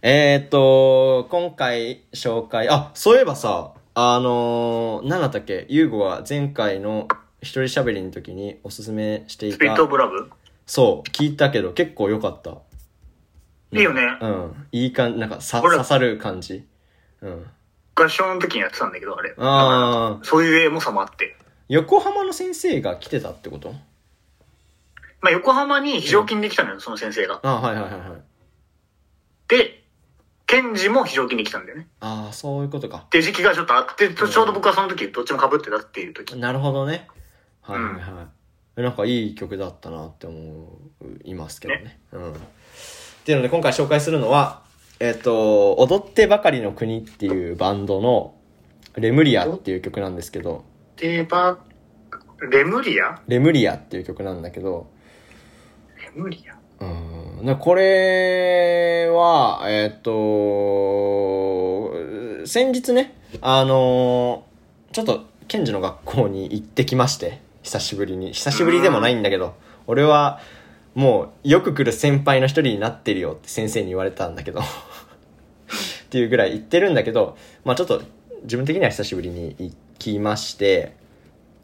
えー、っと今回紹介あそういえばさあのー、何だったっけゆうごが前回の一人喋りの時におすすめしていー、スピたットオブラブ。そう聞いたけど結構良かったいいよね。うんいい感じなんかさ俺刺さる感じうん合唱の時にやってたんだけど、あれ。ああそういうエモさもあって。横浜の先生が来てたってことまあ、横浜に非常勤できたのよ、その先生が。あはいはいはいはいで、検事も非常勤できたんだよね。ああそういうことかっていう時期がちょっとあって、ちょちょうど僕はその時、どっちも被ってたっていう時。なるほどねはいはいはいえなんかいい曲だったなって思いますけどねうんっていうので今回紹介するのはえっ、と「踊ってばかりの国」っていうバンドの「レムリア」っていう曲なんですけどで、ば、レムリア「レムリア」っていう曲なんだけどレムリアうんなこれは、えーっと、先日ね、あのーちょっと、ケンジの学校に行ってきまして、久しぶりに。久しぶりでもないんだけど、俺は、もう、よく来る先輩の一人になってるよって先生に言われたんだけど、っていうぐらい行ってるんだけど、まあちょっと、自分的には久しぶりに行きまして、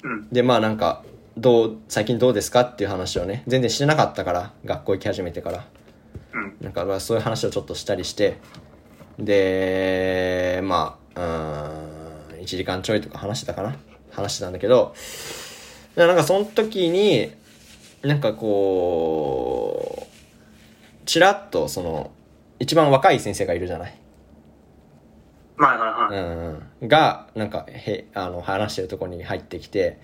うん。でまあなんかどう最近どうですかっていう話をね全然してなかったから学校行き始めてからうん。なんかまあそういう話をちょっとしたりしてでまあうーん1時間ちょいとか話してたかな話してたんだけどでなんかその時になんかこうちらっとその一番若い先生がいるじゃないまあ、はいはい。うんうんが、なんか、へ、あの、話してるとこに入ってきて、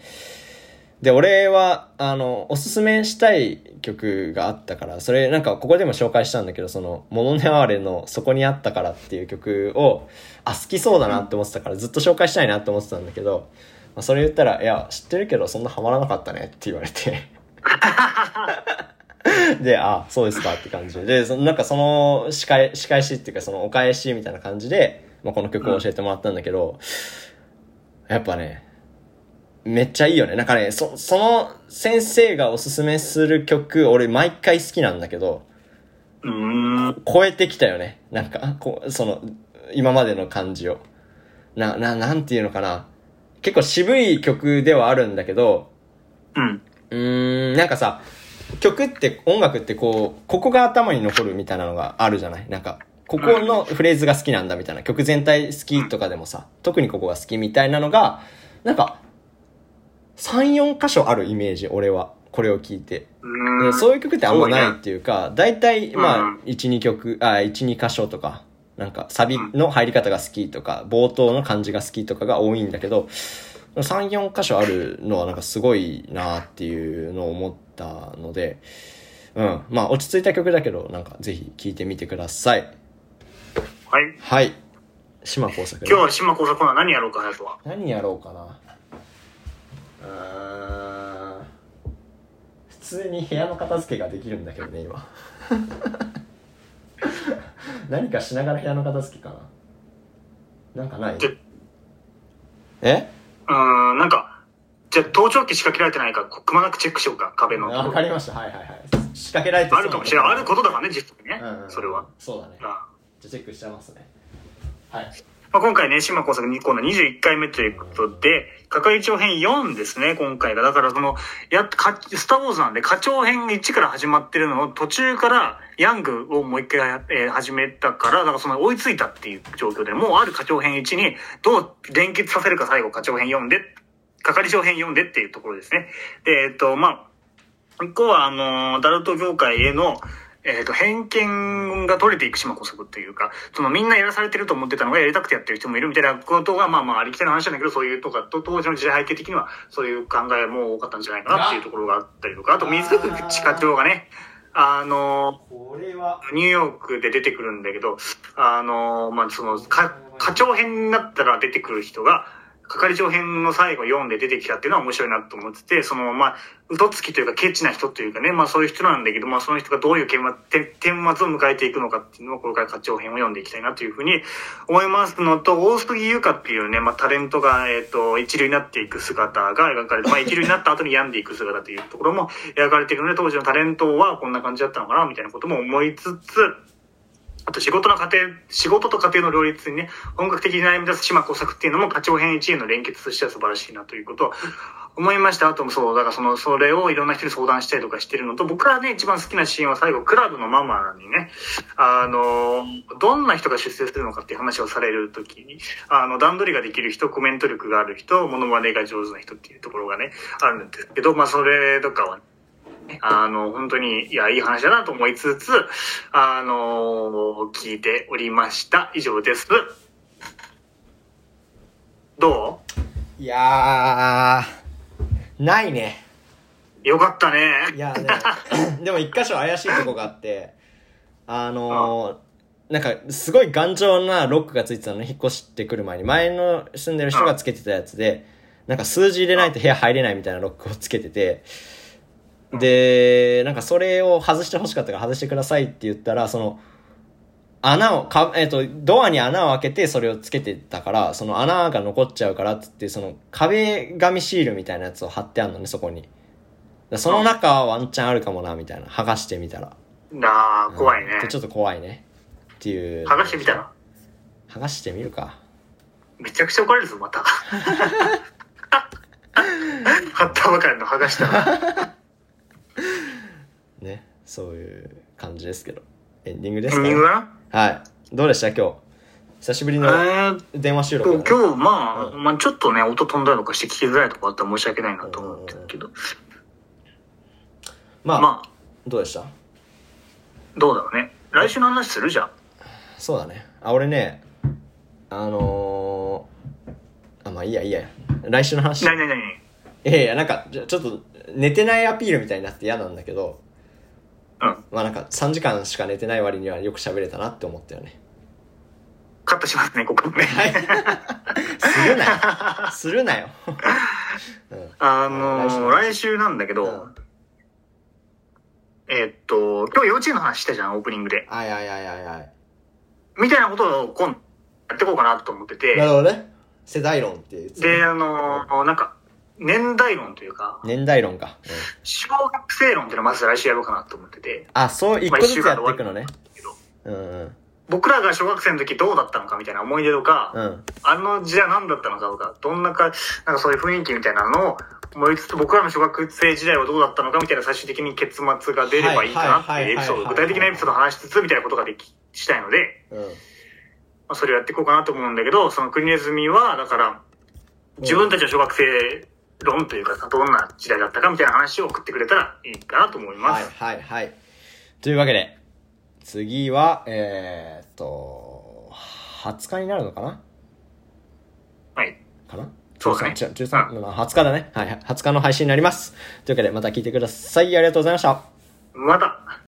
で、俺は、あの、おすすめしたい曲があったから、それ、なんか、ここでも紹介したんだけど、その、モノネワーレの、そこにあったからっていう曲を、あ、好きそうだなって思ってたから、ずっと紹介したいなって思ってたんだけど、まあ、それ言ったら、いや、知ってるけど、そんなハマらなかったねって言われて。で、あ、そうですかって感じで、で、そのなんかその仕返、仕返しっていうかそのお返しみたいな感じで、まあ、この曲を教えてもらったんだけど、やっぱね、めっちゃいいよね。なんかね、そ、その先生がおすすめする曲、俺毎回好きなんだけど、うーん。超えてきたよね。なんか、こうその、今までの感じを。な、な、なんていうのかな。結構渋い曲ではあるんだけど、うん。うーん、なんかさ、曲って、音楽ってこう、ここが頭に残るみたいなのがあるじゃないなんか、ここのフレーズが好きなんだみたいな、曲全体好きとかでもさ、特にここが好きみたいなのが、なんか、3、4箇所あるイメージ、俺は。これを聞いて。うーでん。そういう曲ってあんまない多いっねていうか、大体、うまあん、 1、2曲、あ、1、2箇所とか、なんか、サビの入り方が好きとか、冒頭の感じが好きとかが多いんだけど、3、4箇所あるのはなんかすごいなっていうのを思ったので、うん。まあ、落ち着いた曲だけど、なんか、ぜひ聴いてみてください。はい。はい。島耕作ね今日は島工作コーナー何やろうか、隼人は。何やろうかなうーん普通に部屋の片付けができるんだけどね今 *laughs* 何かしながら部屋の片付けかななんかないじゃえうーん、なんか、じゃあ、盗聴器仕掛けられてないか、こくまなくチェックしようか、壁の。わかりましたはいはいはい仕掛けられてそうあるかもしれない。あることだからね、実際ねと、うんうん。それは。そうだねうんじゃあチェックしちゃいますねはいまあ、今回ね、島工作2コーナー21回目ということで、係長編4ですね、今回が。だからその、やっか、スターウォーズなんで、課長編1から始まってるのを、途中から、ヤングをもう一回や、えー始めたから、だからその追いついたっていう状況で、もうある課長編1に、どう連結させるか最後、課長編4で、係長編4でっていうところですね。で、えっ、と、まあ、一個は、あの、アダルト業界への、えっ、と、偏見が取れていく島工作というか、そのみんなやらされてると思ってたのがやりたくてやってる人もいるみたいなことが、まあまあありきたりの話なんだけど、そういうとか、と当時の時代背景的には、そういう考えも多かったんじゃないかなっていうところがあったりとか、あと水口課長がね、あの、これはニューヨークで出てくるんだけど、あの、まあ、その、か課長編になったら出てくる人が、係長編の最後読んで出てきたっていうのは面白いなと思ってて、その、まあ、嘘つきというかケチな人というかね、まあそういう人なんだけど、まあその人がどういう顛末顛末を迎えていくのかっていうのを、これから課長編を読んでいきたいなというふうに思いますのと、大杉優香っていうね、まあタレントが、えっ、と、一流になっていく姿が描かれて、まあ一流になった後に病んでいく姿というところも描かれているので、当時のタレントはこんな感じだったのかな、みたいなことも思いつつ、あと仕事の家庭、仕事と家庭の両立にね、本格的に悩み出す島工作っていうのも課長編1位の連結としては素晴らしいなということを思いました。あともそう、だからその、それをいろんな人に相談したりとかしてるのと、僕はね、一番好きなシーンは最後、クラブのママにね、あの、どんな人が出世するのかっていう話をされるときに、あの、段取りができる人、コメント力がある人、モノマネが上手な人っていうところがね、あるんですけど、まあそれとかはね、あの、本当に、いや、いい話だなと思いつつ、あの、聞いておりました。以上です。どいやー、ないね。うよかったね。いやね、でも一箇所怪しいとこがあって、あのー、なんかすごい頑丈なロックがついてたのね、引っ越してくる前に。前の住んでる人がつけてたやつで、なんか数字入れないと部屋入れないみたいなロックをつけてて、で、なんかそれを外して欲しかったから外してくださいって言ったら、その、穴をか、えっ、と、ドアに穴を開けてそれをつけてたから、その穴が残っちゃうからって言って、その壁紙シールみたいなやつを貼ってあるのね、そこに。だからその中はワンチャンあるかもな、みたいな。剥がしてみたら。なあ、怖いね。でちょっと怖いね。っていう。剥がしてみたら、剥がしてみるか。めちゃくちゃ怒られるぞ、また。貼ったばかりの剥がしたら。ね。そういう感じですけど。エンディングです君かははい。どうでした今日。久しぶりえのーっ電話収と、録だね、今日、まあ、まあ、ちょっとね、音飛んだりとかして聞きづらいとこあったら申し訳ないなと思ってるけど、まあ、まあ、どうでしたどうだろうね。来週の話するじゃん。そうだね。あ、俺ね、あのー、あ、まあいいやいいや。来週の話。なになになにいやいや、なんか、ちょちょっと、寝てないアピールみたいになって嫌なんだけど、うん。まあなんか、3時間しか寝てない割にはよく喋れたなって思ったよ *laughs* ね。カットしますね、ここね。はい。するなよ。するなよ。うん。あのー来来週なんだけど、うんえーっと、今日幼稚園の話したじゃん、オープニングで。あいあいあいあいあい。みたいなことを今度やっていこうかなと思ってなるて、ほどね。世代論っていうやつねで、あのーなんか、年代論というか、年代論か。うん小学生論っていうのをまず来週やろうかなと思ってて、あ、そう、一個ずつやっていくのね。けどうんうん。僕らが小学生の時どうだったのかみたいな思い出とか、うん。あの時代何だったのかとか、どんなか、なんかそういう雰囲気みたいなのを思いつつ、僕らの小学生時代はどうだったのかみたいな最終的に結末が出ればいいかなっていうエピソーはいはいはいはド、い具体的なエピソードを話しつつみたいなことができ、したいので、うん。まあ、それをやっていこうかなと思うんだけど、その国ネズミは、だから、自分たちの小学生論というか、どんな時代だったかみたいな話を送ってくれたらいいかなと思いまはいす。はいはい。というわけで、次は、えー、っと、20日になるのかなはい。かなそうだね13 13、まあ20日だね。はい、20日の配信になります。というわけで、また聞いてください。ありがとうございました。また